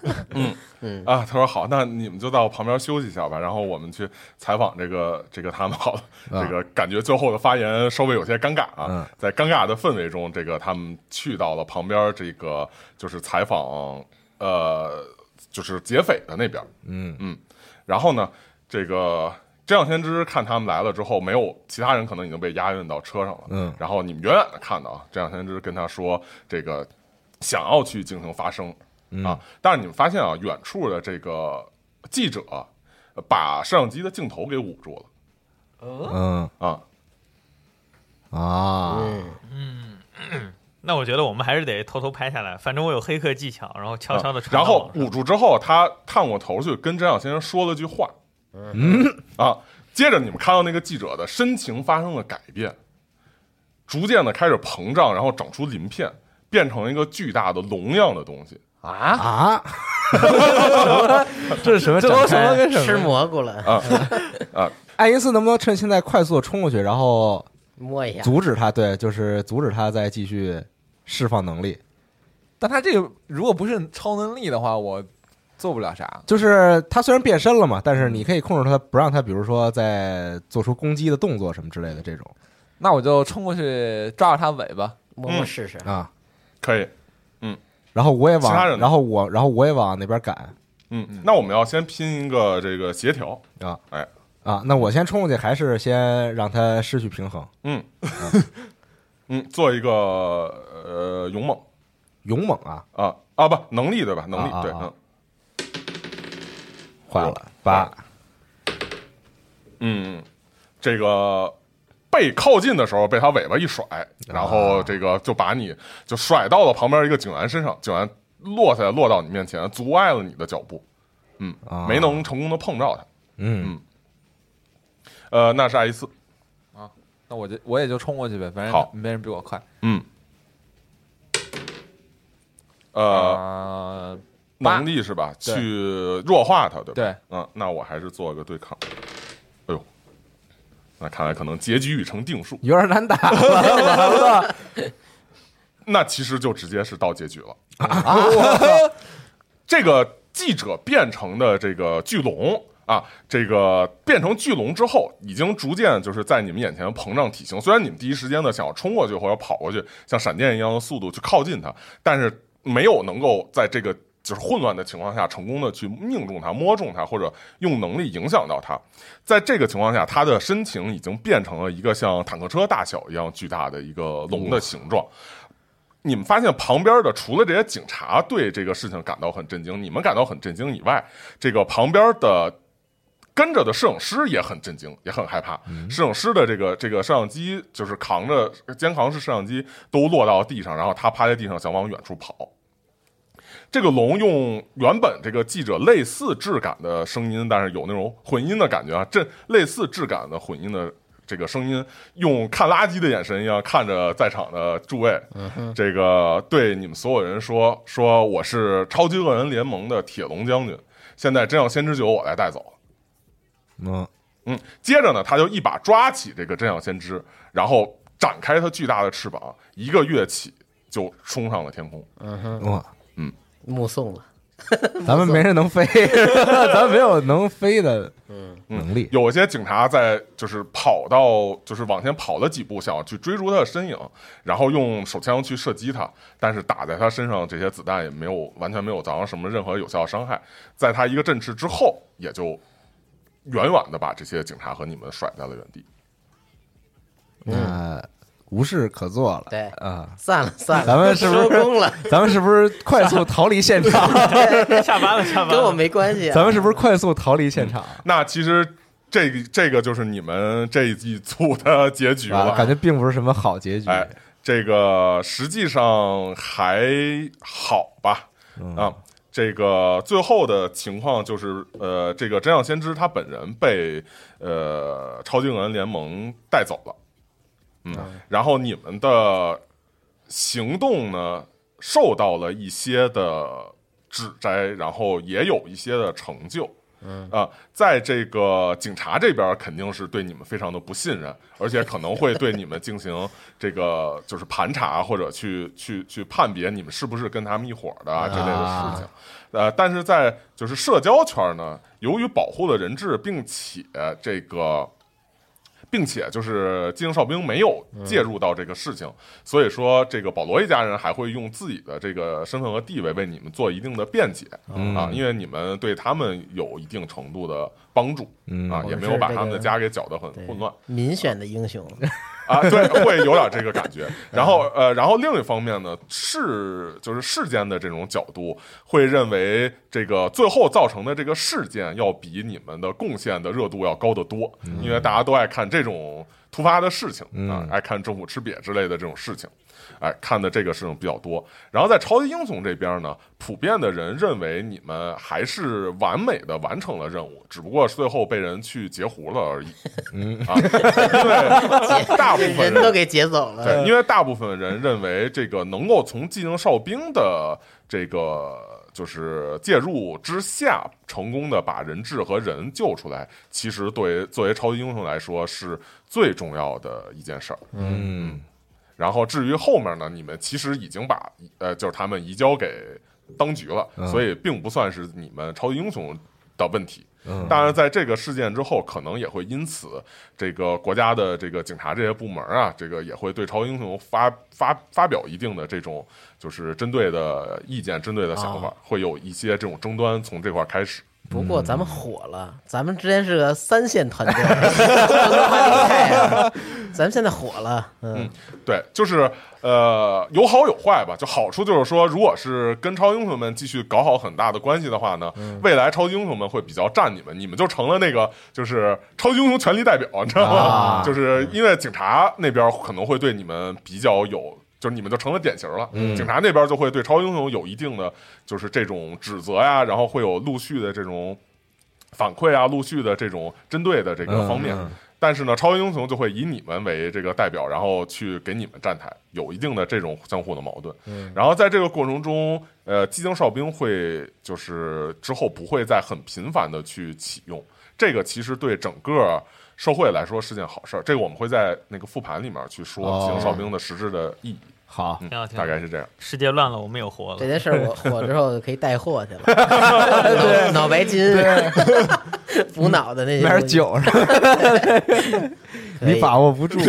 Speaker 2: 嗯
Speaker 4: 啊，他说好，那你们就到旁边休息一下吧，然后我们去采访这个这个他们好了。
Speaker 2: 啊
Speaker 4: 这个感觉最后的发言稍微有些尴尬
Speaker 2: 嗯
Speaker 4: 啊，在尴尬的氛围中，这个他们去到了旁边这个就是采访呃就是劫匪的那边，
Speaker 2: 嗯
Speaker 4: 嗯，然后呢，这个真相先知看他们来了之后，没有其他人可能已经被押运到车上了，
Speaker 2: 嗯
Speaker 4: 然后你们远远的看到啊，真相先知跟他说这个想要去进行发声、
Speaker 2: 嗯
Speaker 4: 啊，但是你们发现啊，远处的这个记者呃把摄像机的镜头给捂住
Speaker 2: 嗯
Speaker 4: 了啊，
Speaker 2: 啊，
Speaker 5: 那我觉得我们还是得偷偷拍下来，反正我有黑客技巧，然后悄悄的
Speaker 4: 嗯
Speaker 5: 传
Speaker 4: 然
Speaker 5: 到
Speaker 4: 后
Speaker 5: 网上。
Speaker 4: 捂住之后，他探过头去跟真相先生说了句话，嗯啊，接着你们看到那个记者的深情发生了改变，逐渐的开始膨胀，然后长出鳞片，变成一个巨大的龙样的东西
Speaker 3: 啊，
Speaker 2: 啊， *laughs*
Speaker 3: 这是什么？这都什么跟
Speaker 6: *laughs* 吃
Speaker 3: 什么？
Speaker 6: 蘑菇了，
Speaker 4: 啊啊，
Speaker 2: 爱因斯能不能趁现在快速地冲过去，然后
Speaker 6: 摸一下。
Speaker 2: 阻止他？对，就是阻止他再继续释放能力。
Speaker 3: 但他这个如果不是超能力的话，我做不了啥。
Speaker 2: 就是他虽然变身了嘛，但是你可以控制他，不让他，比如说再做出攻击的动作什么之类的这种
Speaker 3: 那我就冲过去抓着他尾巴。
Speaker 6: 摸摸试试。
Speaker 2: 啊。
Speaker 4: *laughs* 可以，
Speaker 2: 然后我也
Speaker 4: 其他
Speaker 2: 往，
Speaker 4: 人呢
Speaker 2: 然后我，然后我也往那边赶
Speaker 4: 嗯，那我们要先拼一个这个协调，
Speaker 2: 啊。
Speaker 4: 哎，
Speaker 2: 啊，那我先冲过去，还是先让他失去平衡？
Speaker 4: 嗯嗯，做一个呃勇猛
Speaker 2: 勇猛啊，
Speaker 4: 啊啊不能力对吧？能力
Speaker 2: 啊啊
Speaker 4: 对，
Speaker 2: 啊
Speaker 4: 嗯
Speaker 2: 坏了八
Speaker 4: 嗯，嗯，这个被靠近的时候被他尾巴一甩，然后这个就把你就甩到了旁边一个警员身上，警员落下来落到你面前，阻碍了你的脚步，嗯，
Speaker 2: 啊
Speaker 4: 没能成功的碰到他。
Speaker 2: 嗯
Speaker 4: 呃，那是爱丽丝，
Speaker 3: 那我就我也就冲过去呗，反正
Speaker 4: 好
Speaker 3: 没人比我快。
Speaker 4: 嗯，呃，
Speaker 3: 啊，八
Speaker 4: 能力是吧？
Speaker 3: 对
Speaker 4: 去弱化他，对吧？
Speaker 3: 对，
Speaker 4: 嗯，那我还是做个对抗。哎呦，那看来可能结局已成定数。
Speaker 2: 有点难打
Speaker 4: *laughs*
Speaker 2: 了，
Speaker 4: 那其实就直接是到结局了。这个记者变成的这个巨龙啊，这个变成巨龙之后，已经逐渐就是在你们眼前膨胀体型。虽然你们第一时间呢想要冲过去或者跑过去，像闪电一样的速度去靠近它，但是没有能够在这个。就是混乱的情况下，成功的去命中它、摸中它，或者用能力影响到它。在这个情况下，它的身形已经变成了一个像坦克车大小一样巨大的一个龙的形状。你们发现旁边的除了这些警察对这个事情感到很震惊，你们感到很震惊以外，这个旁边的跟着的摄影师也很震惊，也很害怕。摄影师的这个这个摄像机就是扛着肩扛式摄像机都落到地上，然后他趴在地上想往远处跑。这个龙用原本这个记者类似质感的声音，但是有那种混音的感觉啊，这类似质感的混音的这个声音，用看垃圾的眼神一样看着在场的诸位，这个对你们所有人说说我是超级恶人联盟的铁龙将军，现在真相先知酒我来带走了。
Speaker 2: 嗯
Speaker 4: 嗯，接着呢，他就一把抓起这个真相先知，然后展开他巨大的翅膀，一个跃起就冲上了天空。
Speaker 2: 哇
Speaker 6: 目送了，
Speaker 2: 咱们没人能飞， *laughs* 咱们没有能飞的能力。
Speaker 4: 有一些警察在就是跑到就是往前跑了几步，想要去追逐他的身影，然后用手枪去射击他，但是打在他身上这些子弹也没有完全没有造成什么任何有效的伤害，在他一个振翅之后，也就远远的把这些警察和你们甩在了原地。嗯
Speaker 2: 那无事可做了，
Speaker 6: 对
Speaker 2: 啊，*laughs*
Speaker 6: 散了散了，
Speaker 2: 咱们是不是
Speaker 6: 收工了？
Speaker 2: 咱们是不是快速逃离现场？
Speaker 5: 下班了，下班
Speaker 6: 跟我
Speaker 5: 了。
Speaker 6: 没关系、啊。
Speaker 2: 咱们是不是快速逃离现场？
Speaker 4: 那其实这个这个就是你们这一组的结局
Speaker 2: 啊
Speaker 4: 了，
Speaker 2: 感觉并不是什么好结局。
Speaker 4: 哎，这个实际上还好吧？
Speaker 2: 嗯
Speaker 4: 啊，这个最后的情况就是，呃，这个真相先知他本人被呃超级英文联盟带走了，嗯，然后你们的行动呢受到了一些的指摘，然后也有一些的成就。嗯啊、在这个警察这边肯定是对你们非常的不信任，而且可能会对你们进行这个就是盘查或者去去去判别你们是不是跟他们一伙儿的啊之类的事情。呃，但是在就是社交圈呢，由于保护了人质，并且这个。并且就是机动哨兵没有介入到这个事情，所以说这个保罗一家人还会用自己的这个身份和地位为你们做一定的辩解、啊，因为你们对他们有一定程度的帮助、啊，也没有把他们的家给搅得很混乱。
Speaker 6: 民选的英雄，
Speaker 4: 啊，对，会有点这个感觉。然后呃，然后另一方面呢，事就是事件的这种角度，会认为这个最后造成的这个事件要比你们的贡献的热度要高得多，因为大家都爱看这种突发的事情啊，爱看政府吃瘪之类的这种事情。哎，看的这个事情比较多。然后在超级英雄这边呢，普遍的人认为你们还是完美的完成了任务，只不过最后被人去截胡了而已。嗯啊，因为大部分
Speaker 6: 人都给劫走了。嗯
Speaker 4: 对，因为大部分人认为这个能够从技能哨兵的这个就是介入之下，成功的把人质和人救出来，其实对作为超级英雄来说是最重要的一件事儿。
Speaker 2: 嗯，
Speaker 4: 然后至于后面呢，你们其实已经把呃就是他们移交给当局了，所以并不算是你们超级英雄的问题。当然，在这个事件之后，可能也会因此，这个国家的这个警察这些部门啊，这个也会对超级英雄发发发表一定的这种就是针对的意见、针对的想法，会有一些这种争端从这块儿开始。
Speaker 6: 不过咱们火了，咱们之前是个三线
Speaker 2: *laughs*
Speaker 6: 团队，争得很厉害啊咱们现在火了，嗯，
Speaker 4: 对，就是呃，有好有坏吧。就好处就是说，如果是跟超英雄们继续搞好很大的关系的话呢，未来超级英雄们会比较占你们，你们就成了那个就是超级英雄权力代表，你知道吗？
Speaker 2: 啊
Speaker 4: 就是因为警察那边可能会对你们比较有。就是你们就成了典型了，警察那边就会对超级英雄有一定的就是这种指责呀，然后会有陆续的这种反馈啊，陆续的这种针对的这个方面。
Speaker 2: 嗯嗯
Speaker 4: 但是呢，超级英雄就会以你们为这个代表，然后去给你们站台，有一定的这种相互的矛盾。
Speaker 2: 嗯
Speaker 4: 然后在这个过程中，呃，激情哨兵会就是之后不会再很频繁的去启用，这个其实对整个社会来说是件好事儿。这个我们会在那个复盘里面去说
Speaker 2: 哦
Speaker 4: 激情哨兵的实质的意义。
Speaker 2: 好，
Speaker 4: 嗯
Speaker 5: 挺好，挺好
Speaker 4: 大概是这样。
Speaker 5: 世界乱了，我们又活
Speaker 6: 这
Speaker 5: 了。
Speaker 6: 件事儿我火之后可以带货去了，脑脑白金、 *laughs* 补脑的那
Speaker 4: 嗯
Speaker 6: 些
Speaker 2: 买点
Speaker 6: 东西，
Speaker 2: 酒是吧？
Speaker 6: 可以
Speaker 2: 你把握不住。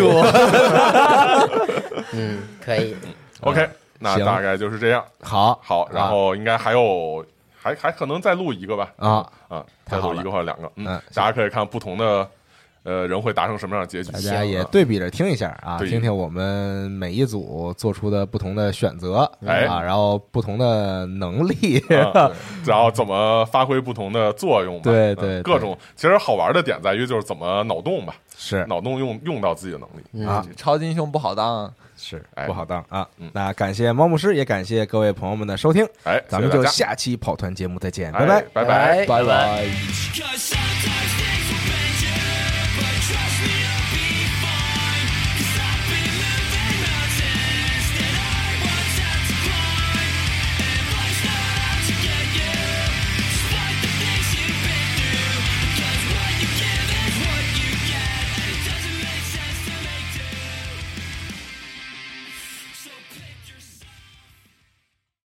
Speaker 6: 嗯，可以，
Speaker 4: OK，那
Speaker 2: 行
Speaker 4: 大概就是这样。
Speaker 2: *laughs* 好，
Speaker 4: 好，然后应该还有，还还可能再录一个吧。
Speaker 2: 啊，
Speaker 4: 啊，
Speaker 2: 太
Speaker 4: 再
Speaker 2: 好
Speaker 4: 录
Speaker 2: 了
Speaker 4: 一个或者两个，
Speaker 2: 嗯
Speaker 4: 嗯
Speaker 2: 行，
Speaker 4: 大家可以看不同的呃人会达成什么样的结局。
Speaker 2: 大家也
Speaker 4: 啊
Speaker 2: 对比着听一下啊，
Speaker 4: 对
Speaker 2: 听听我们每一组做出的不同的选择
Speaker 4: 哎
Speaker 2: 啊，然后不同的能力，
Speaker 4: 啊然后怎么发挥不同的作用吧？
Speaker 2: 对
Speaker 4: 嗯
Speaker 2: 对
Speaker 4: 各种其实好玩的点在于就是怎么脑洞吧，
Speaker 2: *laughs* 是
Speaker 4: 脑洞用用到自己的能力。嗯
Speaker 2: 啊，
Speaker 3: 超级英雄不好当啊，
Speaker 2: 是
Speaker 4: 哎
Speaker 2: 不好当啊
Speaker 4: 嗯。
Speaker 2: 那感谢猫牧师，也感谢各位朋友们的收听，
Speaker 4: 哎，
Speaker 2: 咱们
Speaker 4: 谢谢
Speaker 2: 就
Speaker 4: 大家
Speaker 2: 下期跑团节目再见，
Speaker 4: 哎
Speaker 2: 拜拜。
Speaker 4: 拜拜。
Speaker 3: 拜拜。
Speaker 7: Cause sometimes